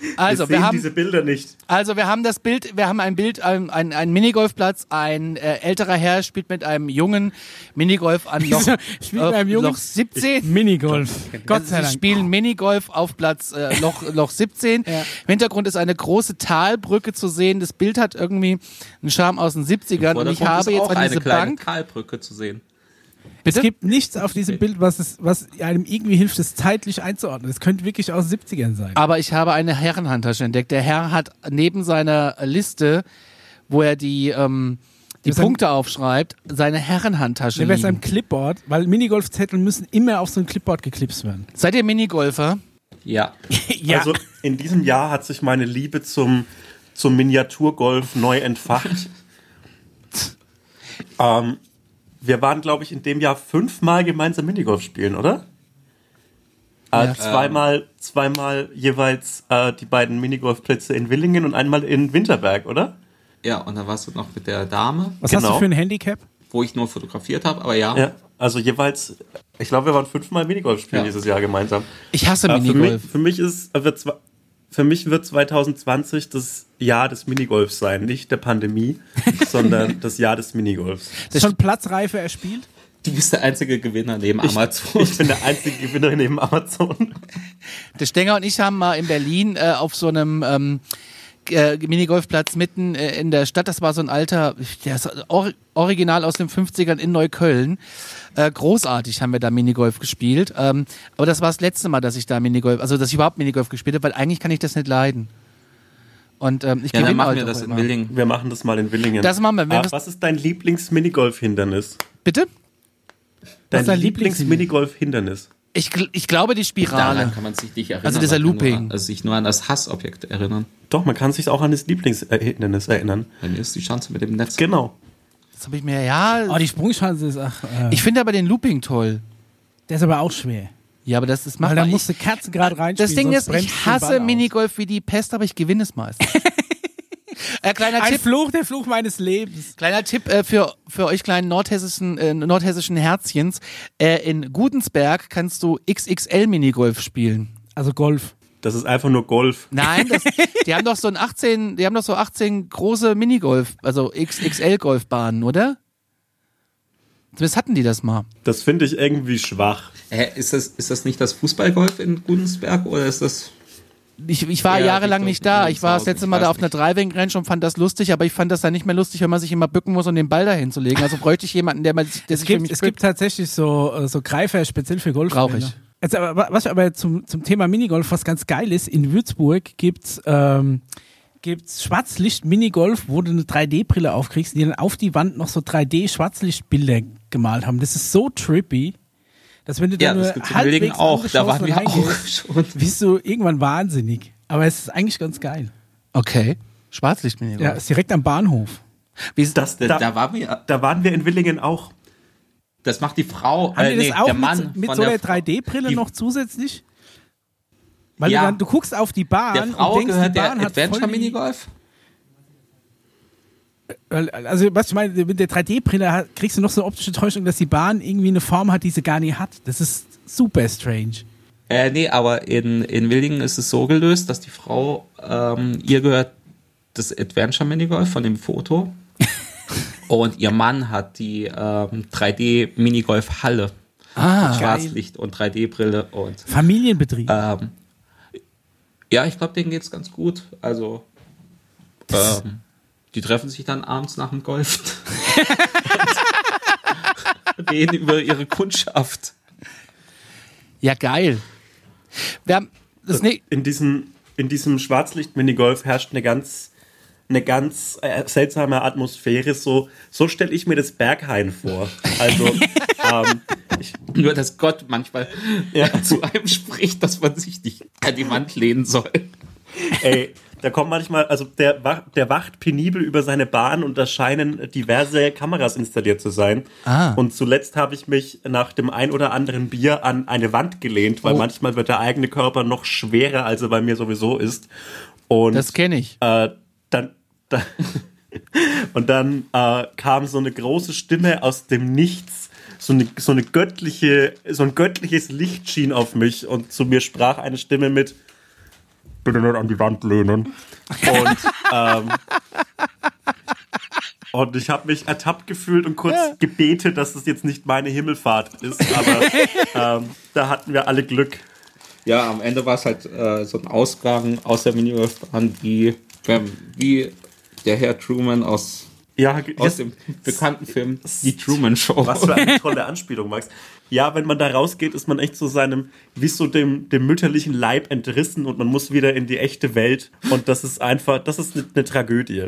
Speaker 1: Wir
Speaker 3: Also,
Speaker 1: sehen
Speaker 3: wir haben,
Speaker 1: diese Bilder nicht.
Speaker 3: Also wir haben das Bild, wir haben ein Bild, ein, ein, ein Minigolfplatz, ein äh, älterer Herr spielt mit einem jungen Minigolf an Loch,
Speaker 4: Spielt mit einem
Speaker 3: äh,
Speaker 4: Jungen?
Speaker 3: Loch 17.
Speaker 4: Minigolf. Gott
Speaker 3: Also
Speaker 4: sei
Speaker 3: Sie
Speaker 4: Dank.
Speaker 3: spielen Minigolf auf Platz äh, Loch, Loch 17.
Speaker 4: Ja.
Speaker 3: Im Hintergrund ist eine große Talbrücke zu sehen. Das Bild hat irgendwie einen Charme aus den 70ern. Und ich
Speaker 2: Vordergrund
Speaker 3: habe
Speaker 2: ist
Speaker 3: jetzt
Speaker 2: auch
Speaker 3: an
Speaker 2: eine
Speaker 3: diese
Speaker 2: kleine
Speaker 3: Bank...
Speaker 2: Talbrücke zu sehen.
Speaker 3: Bitte?
Speaker 4: Es gibt nichts auf diesem Bild, was, es, was einem irgendwie hilft, es zeitlich einzuordnen. Es könnte wirklich aus den 70ern sein.
Speaker 3: Aber ich habe eine Herrenhandtasche entdeckt. Der Herr hat neben seiner Liste, wo er die, ähm, die
Speaker 4: Mit seinem-
Speaker 3: Punkte aufschreibt, seine Herrenhandtasche
Speaker 4: Der wäre es
Speaker 3: liegen.
Speaker 4: einem Clipboard, weil Minigolfzettel müssen immer auf so ein Clipboard geklipst werden.
Speaker 3: Seid ihr Minigolfer?
Speaker 2: Ja.
Speaker 4: Ja.
Speaker 1: Also in diesem Jahr hat sich meine Liebe zum, zum Miniaturgolf neu entfacht. ähm, wir waren, glaube ich, in dem Jahr fünfmal gemeinsam Minigolf spielen, oder? Äh, zweimal, zweimal jeweils äh, die beiden Minigolfplätze in Willingen und einmal in Winterberg, oder?
Speaker 2: Ja, und dann warst du noch mit der Dame,
Speaker 4: Was hast
Speaker 1: genau.
Speaker 4: du für ein Handicap?
Speaker 2: wo ich nur fotografiert habe, aber ja.
Speaker 1: Ja. Also jeweils, ich glaube, wir waren fünfmal Minigolf spielen
Speaker 2: Ja.
Speaker 1: dieses Jahr gemeinsam.
Speaker 3: Ich hasse
Speaker 1: Äh, für, mich,
Speaker 3: Minigolf.
Speaker 1: für mich ist äh, wird zwa- für mich wird 2020 das Jahr des Minigolfs sein, nicht der Pandemie, sondern das Jahr des Minigolfs.
Speaker 4: Ist schon Platzreife erspielt?
Speaker 2: Du bist der einzige Gewinner neben Amazon.
Speaker 1: Ich bin der einzige Gewinner neben Amazon.
Speaker 3: Der Stenger und ich haben mal in Berlin äh, auf so einem ähm, äh, Minigolfplatz mitten äh, in der Stadt, das war so ein alter, der ist or original aus den 50ern in Neukölln. Äh, großartig haben wir da Minigolf gespielt. Ähm, aber das war das letzte Mal, dass ich da Minigolf, also dass ich überhaupt Minigolf gespielt habe, weil eigentlich kann ich das nicht leiden. Und ähm, ich
Speaker 2: ja, dann
Speaker 3: gewinne
Speaker 2: machen
Speaker 3: halt
Speaker 2: wir
Speaker 3: auch
Speaker 2: das in
Speaker 3: immer.
Speaker 2: Willingen.
Speaker 1: Wir machen das mal in Willingen.
Speaker 3: Das machen wir. Wir
Speaker 1: Ah,
Speaker 3: müssen-
Speaker 1: was ist dein Lieblings-Minigolf-Hindernis?
Speaker 3: Bitte?
Speaker 1: Dein,
Speaker 4: dein
Speaker 1: Lieblings-Minigolf-Hindernis?
Speaker 3: Ich, gl- ich glaube die Spirale.
Speaker 2: Daran kann man sich nicht erinnern.
Speaker 3: Also dieser
Speaker 2: man kann nur
Speaker 3: Looping.
Speaker 2: an- Also sich nur an das Hassobjekt erinnern.
Speaker 1: Doch, man kann sich auch an das Lieblingshindernis erinnern.
Speaker 2: Bei mir ist die Chance mit dem Netz.
Speaker 1: Genau.
Speaker 3: Das habe ich mir, ja.
Speaker 4: Oh, die Sprungschanze ist, ach, äh,
Speaker 3: ich finde aber den Looping toll.
Speaker 4: der ist aber auch schwer.
Speaker 3: Ja, aber das ist
Speaker 4: Weil da
Speaker 3: machbar. Ich-
Speaker 4: musst du Kerzen gerade reinspielen.
Speaker 3: Das Ding
Speaker 4: sonst
Speaker 3: ist,
Speaker 4: bremst
Speaker 3: ich
Speaker 4: du den Ball
Speaker 3: hasse
Speaker 4: aus.
Speaker 3: Minigolf wie die Pest, aber ich gewinne es meistens. äh, kleiner
Speaker 4: Ein
Speaker 3: Tipp,
Speaker 4: Fluch, der Fluch meines Lebens.
Speaker 3: kleiner Tipp äh, für, für euch kleinen nordhessischen, äh, nordhessischen Herzchens. Äh, in Gudensberg kannst du XXL Minigolf spielen.
Speaker 4: Also Golf.
Speaker 1: Das ist einfach nur Golf.
Speaker 3: Nein, das, die haben doch so ein 18, die haben doch so 18 große Minigolf, also XXL Golfbahnen, oder? Zumindest hatten die das mal.
Speaker 1: Das finde ich irgendwie schwach.
Speaker 2: Hä, ist, das, ist das nicht das Fußballgolf in Gudensberg oder ist das.
Speaker 3: Ich, ich war
Speaker 2: Ja,
Speaker 3: jahrelang
Speaker 2: Richtung
Speaker 3: nicht da. Ich war das
Speaker 2: Wilhelmshausen,
Speaker 3: letzte
Speaker 2: ich
Speaker 3: Mal da
Speaker 2: weiß
Speaker 3: auf einer
Speaker 2: nicht.
Speaker 3: driving range und fand das lustig, aber ich fand das dann nicht mehr lustig, wenn man sich immer bücken muss, um den Ball da hinzulegen. Also bräuchte ich jemanden, der, mal, der
Speaker 4: Es
Speaker 3: sich für
Speaker 4: gibt,
Speaker 3: mich
Speaker 4: es gibt tatsächlich so, äh, so Greifer speziell für Golf.
Speaker 3: Brauch ich.
Speaker 4: Also, aber, was aber zum, zum Thema Minigolf, was ganz geil ist, in Würzburg gibt's ähm, gibt's Schwarzlicht-Minigolf, wo du eine 3D-Brille aufkriegst, die dann auf die Wand noch so 3D-Schwarzlichtbilder gemalt haben. Das ist so trippy, dass wenn du
Speaker 2: Ja,
Speaker 4: da nur
Speaker 2: das gibt es in
Speaker 4: halbwegs
Speaker 2: Willingen auch. Da waren wir
Speaker 4: angeschossen
Speaker 2: auch
Speaker 4: reingehst,
Speaker 2: schon.
Speaker 4: Bist du irgendwann wahnsinnig. Aber es ist eigentlich ganz geil.
Speaker 3: Okay. schwarzlicht
Speaker 4: Ja,
Speaker 3: ja.
Speaker 4: ist direkt am Bahnhof.
Speaker 3: Wie ist das?
Speaker 1: Das,
Speaker 2: Da,
Speaker 1: da,
Speaker 2: da waren wir.
Speaker 1: da waren wir in Willingen auch.
Speaker 2: Das macht die Frau.
Speaker 4: Haben
Speaker 2: Äh,
Speaker 4: die das
Speaker 2: nee,
Speaker 4: auch
Speaker 2: der Mann.
Speaker 4: mit, mit
Speaker 2: von
Speaker 4: so einer
Speaker 2: der Frau.
Speaker 4: 3D-Brille
Speaker 2: Die-
Speaker 4: noch zusätzlich? Weil
Speaker 2: Ja.
Speaker 4: du dann, du guckst auf die Bahn
Speaker 2: Der Frau
Speaker 4: und denkst,
Speaker 2: gehört
Speaker 4: die
Speaker 2: der
Speaker 4: Bahn hat voll
Speaker 2: Adventure
Speaker 4: die-
Speaker 2: Minigolf?
Speaker 4: Weil, Also was ich meine, mit der 3D-Brille hat- kriegst du noch so eine optische Täuschung, dass die Bahn irgendwie eine Form hat, die sie gar nicht hat. Das ist super strange.
Speaker 2: Äh, nee, aber in, in Willingen ist es so gelöst, dass die Frau, ähm, ihr gehört das Adventure Minigolf von dem Foto. und ihr Mann hat die ähm, 3D Minigolf Halle.
Speaker 3: Ah.
Speaker 2: Schwarzlicht und 3D Brille und
Speaker 4: Familienbetrieb.
Speaker 2: ähm, ja, ich glaube, denen geht's ganz gut. Also ähm, die treffen sich dann abends nach dem Golf und reden über ihre Kundschaft.
Speaker 3: Ja, geil. Wir haben, das, ne,
Speaker 1: Also in diesem, in diesem Schwarzlicht-Minigolf herrscht eine ganz, eine ganz äh, seltsame Atmosphäre. So, so stelle ich mir das Berghain vor. Also, ähm,
Speaker 2: Nur, dass Gott manchmal
Speaker 1: Ja.
Speaker 2: zu einem spricht, dass man sich nicht an die Wand lehnen soll.
Speaker 1: ey, da kommt manchmal, also der, wa- der wacht penibel über seine Bahn und da scheinen diverse Kameras installiert zu sein.
Speaker 3: Ah.
Speaker 1: Und zuletzt habe ich mich nach dem ein oder anderen Bier an eine Wand gelehnt, weil
Speaker 3: Oh.
Speaker 1: manchmal wird der eigene Körper noch schwerer, als er bei mir sowieso ist. Und
Speaker 3: das kenne ich.
Speaker 1: äh, dann, da, Und dann äh, kam so eine große Stimme aus dem Nichts, so eine, so eine göttliche, so ein göttliches Licht schien auf mich und zu mir sprach eine Stimme mit Bitte nicht an die Wand lehnen. Und, ähm, und ich habe mich ertappt gefühlt und kurz gebetet, dass das jetzt nicht meine Himmelfahrt ist, aber ähm, da hatten wir alle Glück.
Speaker 2: Ja, am Ende war es halt äh, so ein Ausgang aus der Miniwurf-Bahn, wie, ähm, wie der Herr Truman aus,
Speaker 1: Ja, ge- jetzt-
Speaker 2: aus dem bekannten Film Die Truman Show.
Speaker 1: Was für eine tolle Anspielung, Max. Ja, wenn man da rausgeht, ist man echt so seinem, wie so dem, dem mütterlichen Leib entrissen und man muss wieder in die echte Welt. Und das ist einfach, das ist eine, eine Tragödie.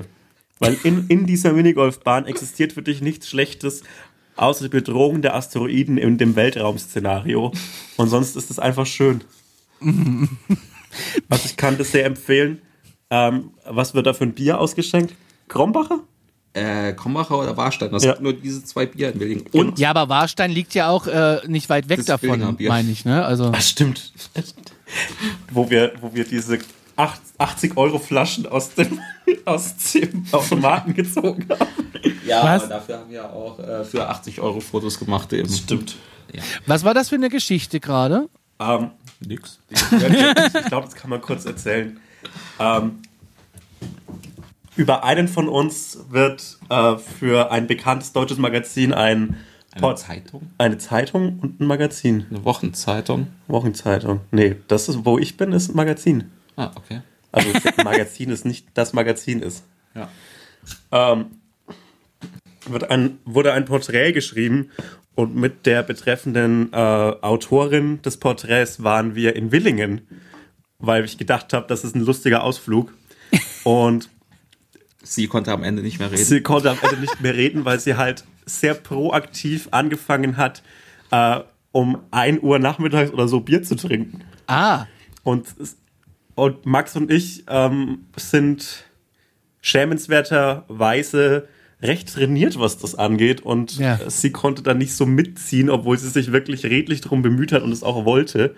Speaker 1: Weil in, in dieser Minigolfbahn existiert für dich nichts Schlechtes, außer die Bedrohung der Asteroiden in dem Weltraum-Szenario. Und sonst ist es einfach schön. Also ich kann das sehr empfehlen. Ähm, was wird da für ein Bier ausgeschenkt? Krombacher?
Speaker 2: äh, Kombacher oder Warstein? Das
Speaker 1: Ja.
Speaker 2: sind nur diese zwei Bier Genau. in Berlin. Und
Speaker 3: Ja, aber Warstein liegt ja auch äh, nicht weit weg
Speaker 2: Das Billinger
Speaker 3: davon,
Speaker 2: Bier.
Speaker 3: meine ich, ne? Also
Speaker 1: Ah, stimmt. wo, wir, wo wir diese 80-Euro-Flaschen aus dem, aus dem Automaten gezogen haben.
Speaker 2: ja,
Speaker 4: Was?
Speaker 2: aber dafür haben wir auch äh, für 80 Euro Fotos gemacht eben.
Speaker 1: Stimmt.
Speaker 3: Was war das für eine Geschichte gerade?
Speaker 1: Ähm,
Speaker 2: Nix.
Speaker 1: ich glaube, das kann man kurz erzählen. Ähm, über einen von uns wird äh, für ein bekanntes deutsches Magazin ein
Speaker 2: Eine
Speaker 1: Pod-
Speaker 2: Zeitung?
Speaker 1: eine Zeitung und ein Magazin.
Speaker 2: Eine Wochenzeitung?
Speaker 1: Wochenzeitung. Nee, das ist, wo ich bin, ist ein Magazin.
Speaker 2: Ah, okay.
Speaker 1: Also ein Magazin ist nicht das Magazin ist.
Speaker 2: Ja.
Speaker 1: ähm, wird ein, wurde ein Porträt geschrieben und mit der betreffenden äh, Autorin des Porträts waren wir in Willingen, weil ich gedacht habe, das ist ein lustiger Ausflug. Und
Speaker 2: Sie konnte am Ende nicht mehr reden.
Speaker 1: sie konnte am Ende nicht mehr reden, weil sie halt sehr proaktiv angefangen hat, äh, um 1 Uhr nachmittags oder so Bier zu trinken.
Speaker 3: Ah,
Speaker 1: Und, und Max und ich ähm, sind schämenswerterweise recht trainiert, was das angeht. Und
Speaker 3: Ja.
Speaker 1: sie konnte da nicht so mitziehen, obwohl sie sich wirklich redlich darum bemüht hat und es auch wollte.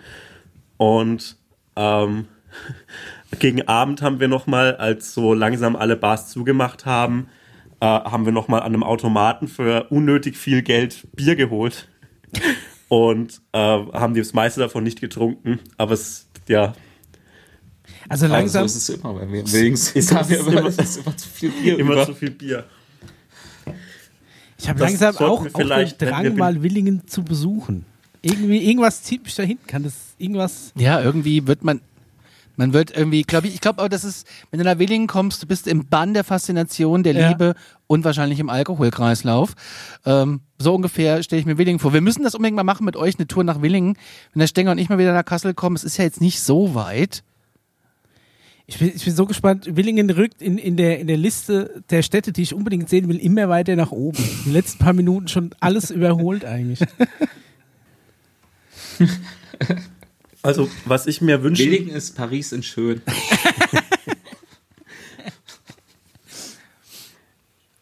Speaker 1: Und ähm, gegen Abend haben wir nochmal, als so langsam alle Bars zugemacht haben, äh, haben wir nochmal an einem Automaten für unnötig viel Geld Bier geholt. Und äh, haben das meiste davon nicht getrunken. Aber es, ja,
Speaker 4: Also langsam.
Speaker 2: Also, so ist es immer, wenn wir in Willingen sind.
Speaker 1: Ist-
Speaker 2: Ist, haben wir
Speaker 1: ist
Speaker 2: immer,
Speaker 1: immer-
Speaker 2: ist immer zu viel Bier
Speaker 1: immer
Speaker 2: über.
Speaker 1: zu viel Bier.
Speaker 4: Ich habe
Speaker 1: Das
Speaker 4: langsam
Speaker 1: sollten
Speaker 4: auch,
Speaker 1: wir
Speaker 4: auch den
Speaker 1: vielleicht, wenn wir
Speaker 4: Drang,
Speaker 1: will-
Speaker 4: mal Willingen zu besuchen. Irgendwie, irgendwas zieht mich dahin. Kann das irgendwas.
Speaker 3: ja, irgendwie wird man. Man wird irgendwie, glaube ich, ich glaube aber, das ist, wenn du nach Willingen kommst, du bist im Bann der Faszination, der
Speaker 4: Ja.
Speaker 3: Liebe und wahrscheinlich im Alkoholkreislauf. Ähm, so ungefähr stelle ich mir Willingen vor. Wir müssen das unbedingt mal machen mit euch, eine Tour nach Willingen. Wenn der Stenger und ich mal wieder nach Kassel kommen, es ist ja jetzt nicht so weit.
Speaker 4: Ich bin, ich bin so gespannt. Willingen rückt in, in, der, in der Liste der Städte, die ich unbedingt sehen will, immer weiter nach oben. Die letzten paar Minuten schon alles überholt eigentlich.
Speaker 1: Also, was ich mir wünsche.
Speaker 2: Willingen ist Paris in schön.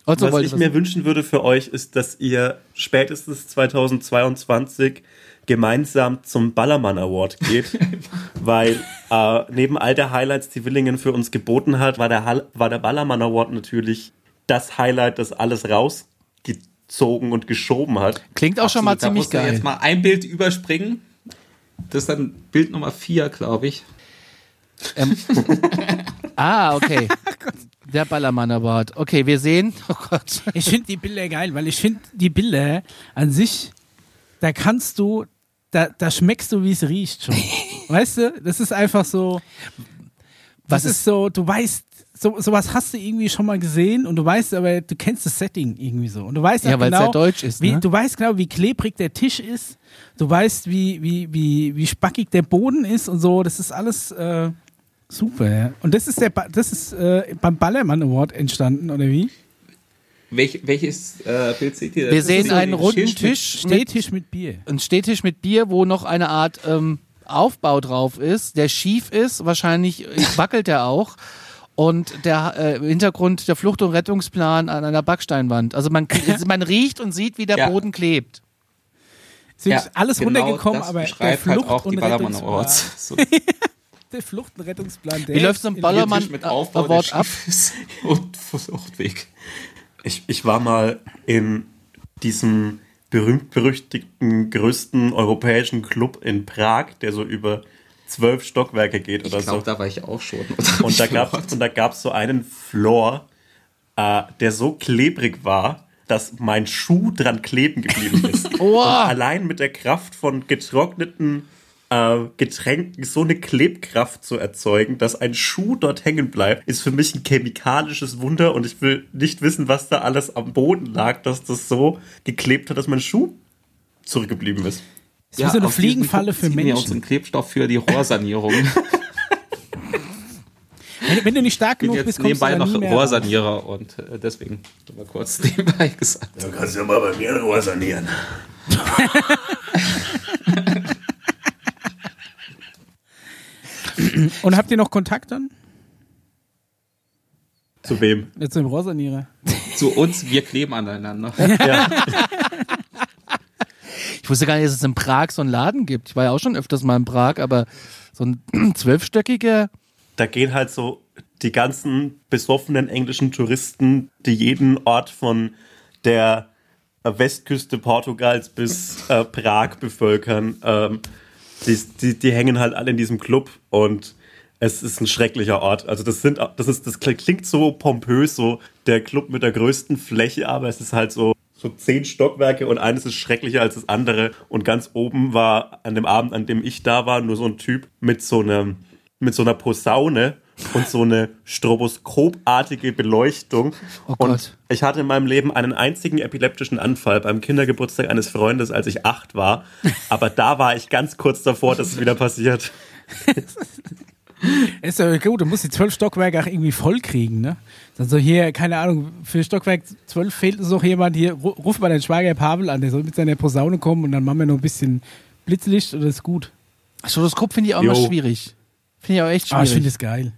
Speaker 3: Und so
Speaker 1: Was
Speaker 3: wollte
Speaker 1: ich mir wünschen würde für euch ist, dass ihr spätestens 2022 gemeinsam zum Ballermann Award geht, weil äh, neben all der Highlights, die Willingen für uns geboten hat, war der, Hall- war der Ballermann Award natürlich das Highlight, das alles rausgezogen und geschoben hat.
Speaker 3: Klingt auch schon mal
Speaker 2: Absolut, da
Speaker 3: ziemlich
Speaker 2: musst du
Speaker 3: geil.
Speaker 2: jetzt mal ein Bild überspringen. Das ist dann Bild Nummer 4, glaube ich.
Speaker 3: Ähm, ah, okay. Der Ballermann Award. Okay, wir sehen. Oh Gott.
Speaker 4: Ich finde die Bilder geil, weil ich finde die Bilder an sich, da kannst du, da, da schmeckst du, wie es riecht schon. Weißt du, das ist einfach so.
Speaker 3: Was
Speaker 4: Was
Speaker 3: ist-
Speaker 4: ist so, du weißt, so, sowas hast du irgendwie schon mal gesehen und du weißt aber, du kennst das Setting irgendwie so. Und du weißt
Speaker 3: Ja,
Speaker 4: auch
Speaker 3: weil's
Speaker 4: genau,
Speaker 3: ja deutsch ist,
Speaker 4: Wie,
Speaker 3: ne?
Speaker 4: Du weißt genau, wie klebrig der Tisch ist. Du weißt, wie, wie, wie, wie spackig der Boden ist und so. Das ist alles äh, super. Ja. Und das ist, der ba das ist äh, beim Ballermann Award entstanden, oder wie?
Speaker 2: Welch, welches äh, Bild seht ihr?
Speaker 3: Wir
Speaker 2: Das
Speaker 3: sehen
Speaker 2: ist so
Speaker 3: einen
Speaker 2: ein
Speaker 3: runden
Speaker 2: Tisch mit-
Speaker 3: Tisch, mit,
Speaker 4: Stehtisch mit Bier.
Speaker 3: einen Stehtisch mit Bier, wo noch eine Art ähm, Aufbau drauf ist, der schief ist. Wahrscheinlich äh, wackelt er auch. Und der äh, im Hintergrund der Flucht- und Rettungsplan an einer Backsteinwand. Also man, man riecht und sieht, wie der
Speaker 2: Ja.
Speaker 3: Boden klebt.
Speaker 4: Sind
Speaker 2: Ja,
Speaker 4: alles
Speaker 2: genau
Speaker 4: runtergekommen,
Speaker 2: das
Speaker 4: aber der
Speaker 2: beschreibt
Speaker 4: Flucht
Speaker 2: halt auch die
Speaker 4: und
Speaker 2: Ballermann
Speaker 4: Rettungsplan.
Speaker 2: Awards. So.
Speaker 4: perfekte Fluchtenrettungsplan.
Speaker 3: Wie läuft so ein Ballermann
Speaker 2: Tisch mit Aufbau
Speaker 3: Award
Speaker 2: des
Speaker 3: ab?
Speaker 2: Schiffes und Fluchtweg.
Speaker 1: Ich, ich war mal in diesem berühmt-berüchtigten größten europäischen Club in Prag, der so über zwölf Stockwerke geht
Speaker 2: Ich
Speaker 1: oder
Speaker 2: glaube,
Speaker 1: so.
Speaker 2: da war ich auch schon.
Speaker 1: Und da gab's und da gab's so einen Floor, äh, der so klebrig war, dass mein Schuh dran kleben geblieben ist.
Speaker 3: Oh.
Speaker 1: Und allein mit der Kraft von getrockneten äh, Getränken so eine Klebkraft zu erzeugen, dass ein Schuh dort hängen bleibt, ist für mich ein chemikalisches Wunder und ich will nicht wissen, was da alles am Boden lag, dass das so geklebt hat, dass mein Schuh zurückgeblieben ist.
Speaker 4: Das ist so eine Fliegenfalle für
Speaker 2: Auch so
Speaker 4: Menschen.
Speaker 2: einen Klebstoff für die Rohrsanierung. Ich
Speaker 4: Wenn, wenn du nicht stark
Speaker 2: bin
Speaker 4: genug bist,
Speaker 2: jetzt
Speaker 4: kommst
Speaker 2: nebenbei
Speaker 4: du da
Speaker 2: noch
Speaker 4: nie mehr raus.
Speaker 2: Rohrsanierer und äh, deswegen mal kurz nebenbei gesagt.
Speaker 1: Dann kannst du ja mal bei mir ein Ohr sanieren.
Speaker 4: Und habt ihr noch Kontakt dann?
Speaker 1: Zu wem?
Speaker 4: Jetzt im Rohrsanierer.
Speaker 2: Zu uns, wir kleben aneinander.
Speaker 3: Ich wusste gar nicht, dass es in Prag so einen Laden gibt. Ich war ja auch schon öfters mal in Prag, aber so ein zwölfstöckiger.
Speaker 1: da gehen halt so die ganzen besoffenen englischen Touristen, die jeden Ort von der äh, Westküste Portugals bis äh, Prag bevölkern. Ähm, die, die, die hängen halt alle in diesem Club und es ist ein schrecklicher Ort. Also das sind, das ist, das klingt so pompös, so der Club mit der größten Fläche, aber es ist halt so so zehn Stockwerke und eines ist schrecklicher als das andere. Und ganz oben war an dem Abend, an dem ich da war, nur so ein Typ mit so einem mit so einer Posaune und so eine stroboskopartige Beleuchtung.
Speaker 3: Oh Gott.
Speaker 1: und ich hatte in meinem Leben einen einzigen epileptischen Anfall beim Kindergeburtstag eines Freundes, als ich acht war. Aber da war ich ganz kurz davor, dass es wieder passiert.
Speaker 4: Ist ja gut, du musst die zwölf Stockwerke auch irgendwie voll kriegen, ne? Dann so hier, keine Ahnung, für Stockwerk zwölf fehlt uns noch jemand hier, ru- ruf mal deinen Schwager Pavel an, der soll mit seiner Posaune kommen und dann machen wir noch ein bisschen Blitzlicht und das ist gut.
Speaker 3: Soroskop finde ich auch
Speaker 1: Jo.
Speaker 3: immer schwierig. Finde ich auch echt
Speaker 4: Ah, ich
Speaker 3: schwierig.
Speaker 4: finde das geil.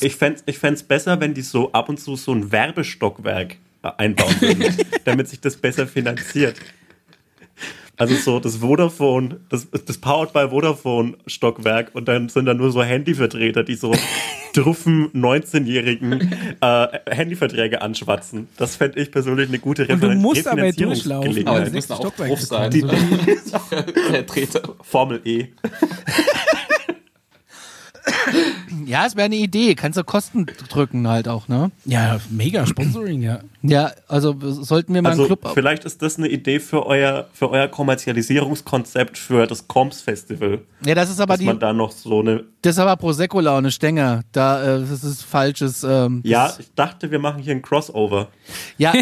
Speaker 1: Ich fänd's, ich fänd's besser, wenn die so ab und zu so ein Werbestockwerk äh, einbauen würden, damit sich das besser finanziert. Also so das Vodafone, das, das Powered by Vodafone Stockwerk und dann sind da nur so Handyvertreter, die so druffen 19-jährigen äh, Handyverträge anschwatzen. Das fänd ich persönlich eine gute
Speaker 4: Und du musst aber
Speaker 1: Refinanzierungsgelegenheit.
Speaker 4: durchlaufen.
Speaker 2: Aber
Speaker 4: Ja,
Speaker 2: die
Speaker 4: das
Speaker 2: müssen auch
Speaker 4: Stockwerk
Speaker 2: drauf
Speaker 4: ist
Speaker 2: sein. ne?
Speaker 4: dran,
Speaker 2: Die Vertreter.
Speaker 1: Formel E.
Speaker 3: ja, es wäre eine Idee. Kannst du Kosten drücken halt auch, ne?
Speaker 4: Ja, mega Sponsoring, ja.
Speaker 3: Ja, also w- sollten wir mal
Speaker 1: Also
Speaker 3: einen Club.
Speaker 1: vielleicht ist das eine Idee für euer, für euer Kommerzialisierungskonzept für das Comps Festival.
Speaker 4: Ah,
Speaker 3: Ja, das ist aber
Speaker 1: Dass
Speaker 3: die,
Speaker 1: man da noch so eine
Speaker 3: das ist aber Prosecco Laune Stenger. Da äh, das ist falsches. Ähm,
Speaker 1: Ja,
Speaker 3: das-
Speaker 1: ich dachte, wir machen hier ein Crossover.
Speaker 3: ja,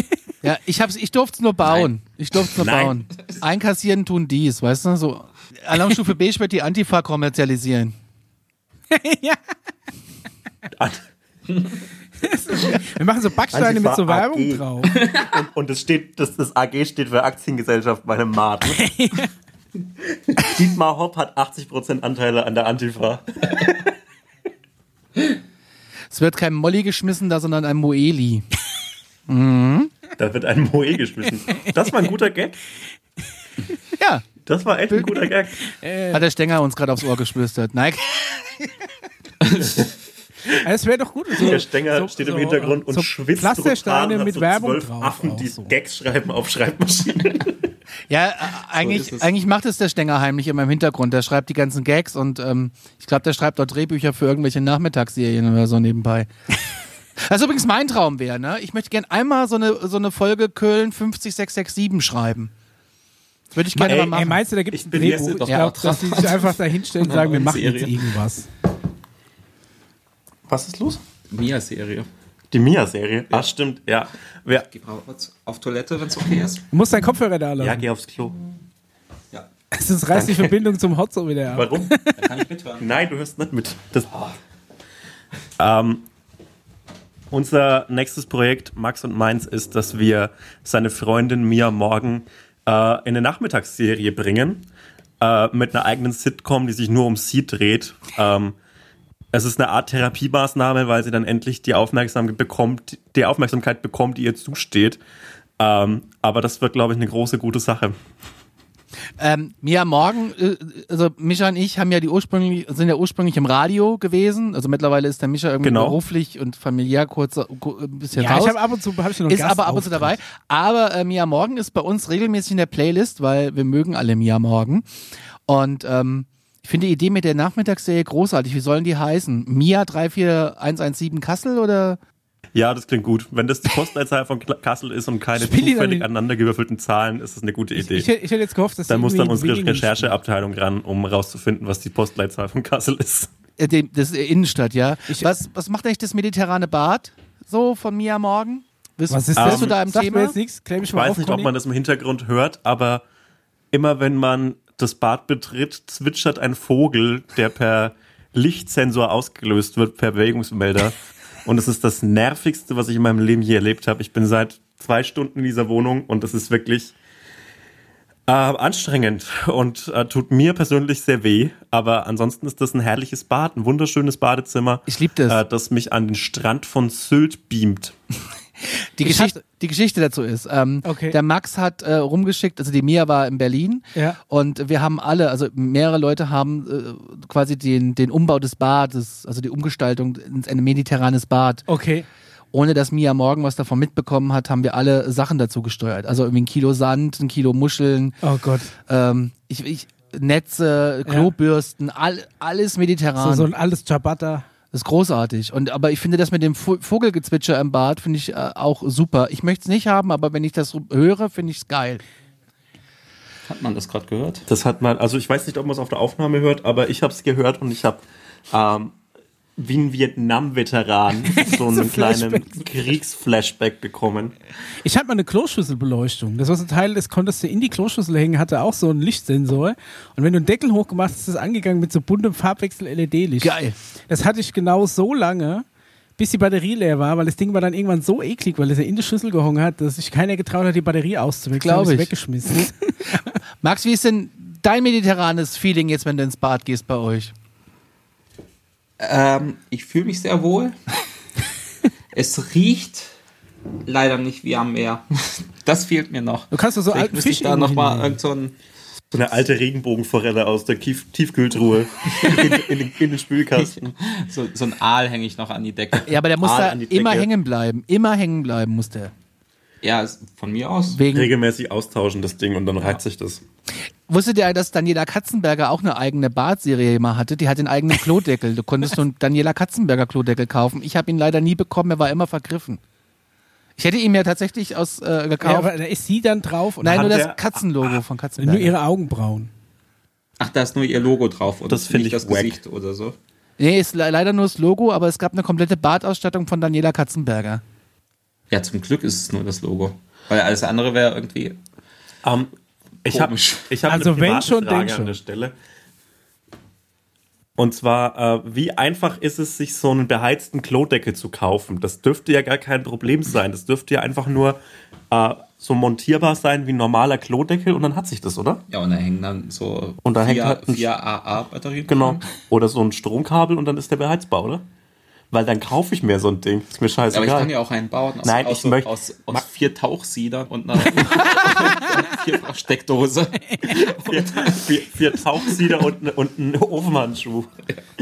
Speaker 3: ja. Ich hab's, ich durfte es nur bauen. Ich durfte es nur
Speaker 1: Nein.
Speaker 3: bauen. Einkassieren tun dies, weißt du? So Alarmstufe B wird die Antifa kommerzialisieren.
Speaker 4: Wir machen so Backsteine mit so
Speaker 1: Antifa
Speaker 4: Werbung
Speaker 1: AG.
Speaker 4: drauf.
Speaker 1: Und, und es steht, das, das AG steht für Aktiengesellschaft meinem Martin. Dietmar Hopp hat 80% Anteile an der Antifa.
Speaker 3: Es wird kein Molly geschmissen da, sondern ein Moeli.
Speaker 1: Da wird ein Moe geschmissen. Das war ein guter Gag.
Speaker 3: Ja,
Speaker 1: Das war echt ein guter Gag.
Speaker 3: hat der Stenger uns gerade aufs Ohr geflüstert. Nein,
Speaker 4: Ja, Das Also wäre doch gut. So,
Speaker 1: Der Stenger
Speaker 4: so-
Speaker 1: steht
Speaker 4: so,
Speaker 1: im Hintergrund und
Speaker 4: so
Speaker 1: schwitzt
Speaker 4: Pflastersteine
Speaker 1: brutal und hat
Speaker 4: mit
Speaker 1: so
Speaker 4: Werbung
Speaker 1: zwölf
Speaker 4: drauf
Speaker 1: Affen,
Speaker 4: auch
Speaker 1: die
Speaker 4: so.
Speaker 1: Gags schreiben auf Schreibmaschinen.
Speaker 3: ja, äh, eigentlich,
Speaker 2: ist es.
Speaker 3: eigentlich macht es der Stenger heimlich immer im Hintergrund. Der schreibt die ganzen Gags und ähm, ich glaube, der schreibt dort Drehbücher für irgendwelche Nachmittagsserien oder so nebenbei. Was übrigens mein Traum wäre, ne? Ich möchte gern einmal so eine, so eine Folge Köln 50667 schreiben. Das würde ich gerne
Speaker 1: Ey,
Speaker 3: mal machen.
Speaker 4: Ey, meinst du, da gibt
Speaker 1: Ich
Speaker 4: es ein
Speaker 1: bin
Speaker 4: Drehbuch?
Speaker 1: jetzt
Speaker 4: Ich
Speaker 2: doch
Speaker 4: glaube,
Speaker 2: auch
Speaker 4: dass die sich einfach da hinstellen und sagen, wir machen jetzt
Speaker 2: Serie.
Speaker 4: irgendwas.
Speaker 1: Was ist los?
Speaker 2: Mia-Serie.
Speaker 1: Die Mia-Serie. Ah, stimmt, ja. Wer,
Speaker 2: Geh mal kurz auf Toilette, wenn es okay ist.
Speaker 4: Du musst deinen Kopfhörer da
Speaker 1: ja,
Speaker 4: lassen.
Speaker 1: geh aufs Klo.
Speaker 2: Ja.
Speaker 4: Sonst reißt die Verbindung zum Hotzo wieder ab.
Speaker 1: Warum?
Speaker 2: Da kann ich mithören.
Speaker 1: Nein, du hörst nicht mit. Das, ähm, unser nächstes Projekt, Max und meins, ist, dass wir seine Freundin Mia morgen äh, in eine Nachmittagsserie bringen. Äh, mit einer eigenen Sitcom, die sich nur um sie dreht. Ähm, es ist eine Art Therapiemaßnahme, weil sie dann endlich die Aufmerksamkeit bekommt, die Aufmerksamkeit bekommt, die ihr zusteht. Ähm, aber das wird, glaube ich, eine große, gute Sache.
Speaker 3: Ähm, Mia Morgen, äh, also Micha und ich haben ja die ursprünglich, sind ja ursprünglich im Radio gewesen. Also mittlerweile ist der Micha irgendwie
Speaker 1: Genau.
Speaker 3: beruflich und familiär kurz ku- ein bisschen
Speaker 4: Ja,
Speaker 3: raus.
Speaker 4: ich habe ab und zu hab ich noch
Speaker 3: ist
Speaker 4: Gast
Speaker 3: aber ab und zu dabei. Aber äh, Mia Morgen ist bei uns regelmäßig in der Playlist, weil wir mögen alle Mia Morgen. Und ähm, ich finde die Idee mit der Nachmittagsserie großartig. Wie sollen die heißen? Mia 34117 Kassel oder?
Speaker 1: Ja, das klingt gut. Wenn das die Postleitzahl von Kla- Kassel ist und keine
Speaker 4: Spiel die dann
Speaker 1: zufällig
Speaker 4: in-
Speaker 1: aneinandergewürfelten Zahlen, ist das eine gute Idee.
Speaker 4: Ich, hätt- ich hätte jetzt gehofft, dass
Speaker 1: dann muss dann
Speaker 4: irgendwie
Speaker 1: unsere
Speaker 4: wenigen-
Speaker 1: Rechercheabteilung ran, um rauszufinden, was die Postleitzahl von Kassel ist.
Speaker 3: Äh, dem- das ist Innenstadt, ja.
Speaker 4: Ich-
Speaker 3: was, was macht eigentlich das mediterrane Bad so von Mia Morgen? Bist,
Speaker 4: Was ist
Speaker 3: bist
Speaker 4: das?
Speaker 3: du da im
Speaker 4: Sagt Mir
Speaker 3: Thema?
Speaker 4: jetzt nichts. Klär
Speaker 1: Ähm,
Speaker 4: mich
Speaker 1: Ich
Speaker 4: mal
Speaker 1: weiß
Speaker 4: auf,
Speaker 1: nicht, ob
Speaker 4: Conny.
Speaker 1: man das im Hintergrund hört, aber immer wenn man das Bad betritt, zwitschert ein Vogel, der per Lichtsensor ausgelöst wird, per Bewegungsmelder. Und es ist das Nervigste, was ich in meinem Leben je erlebt habe. Ich bin seit zwei Stunden in dieser Wohnung und es ist wirklich äh, anstrengend und äh, tut mir persönlich sehr weh. Aber ansonsten ist das ein herrliches Bad, ein wunderschönes Badezimmer.
Speaker 3: Ich lieb das.
Speaker 1: Äh, das mich an den Strand von Sylt beamt.
Speaker 3: Die Geschichte, die Geschichte dazu ist, ähm,
Speaker 4: Okay.
Speaker 3: der Max hat äh, rumgeschickt, also die Mia war in Berlin
Speaker 4: Ja.
Speaker 3: und wir haben alle, also mehrere Leute haben äh, quasi den, den Umbau des Bades, also die Umgestaltung ins ein mediterranes Bad.
Speaker 4: Okay.
Speaker 3: Ohne dass Mia morgen was davon mitbekommen hat, haben wir alle Sachen dazu gesteuert. Also irgendwie ein Kilo Sand, ein Kilo Muscheln,
Speaker 4: Oh Gott.
Speaker 3: ähm, ich, ich, Netze, Klobürsten, all, alles mediterran.
Speaker 4: So, so ein alles Ciabatta.
Speaker 3: Das ist großartig. Und aber ich finde das mit dem Vo- Vogelgezwitscher im Bad finde ich äh, auch super. Ich möchte es nicht haben, aber wenn ich das so höre, finde ich es geil.
Speaker 2: Hat man das gerade gehört?
Speaker 1: Das hat man, also ich weiß nicht, ob man es auf der Aufnahme hört, aber ich habe es gehört und ich habe ähm, wie ein Vietnam-Veteran so einen kleinen Kriegsflashback bekommen.
Speaker 4: Ich hatte mal eine Kloschüsselbeleuchtung. Das war so ein Teil, das konntest du in die Kloschüssel hängen, hatte auch so einen Lichtsensor. Und wenn du einen Deckel hochgemacht hast, ist es angegangen mit so buntem Farbwechsel-LED-Licht.
Speaker 3: Geil.
Speaker 4: Das hatte ich genau so lange, bis die Batterie leer war, weil das Ding war dann irgendwann so eklig, weil es ja in die Schüssel gehangen hat, dass sich keiner getraut hat, die Batterie auszuwechseln.
Speaker 3: Glaub
Speaker 4: Hab ich's
Speaker 3: ich.
Speaker 4: weggeschmissen.
Speaker 3: Max, wie ist denn dein mediterranes Feeling jetzt, wenn du ins Bad gehst bei euch?
Speaker 2: Ähm, ich fühle mich sehr wohl. es riecht leider nicht wie am Meer. Das fehlt mir noch.
Speaker 4: Du kannst doch so
Speaker 2: Vielleicht
Speaker 4: alten
Speaker 2: müsste
Speaker 4: Fisch
Speaker 2: ich da
Speaker 4: irgendwie
Speaker 2: nochmal
Speaker 4: hinlegen.
Speaker 2: irgend so ein.
Speaker 1: So eine alte Regenbogenforelle aus der Kief Tiefkühltruhe in, in, den- in den Spülkasten.
Speaker 2: So, so ein Aal hänge ich noch an die Decke.
Speaker 3: Ja, aber der muss
Speaker 1: Aal
Speaker 3: da
Speaker 1: Ah, an die Decke.
Speaker 3: immer hängen bleiben. Immer hängen bleiben muss der.
Speaker 2: Ja, ist- von mir aus.
Speaker 3: Wegen,
Speaker 1: Regelmäßig austauschen das Ding und dann reizt sich das.
Speaker 3: wusstet ihr, dass Daniela Katzenberger auch eine eigene Badserie mal hatte? Die hat den eigenen Klodeckel. Du konntest so einen Daniela Katzenberger Klodeckel kaufen. Ich habe ihn leider nie bekommen, er war immer vergriffen. Ich hätte ihn mir tatsächlich aus äh,
Speaker 4: Ja,
Speaker 3: gekauft.
Speaker 4: aber da ist sie dann drauf und
Speaker 3: Nein,
Speaker 1: hat
Speaker 3: nur
Speaker 1: der-
Speaker 3: das Katzenlogo von
Speaker 4: hat nur
Speaker 3: Katzenberger.
Speaker 4: ihre Augenbrauen.
Speaker 2: Ach, da ist nur ihr Logo drauf und
Speaker 1: Das finde ich
Speaker 2: nicht das
Speaker 1: wack.
Speaker 2: Gesicht oder so.
Speaker 3: Nee, ist le leider nur das Logo, aber es gab eine komplette Badausstattung von Daniela Katzenberger.
Speaker 2: Ja, zum Glück ist es nur das Logo. Weil alles andere wäre irgendwie.
Speaker 1: Ähm, ich habe
Speaker 2: Komisch.
Speaker 1: ich hab
Speaker 4: Also
Speaker 1: eine
Speaker 4: wenn
Speaker 1: private
Speaker 4: schon,
Speaker 1: Frage
Speaker 4: denk schon.
Speaker 1: an der Stelle. Und zwar, äh, wie einfach ist es, sich so einen beheizten Klodeckel zu kaufen? Das dürfte ja gar kein Problem sein. Das dürfte ja einfach nur äh, so montierbar sein wie ein normaler Klodeckel und dann hat sich das, oder?
Speaker 2: Ja, und da hängen dann so
Speaker 1: Und da hängt
Speaker 2: vier,
Speaker 1: halt ein-
Speaker 2: vier AA-Batterien.
Speaker 1: Genau. Oder so ein Stromkabel und dann ist der beheizbar, oder? Weil dann kaufe ich mir so ein Ding. Ist mir
Speaker 2: Ja, aber ich
Speaker 1: scheißegal.
Speaker 2: kann ja auch einen bauen aus,
Speaker 1: Nein,
Speaker 2: aus,
Speaker 1: ich möchte-
Speaker 2: aus, aus
Speaker 1: Max-
Speaker 2: vier Tauchsiedern und einer vierfach Steckdose.
Speaker 1: vier, vier, vier Tauchsieder und, ne- und einen Ofenhandschuh.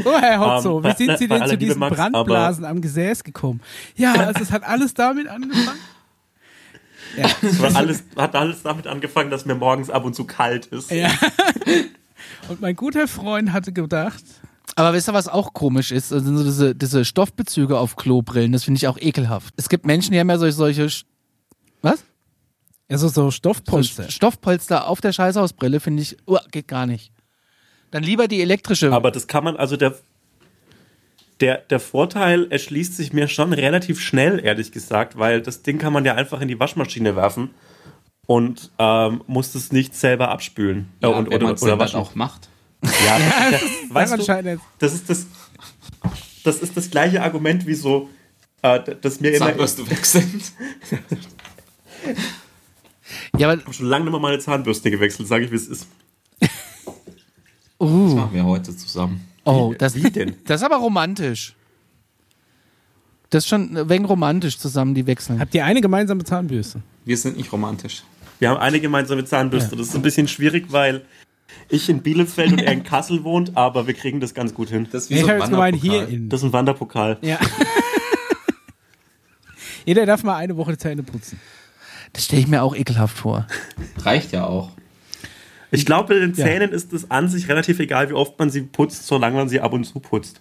Speaker 4: Oh, Herr Hotzo,
Speaker 1: Ähm,
Speaker 4: wie
Speaker 1: bei-
Speaker 4: sind Sie
Speaker 1: bei
Speaker 4: denn
Speaker 1: aller
Speaker 4: zu
Speaker 1: Liebe,
Speaker 4: diesen
Speaker 1: Max, aber-
Speaker 4: Brandblasen am Gesäß gekommen? Ja, also es hat alles damit angefangen.
Speaker 1: Das war alles, hat alles damit angefangen, dass mir morgens ab und zu kalt ist.
Speaker 4: Und mein guter Freund hatte gedacht,
Speaker 3: Aber wisst ihr, was auch komisch ist? Das sind so diese, diese Stoffbezüge auf Klobrillen, das finde ich auch ekelhaft. Es gibt Menschen, die haben ja solche, solche Sch- was?
Speaker 4: also so
Speaker 3: So
Speaker 4: Stoffpolster.
Speaker 3: Sch- Stoffpolster auf der Scheißhausbrille finde ich, uah, geht gar nicht. Dann lieber die elektrische.
Speaker 1: Aber das kann man, also der, der, der Vorteil erschließt sich mir schon relativ schnell, ehrlich gesagt, weil das Ding kann man ja einfach in die Waschmaschine werfen und ähm, muss es nicht selber abspülen. Äh, und,
Speaker 2: wenn
Speaker 1: oder,
Speaker 2: man's
Speaker 1: oder
Speaker 2: dann halt
Speaker 1: waschen.
Speaker 2: auch macht.
Speaker 1: Ja, das, weißt
Speaker 4: daran
Speaker 1: du,
Speaker 4: scheitert-
Speaker 1: das ist das, das ist das gleiche Argument wie so, äh, das mir immer,
Speaker 2: Sag, wirst du wechseln.
Speaker 3: ja, aber,
Speaker 1: Ich hab schon lange nicht mehr meine Zahnbürste gewechselt, sage ich, wie es ist.
Speaker 2: Das
Speaker 3: uh,
Speaker 2: machen wir heute zusammen.
Speaker 3: oh, das,
Speaker 1: Wie denn?
Speaker 3: das ist aber romantisch. Das ist schon wegen romantisch zusammen, die wechseln.
Speaker 4: Habt ihr eine gemeinsame Zahnbürste?
Speaker 2: Wir sind nicht romantisch.
Speaker 1: Wir haben eine gemeinsame Zahnbürste. Das ist ein bisschen schwierig, weil ich in Bielefeld und er in Kassel wohnt, aber wir kriegen das ganz gut hin.
Speaker 2: Das ist
Speaker 4: ich habe jetzt gemeint, hier
Speaker 2: Wanderpokal.
Speaker 4: in.
Speaker 1: Das ist ein Wanderpokal.
Speaker 4: Ja. Jeder darf mal eine Woche Zähne putzen.
Speaker 3: Das stelle ich mir auch ekelhaft vor.
Speaker 2: Reicht ja auch.
Speaker 1: Ich glaube, bei den Zähnen ist es an sich relativ egal, wie oft man sie putzt, solange man sie ab und zu putzt.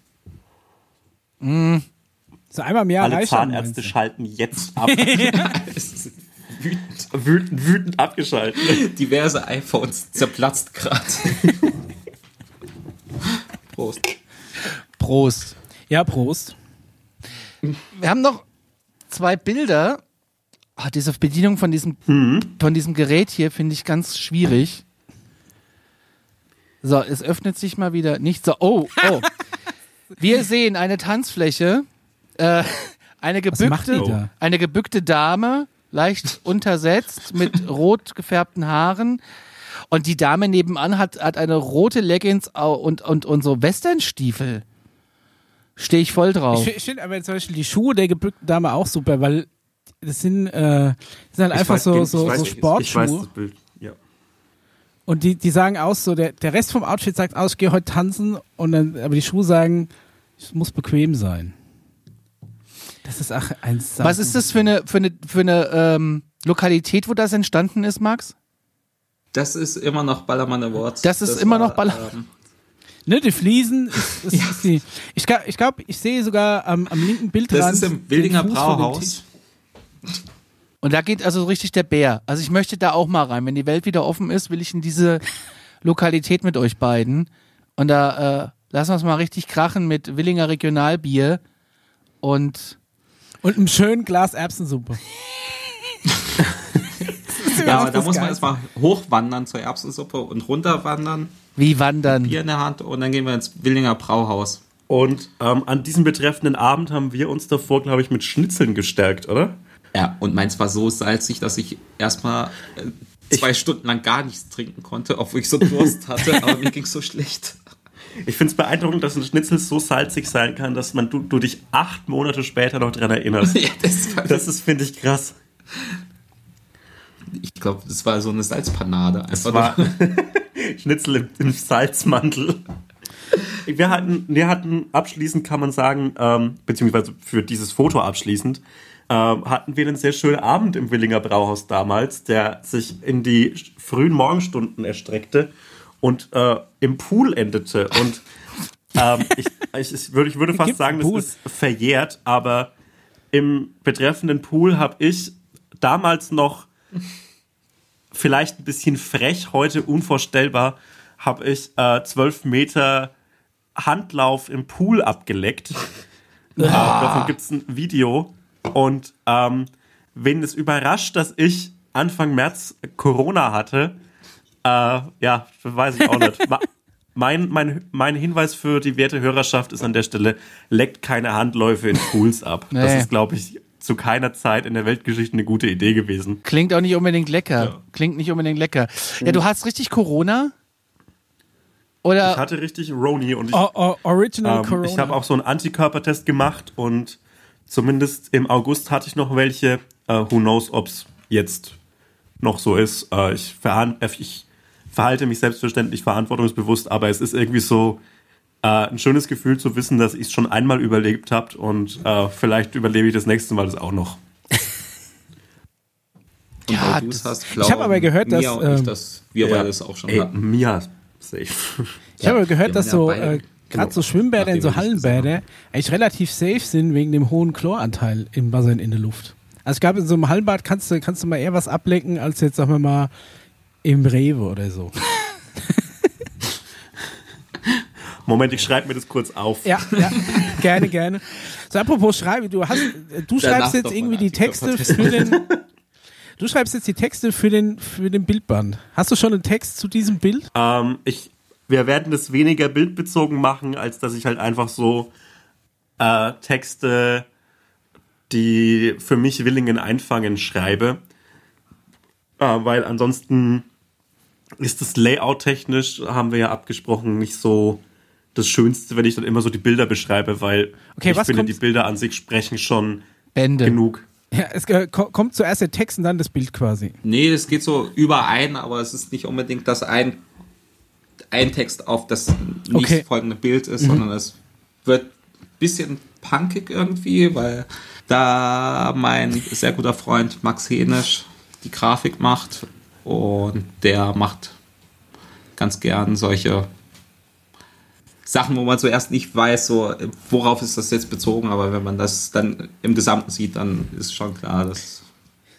Speaker 4: So einmal im Jahr
Speaker 1: Alle
Speaker 4: reicht dann, meinst
Speaker 1: Zahnärzte
Speaker 4: du?
Speaker 1: schalten jetzt ab. wütend, wütend, wütend abgeschaltet.
Speaker 2: Diverse iPhones zerplatzt gerade. Prost.
Speaker 3: Prost.
Speaker 4: Ja, Prost.
Speaker 3: Wir haben noch zwei Bilder. Ah, diese Bedienung von diesem, von diesem Gerät hier finde ich ganz schwierig. So, es öffnet sich mal wieder nicht so. Oh, oh. Wir sehen eine Tanzfläche, äh, eine
Speaker 4: macht die
Speaker 3: gebückte,
Speaker 4: da?
Speaker 3: eine gebückte Dame, leicht untersetzt mit rot gefärbten Haaren. Und die Dame nebenan hat, hat eine rote Leggings au- und, und, und so Westernstiefel. Stehe ich voll drauf.
Speaker 4: Ich, fi- ich finde aber zum Beispiel die Schuhe der gebückten Dame auch super, weil das sind, äh, das sind halt einfach
Speaker 1: Ich weiß
Speaker 4: so,
Speaker 1: den- ich
Speaker 4: so,
Speaker 1: weiß
Speaker 4: so
Speaker 1: welches. Ich weiß
Speaker 4: Sportschuhe.
Speaker 1: das Bild. Ja.
Speaker 4: Und die, die sagen aus, so der, der Rest vom Outfit sagt aus, ich gehe heute tanzen. Und dann, aber die Schuhe sagen, es muss bequem sein. Das ist ach, ein Sau.
Speaker 3: Was ist das für eine, für eine, für eine ähm, Lokalität, wo das entstanden ist, Max?
Speaker 2: Das ist immer noch Ballermann Awards.
Speaker 3: Das ist immer noch Baller-
Speaker 2: ähm,
Speaker 4: Ne, die Fliesen ist, ist, ist die. Ich glaube, ich, glaub, ich sehe sogar am, am linken Bildrand.
Speaker 2: das ist im
Speaker 4: den
Speaker 2: Wildinger
Speaker 4: Fuß von dem
Speaker 2: Brauhaus.
Speaker 4: Tisch.
Speaker 3: Und da geht also so richtig der Bär. Also ich möchte da auch mal rein. Wenn die Welt wieder offen ist, will ich in diese Lokalität mit euch beiden. Und da äh, lassen wir es mal richtig krachen mit Willinger Regionalbier. Und
Speaker 4: Und einem schönen Glas Erbsensuppe.
Speaker 2: Ja, aber da
Speaker 4: das
Speaker 2: muss man
Speaker 4: Geilste.
Speaker 2: erstmal hochwandern zur Erbsensuppe und runterwandern,
Speaker 3: wie wandern.
Speaker 2: Bier in der Hand und dann gehen wir ins Wildinger Brauhaus.
Speaker 1: Und ähm, an diesem betreffenden Abend haben wir uns davor, glaube ich, mit Schnitzeln gestärkt, oder?
Speaker 2: Ja, und meins war so salzig, dass ich erstmal äh, zwei Stunden lang gar nichts trinken konnte, obwohl ich so Durst hatte, aber mir ging so schlecht.
Speaker 1: Ich finde es beeindruckend, dass ein Schnitzel so salzig sein kann, dass man du, du dich acht Monate später noch dran erinnerst.
Speaker 2: ja, das war,
Speaker 1: Das ist, finde ich, krass.
Speaker 2: ich glaube, das war so eine Salzpanade. Einfach
Speaker 1: war
Speaker 2: nur-
Speaker 1: Schnitzel im, im Salzmantel. Wir hatten, wir hatten abschließend, kann man sagen, ähm, beziehungsweise für dieses Foto abschließend, ähm, hatten wir einen sehr schönen Abend im Willinger Brauhaus damals, der sich in die sch- frühen Morgenstunden erstreckte und äh, im Pool endete. Und ähm, ich, ich, ich, würde, ich würde fast
Speaker 4: Gibt's
Speaker 1: sagen,
Speaker 4: einen Pool?
Speaker 1: das ist verjährt, aber im betreffenden Pool habe ich damals noch vielleicht ein bisschen frech, heute unvorstellbar, habe ich äh, 12 Meter Handlauf im Pool abgeleckt. äh, davon gibt es ein Video. Und ähm, wen es überrascht, dass ich Anfang März Corona hatte, äh, ja, weiß ich auch nicht. Ma- Mein, mein, mein Hinweis für die werte Hörerschaft ist an der Stelle, leckt keine Handläufe in Pools ab. Das
Speaker 3: Nee.
Speaker 1: ist, glaube ich, zu keiner Zeit in der Weltgeschichte eine gute Idee gewesen.
Speaker 3: Klingt auch nicht unbedingt lecker. Klingt nicht unbedingt lecker.
Speaker 1: Hm.
Speaker 3: Ja, du hast richtig Corona? Oder Äh.
Speaker 1: Ich hatte richtig Roni und ich,
Speaker 4: O- o- Original
Speaker 1: ähm,
Speaker 4: Corona.
Speaker 1: ich habe auch so einen Antikörpertest gemacht und zumindest im August hatte ich noch welche. Äh, who knows, ob es jetzt noch so ist. Äh, ich, verhan äh, ich verhalte mich selbstverständlich verantwortungsbewusst, aber es ist irgendwie so äh, ein schönes Gefühl zu wissen, dass ich es schon einmal überlebt habe und äh, vielleicht überlebe ich das nächste Mal das auch noch.
Speaker 2: Und
Speaker 3: Ja,
Speaker 2: weil du's
Speaker 3: das-
Speaker 2: hast, glauben
Speaker 4: Ich hab aber gehört,
Speaker 2: Mia
Speaker 4: dass,
Speaker 2: und ich,
Speaker 4: ähm,
Speaker 2: dass wir
Speaker 1: Ja.
Speaker 2: beide das auch schon
Speaker 1: Ey,
Speaker 2: hatten.
Speaker 1: Mia, safe.
Speaker 4: Ich habe
Speaker 2: Ja,
Speaker 4: gehört,
Speaker 2: wir
Speaker 4: dass
Speaker 2: waren
Speaker 4: so
Speaker 2: ja beide-
Speaker 4: äh, gerade
Speaker 2: genau,
Speaker 4: so Schwimmbäder in
Speaker 2: nachdem
Speaker 4: so
Speaker 2: wir das gesehen
Speaker 4: Hallenbäder eigentlich relativ safe sind wegen dem hohen Chloranteil im Wasser in der Luft. Also ich glaube, in so einem Hallenbad kannst du, kannst du mal eher was ablecken, als jetzt, sagen wir mal, im Rewe oder so.
Speaker 1: Moment, ich schreibe mir das kurz auf.
Speaker 4: Ja, ja. gerne, gerne. So, apropos Schreiben, du hast, äh, du
Speaker 2: Danach
Speaker 4: schreibst jetzt
Speaker 2: doch mal
Speaker 4: irgendwie
Speaker 2: einen
Speaker 4: die Texte
Speaker 2: Antikörpertest.
Speaker 4: für den, du schreibst jetzt die Texte für den, für den Bildband. Hast du schon einen Text zu diesem Bild?
Speaker 1: Ähm, ich, wir werden das weniger bildbezogen machen, als dass ich halt einfach so äh, Texte, die für mich Willingen einfangen, schreibe. Äh, weil ansonsten ist das Layout technisch, haben wir ja abgesprochen, nicht so das Schönste, wenn ich dann immer so die Bilder beschreibe, weil
Speaker 4: Okay,
Speaker 1: ich
Speaker 4: was
Speaker 1: finde,
Speaker 4: kommt-
Speaker 1: die Bilder an sich sprechen schon
Speaker 3: Bände?
Speaker 1: genug.
Speaker 4: Ja, es äh, ko- kommt zuerst der Text und dann das Bild quasi.
Speaker 2: Nee, es geht so überein, aber es ist nicht unbedingt, dass ein, ein Text auf das
Speaker 4: Okay.
Speaker 2: nächstfolgende Bild ist, sondern es wird ein bisschen punkig irgendwie, weil da mein sehr guter Freund Max Henisch die Grafik macht und der macht ganz gern solche Sachen, wo man zuerst nicht weiß, so worauf ist das jetzt bezogen, aber wenn man das dann im Gesamten sieht, dann ist schon klar, dass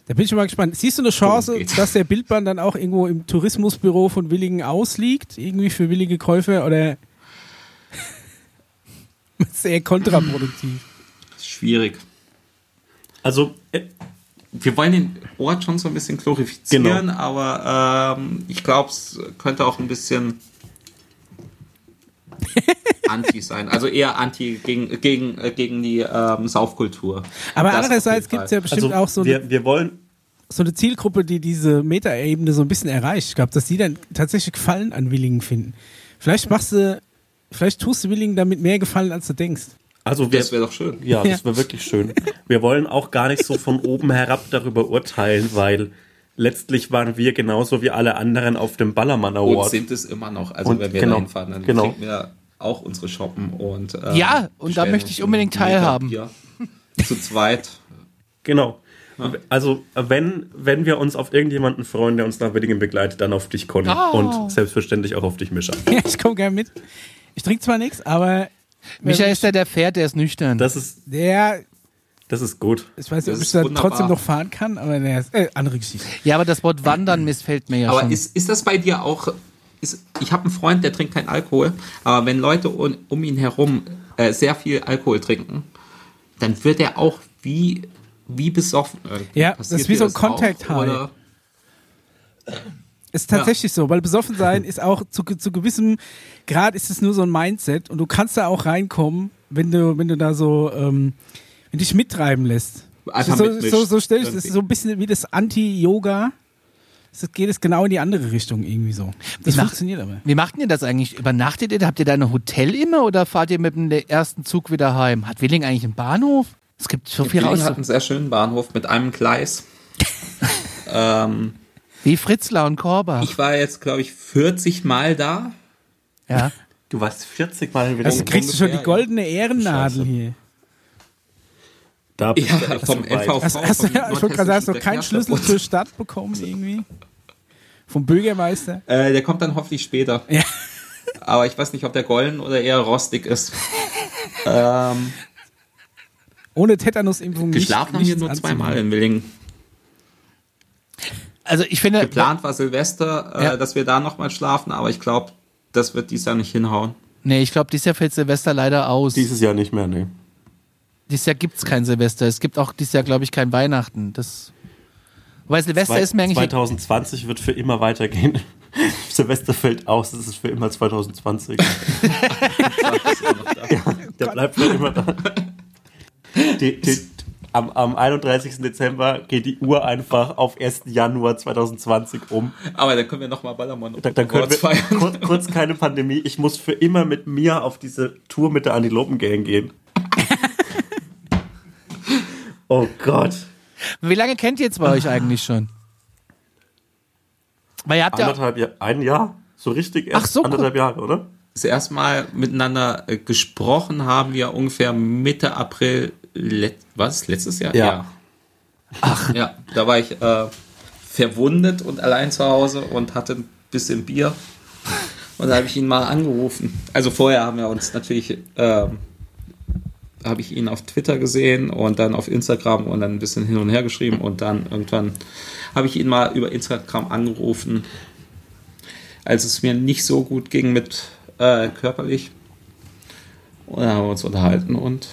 Speaker 4: Da bin ich schon mal gespannt. Siehst du eine Chance,
Speaker 2: Worum geht's?
Speaker 4: dass der Bildband dann auch irgendwo im Tourismusbüro von Willigen ausliegt? Irgendwie für willige Käufer oder sehr kontraproduktiv.
Speaker 2: schwierig.
Speaker 1: Also, äh,
Speaker 2: wir wollen den Ort schon so ein bisschen glorifizieren,
Speaker 3: Genau.
Speaker 2: aber ähm, ich glaube, es könnte auch ein bisschen anti sein. Also eher anti gegen, gegen, äh, gegen die ähm, Saufkultur.
Speaker 4: Aber
Speaker 2: Das auf
Speaker 4: andererseits
Speaker 2: jeden
Speaker 4: gibt es ja
Speaker 2: Fall.
Speaker 4: bestimmt
Speaker 1: also
Speaker 4: auch so, eine-
Speaker 1: wir, wir wollen
Speaker 4: so eine Zielgruppe, die diese Metaebene so ein bisschen erreicht. Ich glaube, dass die dann tatsächlich Gefallen an Willigen finden. Vielleicht machst du, vielleicht tust du Willigen damit mehr Gefallen, als du denkst.
Speaker 1: Also wir,
Speaker 2: Das wäre doch schön.
Speaker 1: ja, das wäre wirklich schön. Wir wollen auch gar nicht so von oben herab darüber urteilen, weil letztlich waren wir genauso wie alle anderen auf dem Ballermann
Speaker 2: Und
Speaker 1: Award.
Speaker 2: sind es immer noch. Also
Speaker 1: Und
Speaker 2: wenn wir
Speaker 1: genau,
Speaker 2: dahin fahren, dann
Speaker 1: genau.
Speaker 2: kriegen wir auch unsere Shoppen und ähm,
Speaker 3: Ja, und da
Speaker 2: bestellen
Speaker 3: möchte
Speaker 2: uns
Speaker 3: ich unbedingt
Speaker 2: ein Liter
Speaker 3: teilhaben.
Speaker 2: Bier. Zu zweit.
Speaker 1: Genau. Also wenn, wenn wir uns auf irgendjemanden freuen, der uns nach Weddingen begleitet, dann auf dich, Conny.
Speaker 3: Oh.
Speaker 1: Und selbstverständlich auch auf dich, Mischa.
Speaker 4: Ja, ich komme gerne mit. Ich trinke zwar nichts, aber
Speaker 3: Michael ist ja der Pferd, der ist nüchtern.
Speaker 1: Das ist,
Speaker 4: der,
Speaker 1: das ist gut.
Speaker 4: ich
Speaker 2: Das
Speaker 4: weiß nicht, ob ich
Speaker 2: ist
Speaker 4: da
Speaker 2: wunderbar.
Speaker 4: trotzdem noch fahren kann, aber der ist, äh, andere Geschichte.
Speaker 3: ja, aber das Wort wandern missfällt mir ja
Speaker 2: Aber
Speaker 3: schon.
Speaker 2: ist, ist das bei dir auch. Ist, ich habe einen Freund, der trinkt keinen Alkohol, aber wenn Leute un, um ihn herum äh, sehr viel Alkohol trinken, dann wird er auch wie, wie besoffen. irgendwie.
Speaker 4: Ja, das ist
Speaker 2: Passiert
Speaker 4: wie
Speaker 2: dir
Speaker 4: so ein
Speaker 2: auch,
Speaker 4: Contact halt. High.
Speaker 2: oder?
Speaker 4: Ist tatsächlich so, weil besoffen sein ist auch zu, zu gewissem Grad ist es nur so ein Mindset und du kannst da auch reinkommen, wenn du, wenn du da so, ähm, wenn dich mittreiben lässt.
Speaker 2: Einfach
Speaker 4: so,
Speaker 2: mitmischt.
Speaker 4: so, so stell ich, das ist
Speaker 2: Irgendwie.
Speaker 4: so ein bisschen wie das Anti-Yoga. Es geht es genau in die andere Richtung irgendwie so. Das
Speaker 3: Wie macht-
Speaker 4: funktioniert aber.
Speaker 3: Wie macht ihr das eigentlich? Übernachtet ihr? da? Habt ihr da eine Hotelinne oder fahrt ihr mit dem ersten Zug wieder heim? Hat Willing eigentlich einen Bahnhof? Es gibt so viel
Speaker 2: Berlin
Speaker 3: raus.
Speaker 2: hat einen sehr schönen Bahnhof mit einem Gleis. ähm,
Speaker 3: Wie Fritzlar und Korbach.
Speaker 2: ich war jetzt, glaube ich, 40 Mal da.
Speaker 3: ja.
Speaker 1: Du warst 40 Mal in
Speaker 4: Also
Speaker 1: Weddingen.
Speaker 4: kriegst du schon die
Speaker 2: ungefähr, ja.
Speaker 4: goldene Ehrennadel
Speaker 1: Scheiße.
Speaker 4: hier.
Speaker 1: Da bist
Speaker 2: Ja,
Speaker 1: du echt
Speaker 2: vom
Speaker 1: zu weit.
Speaker 2: NVV.
Speaker 4: Hast, hast, du-
Speaker 2: vom
Speaker 4: Also, ich wollte gerade sagen, hast du
Speaker 2: Nordhessischen
Speaker 4: keinen Schlüssel
Speaker 2: Verkehrsverbund.
Speaker 4: zur Stadt bekommen irgendwie? Vom Bürgermeister?
Speaker 2: Äh, der kommt dann hoffentlich später.
Speaker 4: Ja.
Speaker 2: Aber ich weiß nicht, ob der golden oder eher rostig ist. ähm,
Speaker 4: Ohne Tetanusimpfung nicht-
Speaker 2: Geschlafen haben wir
Speaker 4: nichts
Speaker 2: nur
Speaker 4: anzunehmen.
Speaker 2: zweimal in Willingen.
Speaker 3: Also ich finde,
Speaker 2: Geplant war Silvester, äh,
Speaker 3: Ja.
Speaker 2: dass wir da nochmal schlafen, aber ich glaube, das wird dies Jahr nicht hinhauen.
Speaker 3: nee, ich glaube, dieses Jahr fällt Silvester leider aus. Dieses,
Speaker 1: Dieses Jahr nicht mehr, nee.
Speaker 3: Jahr gibt es kein Silvester. Es gibt auch dieses Jahr, glaube ich, kein Weihnachten. Das Wobei Silvester ist mir eigentlich.
Speaker 1: 2020 wird für immer weitergehen. Silvester fällt aus, es ist für immer 2020. ja, der bleibt für immer da. Die, die, am, am 31. Dezember geht die Uhr einfach auf 1. Januar 2020 um.
Speaker 2: Aber dann können wir nochmal Ballermann
Speaker 1: Dann, dann können wir kurz, kurz keine Pandemie. Ich muss für immer mit mir auf diese Tour mit der Antilopen-Gang gehen. Oh Gott.
Speaker 3: Wie lange kennt ihr jetzt bei euch eigentlich schon? Weil ihr habt ja.
Speaker 1: Anderthalb Jahre, ein Jahr? So richtig erst
Speaker 3: Ach so,
Speaker 1: anderthalb Jahre, oder?
Speaker 2: Das erste Mal miteinander äh, gesprochen haben wir ungefähr Mitte April, let was? Letztes Jahr?
Speaker 1: Ja.
Speaker 2: Ach. Ja, da war ich äh, verwundet und allein zu Hause und hatte ein bisschen Bier. Und da habe ich ihn mal angerufen. Also vorher haben wir uns natürlich, ähm, habe ich ihn auf Twitter gesehen und dann auf Instagram und dann ein bisschen hin und her geschrieben und dann irgendwann habe ich ihn mal über Instagram angerufen, als es mir nicht so gut ging mit äh, körperlich. Und dann haben wir uns unterhalten und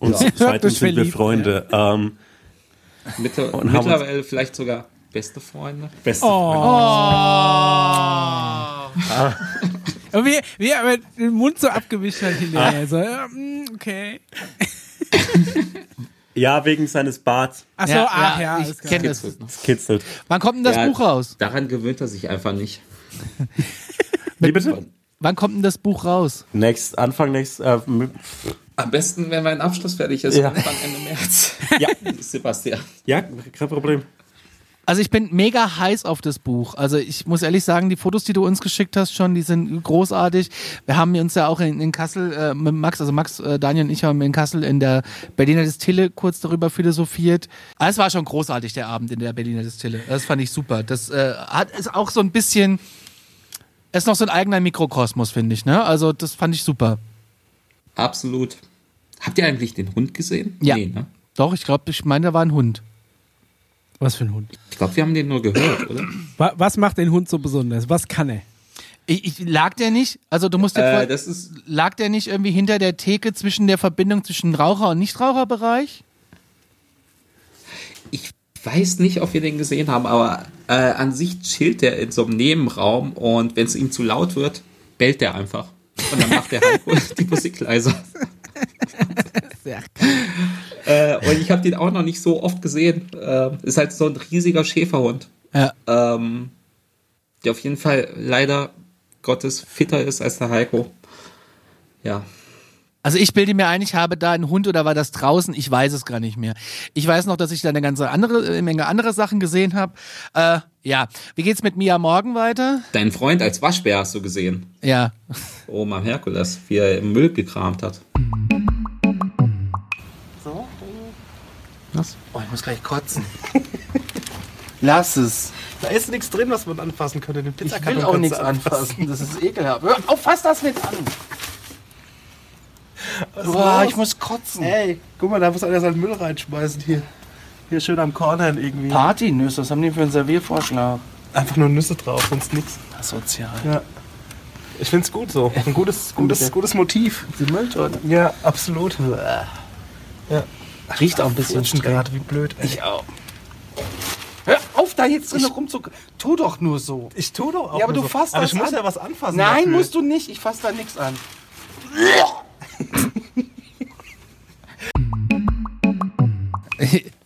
Speaker 1: Und
Speaker 4: Ja. Hört
Speaker 1: seitdem
Speaker 4: euch
Speaker 1: sind wir
Speaker 4: verliebt,
Speaker 1: Freunde. Ähm,
Speaker 2: Mitte,
Speaker 1: Und haben
Speaker 2: mittlerweile vielleicht sogar beste Freunde.
Speaker 1: beste
Speaker 4: Oh. Aber wie, wie er aber den Mund so abgewischt hat hinterher. So, ja, mm, okay.
Speaker 1: Freunde. Ja, wegen seines Barts.
Speaker 4: Achso,
Speaker 3: ja,
Speaker 4: ach ja,
Speaker 3: ich
Speaker 4: alles klar.
Speaker 3: kenne das.
Speaker 1: Es kitzelt.
Speaker 3: Wann kommt denn das
Speaker 2: Ja,
Speaker 3: Buch raus?
Speaker 2: Daran gewöhnt er sich einfach nicht.
Speaker 1: Wie bitte?
Speaker 3: Wann kommt denn das Buch raus?
Speaker 1: Nächst, Anfang nächst. Äh,
Speaker 2: Am besten, wenn mein Abschluss fertig ist,
Speaker 1: Ja.
Speaker 2: Anfang Ende März. Ja, Sebastian.
Speaker 1: Ja, kein Problem.
Speaker 3: Also ich bin mega heiß auf das Buch. Also ich muss ehrlich sagen, die Fotos, die du uns geschickt hast schon, die sind großartig. Wir haben uns ja auch in, in Kassel äh, mit Max, also Max, äh, Daniel und ich haben in Kassel in der Berliner Distille kurz darüber philosophiert. Ah, Es war schon großartig, der Abend in der Berliner Distille. Das fand ich super. Das äh, hat, ist auch so ein bisschen, ist noch so ein eigener Mikrokosmos, finde ich. Ne? Also das fand ich super.
Speaker 2: Absolut. Habt ihr eigentlich den Hund gesehen?
Speaker 3: Ja.
Speaker 2: Nee, ne?
Speaker 3: Doch, ich glaube, ich meine, da war ein Hund.
Speaker 4: Was für ein Hund?
Speaker 2: Ich glaube, wir haben den nur gehört, oder?
Speaker 4: Wa- Was macht den Hund so besonders? Was kann er?
Speaker 3: Ich, ich, lag der nicht? Also du musst dir vor-
Speaker 2: äh, das ist
Speaker 3: Lag der nicht irgendwie hinter der Theke zwischen der Verbindung zwischen Raucher- und Nichtraucherbereich?
Speaker 2: ich weiß nicht, ob wir den gesehen haben, aber äh, an sich chillt der in so einem Nebenraum und wenn es ihm zu laut wird, bellt der einfach. Und dann macht der Heiko die Musik leiser. äh, und ich habe den auch noch nicht so oft gesehen. Äh, ist halt so ein riesiger Schäferhund,
Speaker 3: Ja.
Speaker 2: ähm, der auf jeden Fall leider Gottes fitter ist als der Heiko. Ja,
Speaker 3: Also ich bilde mir ein, ich habe da einen Hund oder war das draußen? Ich weiß es gar nicht mehr. Ich weiß noch, dass ich da eine ganze andere äh, Menge anderer Sachen gesehen habe. Äh, ja. Wie geht's mit Mia morgen weiter?
Speaker 2: deinen Freund als Waschbär hast du gesehen.
Speaker 3: Ja.
Speaker 2: Oma Herkules, wie er im Müll gekramt hat.
Speaker 5: Oh, ich muss gleich kotzen.
Speaker 3: Lass es.
Speaker 5: Da ist nichts drin, was man anfassen könnte. Den
Speaker 3: Ich
Speaker 5: Pizzakarton
Speaker 3: will auch
Speaker 5: kannst
Speaker 3: nichts
Speaker 5: du
Speaker 3: anfassen. Das ist ekelhaft. Hör auf, fass das nicht an. Boah, ich muss kotzen.
Speaker 5: Ey, guck mal, da muss einer seinen Müll reinschmeißen hier. Hier schön am Cornern irgendwie.
Speaker 3: Partynüsse, was haben die für einen Serviervorschlag?
Speaker 5: Einfach nur Nüsse drauf, sonst nichts.
Speaker 3: Sozial.
Speaker 5: Ja. Ich find's gut so. Ein gutes, gutes, gutes Motiv. Die Mülltonne. Ja, absolut. Ja. Riecht auch ein bisschen gerade, wie blöd. Ey. Ich,
Speaker 3: Hör auf, da jetzt drin rumzu. Tu doch nur so.
Speaker 5: ich tu doch auch.
Speaker 3: Ja, aber
Speaker 5: nur
Speaker 3: du
Speaker 5: so.
Speaker 3: fasst
Speaker 5: aber
Speaker 3: das
Speaker 5: ich muss
Speaker 3: an.
Speaker 5: ja was anfassen.
Speaker 3: Nein,
Speaker 5: dafür.
Speaker 3: musst du nicht. Ich fasse da nichts an.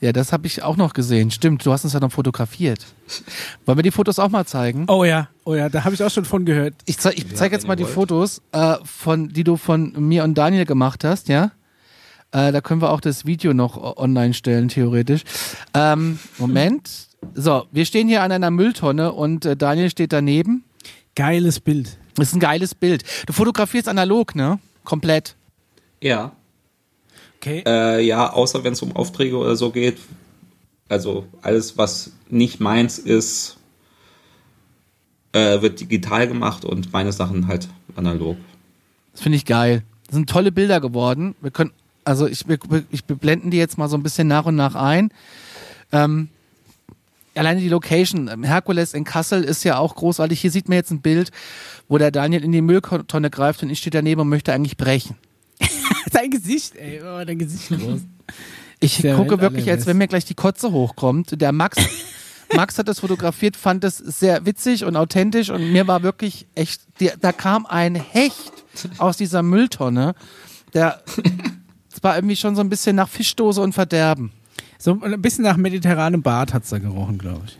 Speaker 3: Ja, das habe ich auch noch gesehen. Stimmt, du hast uns ja noch fotografiert. Wollen wir die Fotos auch mal zeigen?
Speaker 4: Oh ja, oh ja, da habe ich auch schon von gehört.
Speaker 3: Ich zeige ich zeig jetzt
Speaker 2: wenn
Speaker 3: mal
Speaker 2: ihr
Speaker 3: die
Speaker 2: wollt.
Speaker 3: Fotos, äh, von, die du von mir und Daniel gemacht hast, ja? Äh, da können wir auch das Video noch o- online stellen, theoretisch. Ähm, Moment. So, wir stehen hier an einer Mülltonne und äh, Daniel steht daneben.
Speaker 4: Geiles Bild.
Speaker 3: Das ist ein geiles Bild. Du fotografierst analog, ne? Komplett.
Speaker 2: Ja,
Speaker 4: Okay.
Speaker 2: Äh, ja, außer wenn es um Aufträge oder so geht. Also alles, was nicht meins ist, äh, wird digital gemacht und meine Sachen halt analog.
Speaker 3: Das finde ich geil. Das sind tolle Bilder geworden. Wir können, also ich, wir, wir- ich wir blenden die jetzt mal so ein bisschen nach und nach ein. Ähm, alleine die Location, ähm, Herkules in Kassel ist ja auch großartig. Hier sieht man jetzt ein Bild, wo der Daniel in die Mülltonne greift und ich stehe daneben und möchte eigentlich brechen.
Speaker 4: Sein Gesicht, ey. Oh, dein Gesicht groß.
Speaker 3: Ich
Speaker 4: Der
Speaker 3: gucke
Speaker 4: Welt
Speaker 3: wirklich,
Speaker 4: alle
Speaker 3: als wenn mir gleich die Kotze hochkommt. Der Max, Max hat das fotografiert, fand es sehr witzig und authentisch und mir war wirklich echt, die, da kam ein Hecht aus dieser Mülltonne, der, es war irgendwie schon so ein bisschen nach Fischdose und Verderben.
Speaker 4: So ein bisschen nach mediterranem Bad hat es da gerochen, glaube ich.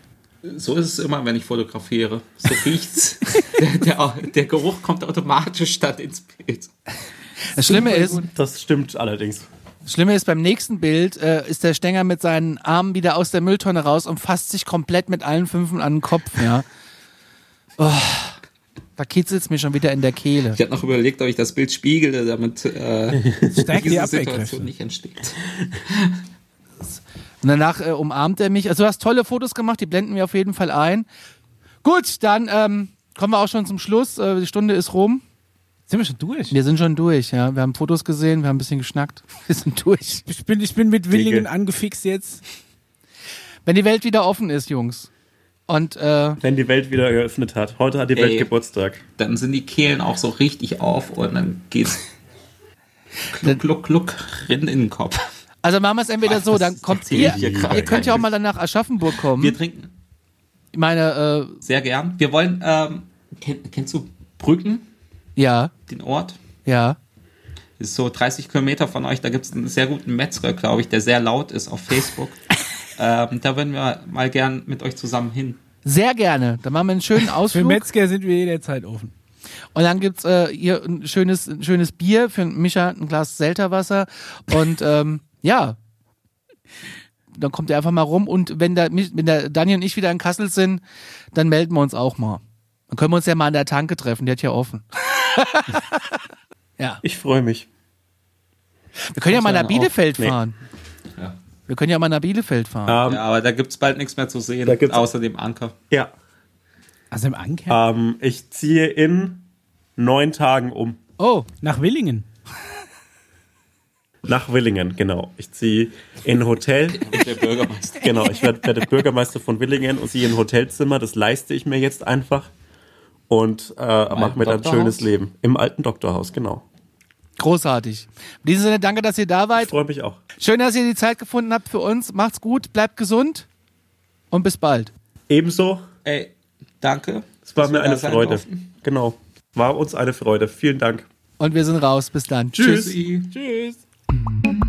Speaker 2: So ist es immer, wenn ich fotografiere. So riecht's. der, der, der Geruch kommt automatisch dann ins Bild.
Speaker 3: Das Schlimme ist,
Speaker 1: Das stimmt allerdings.
Speaker 3: das Schlimme ist, beim nächsten Bild äh, ist der Stenger mit seinen Armen wieder aus der Mülltonne raus und fasst sich komplett mit allen Fünfen an den Kopf, ja. Oh, da kitzelt's mir schon wieder in der Kehle.
Speaker 2: Ich habe noch überlegt, ob ich das Bild spiegele, damit äh,
Speaker 4: Stärkt die
Speaker 2: diese
Speaker 4: Abwehrkräfte.
Speaker 2: Situation nicht entsteht.
Speaker 3: Und danach äh, umarmt er mich. Also du hast tolle Fotos gemacht, die blenden wir auf jeden Fall ein. Gut, dann ähm, kommen wir auch schon zum Schluss. Äh, die Stunde ist rum.
Speaker 4: Sind wir schon durch?
Speaker 3: Wir sind schon durch, ja. Wir haben Fotos gesehen, wir haben ein bisschen geschnackt. Wir sind durch.
Speaker 4: Ich bin, ich bin mit Willingen
Speaker 1: Digga.
Speaker 4: angefixt jetzt.
Speaker 3: Wenn die Welt wieder offen ist, Jungs. Und äh,
Speaker 1: Wenn die Welt wieder geöffnet hat. Heute hat die Welt
Speaker 2: Ey.
Speaker 1: Geburtstag.
Speaker 2: Dann sind die Kehlen auch so richtig auf und dann geht's kluck, kluck, kluck, rinn in den Kopf.
Speaker 3: also machen wir es entweder
Speaker 2: Was,
Speaker 3: so,
Speaker 2: was
Speaker 3: dann
Speaker 2: ist
Speaker 3: kommt
Speaker 2: das hier
Speaker 3: ihr.
Speaker 2: hier gerade?
Speaker 3: Ihr könnt ja auch mal dann nach Aschaffenburg kommen.
Speaker 2: Wir trinken
Speaker 3: Ich meine, äh,
Speaker 2: sehr gern. Wir wollen, ähm, kenn, kennst du Brücken,
Speaker 3: äh, ja,
Speaker 2: den Ort?
Speaker 3: ja.
Speaker 2: Ist so 30 Kilometer von euch. Da gibt es einen sehr guten Metzger, glaube ich, der sehr laut ist auf Facebook. ähm, da würden wir mal gern mit euch zusammen hin.
Speaker 3: Sehr gerne. Dann machen wir einen schönen
Speaker 4: Für
Speaker 3: Ausflug.
Speaker 4: Metzger sind wir jederzeit offen.
Speaker 3: Und dann gibt's äh, hier ein schönes, ein schönes Bier für Micha, ein Glas Selterwasser. Und ähm, ja, Dann kommt er einfach mal rum und wenn da, mich- wenn da Daniel und ich wieder in Kassel sind, dann melden wir uns auch mal. Dann können wir uns ja mal an der Tanke treffen, die hat ja offen. ja.
Speaker 1: Ich freue mich.
Speaker 3: Wir können ja mal nach
Speaker 2: dann auch-
Speaker 3: Bielefeld
Speaker 1: Nee.
Speaker 3: fahren.
Speaker 2: Ja.
Speaker 3: Wir können ja mal nach Bielefeld fahren.
Speaker 1: Ähm,
Speaker 2: Ja, aber da gibt's bald nichts mehr zu sehen,
Speaker 1: Da gibt's-
Speaker 2: außer dem Anker.
Speaker 1: ja.
Speaker 4: Also im Anker?
Speaker 1: Ähm, ich ziehe in neun Tagen um.
Speaker 3: Oh,
Speaker 4: Nach Willingen.
Speaker 1: Nach Willingen, genau. Ich ziehe in ein Hotel.
Speaker 2: Und der Bürgermeister.
Speaker 1: Genau, ich werde, werde Bürgermeister von Willingen und ziehe in ein Hotelzimmer. Das leiste ich mir jetzt einfach. Und äh, mache mir dann ein
Speaker 2: Doktorhaus?
Speaker 1: schönes Leben. Im alten Doktorhaus, genau.
Speaker 3: großartig. In diesem Sinne, danke, dass ihr da
Speaker 1: Ich
Speaker 3: wart.
Speaker 1: freue mich auch.
Speaker 3: Schön, dass ihr die Zeit gefunden habt für uns. Macht's gut, bleibt gesund und bis bald.
Speaker 1: Ebenso,
Speaker 2: Ey, danke.
Speaker 1: es war
Speaker 2: dass
Speaker 1: mir
Speaker 2: wir da
Speaker 1: eine
Speaker 2: sein
Speaker 1: Freude.
Speaker 2: durften.
Speaker 1: Genau, war uns eine Freude. Vielen Dank.
Speaker 3: Und wir sind raus. Bis dann.
Speaker 1: Tschüss.
Speaker 2: Tschüssi.
Speaker 1: Tschüss.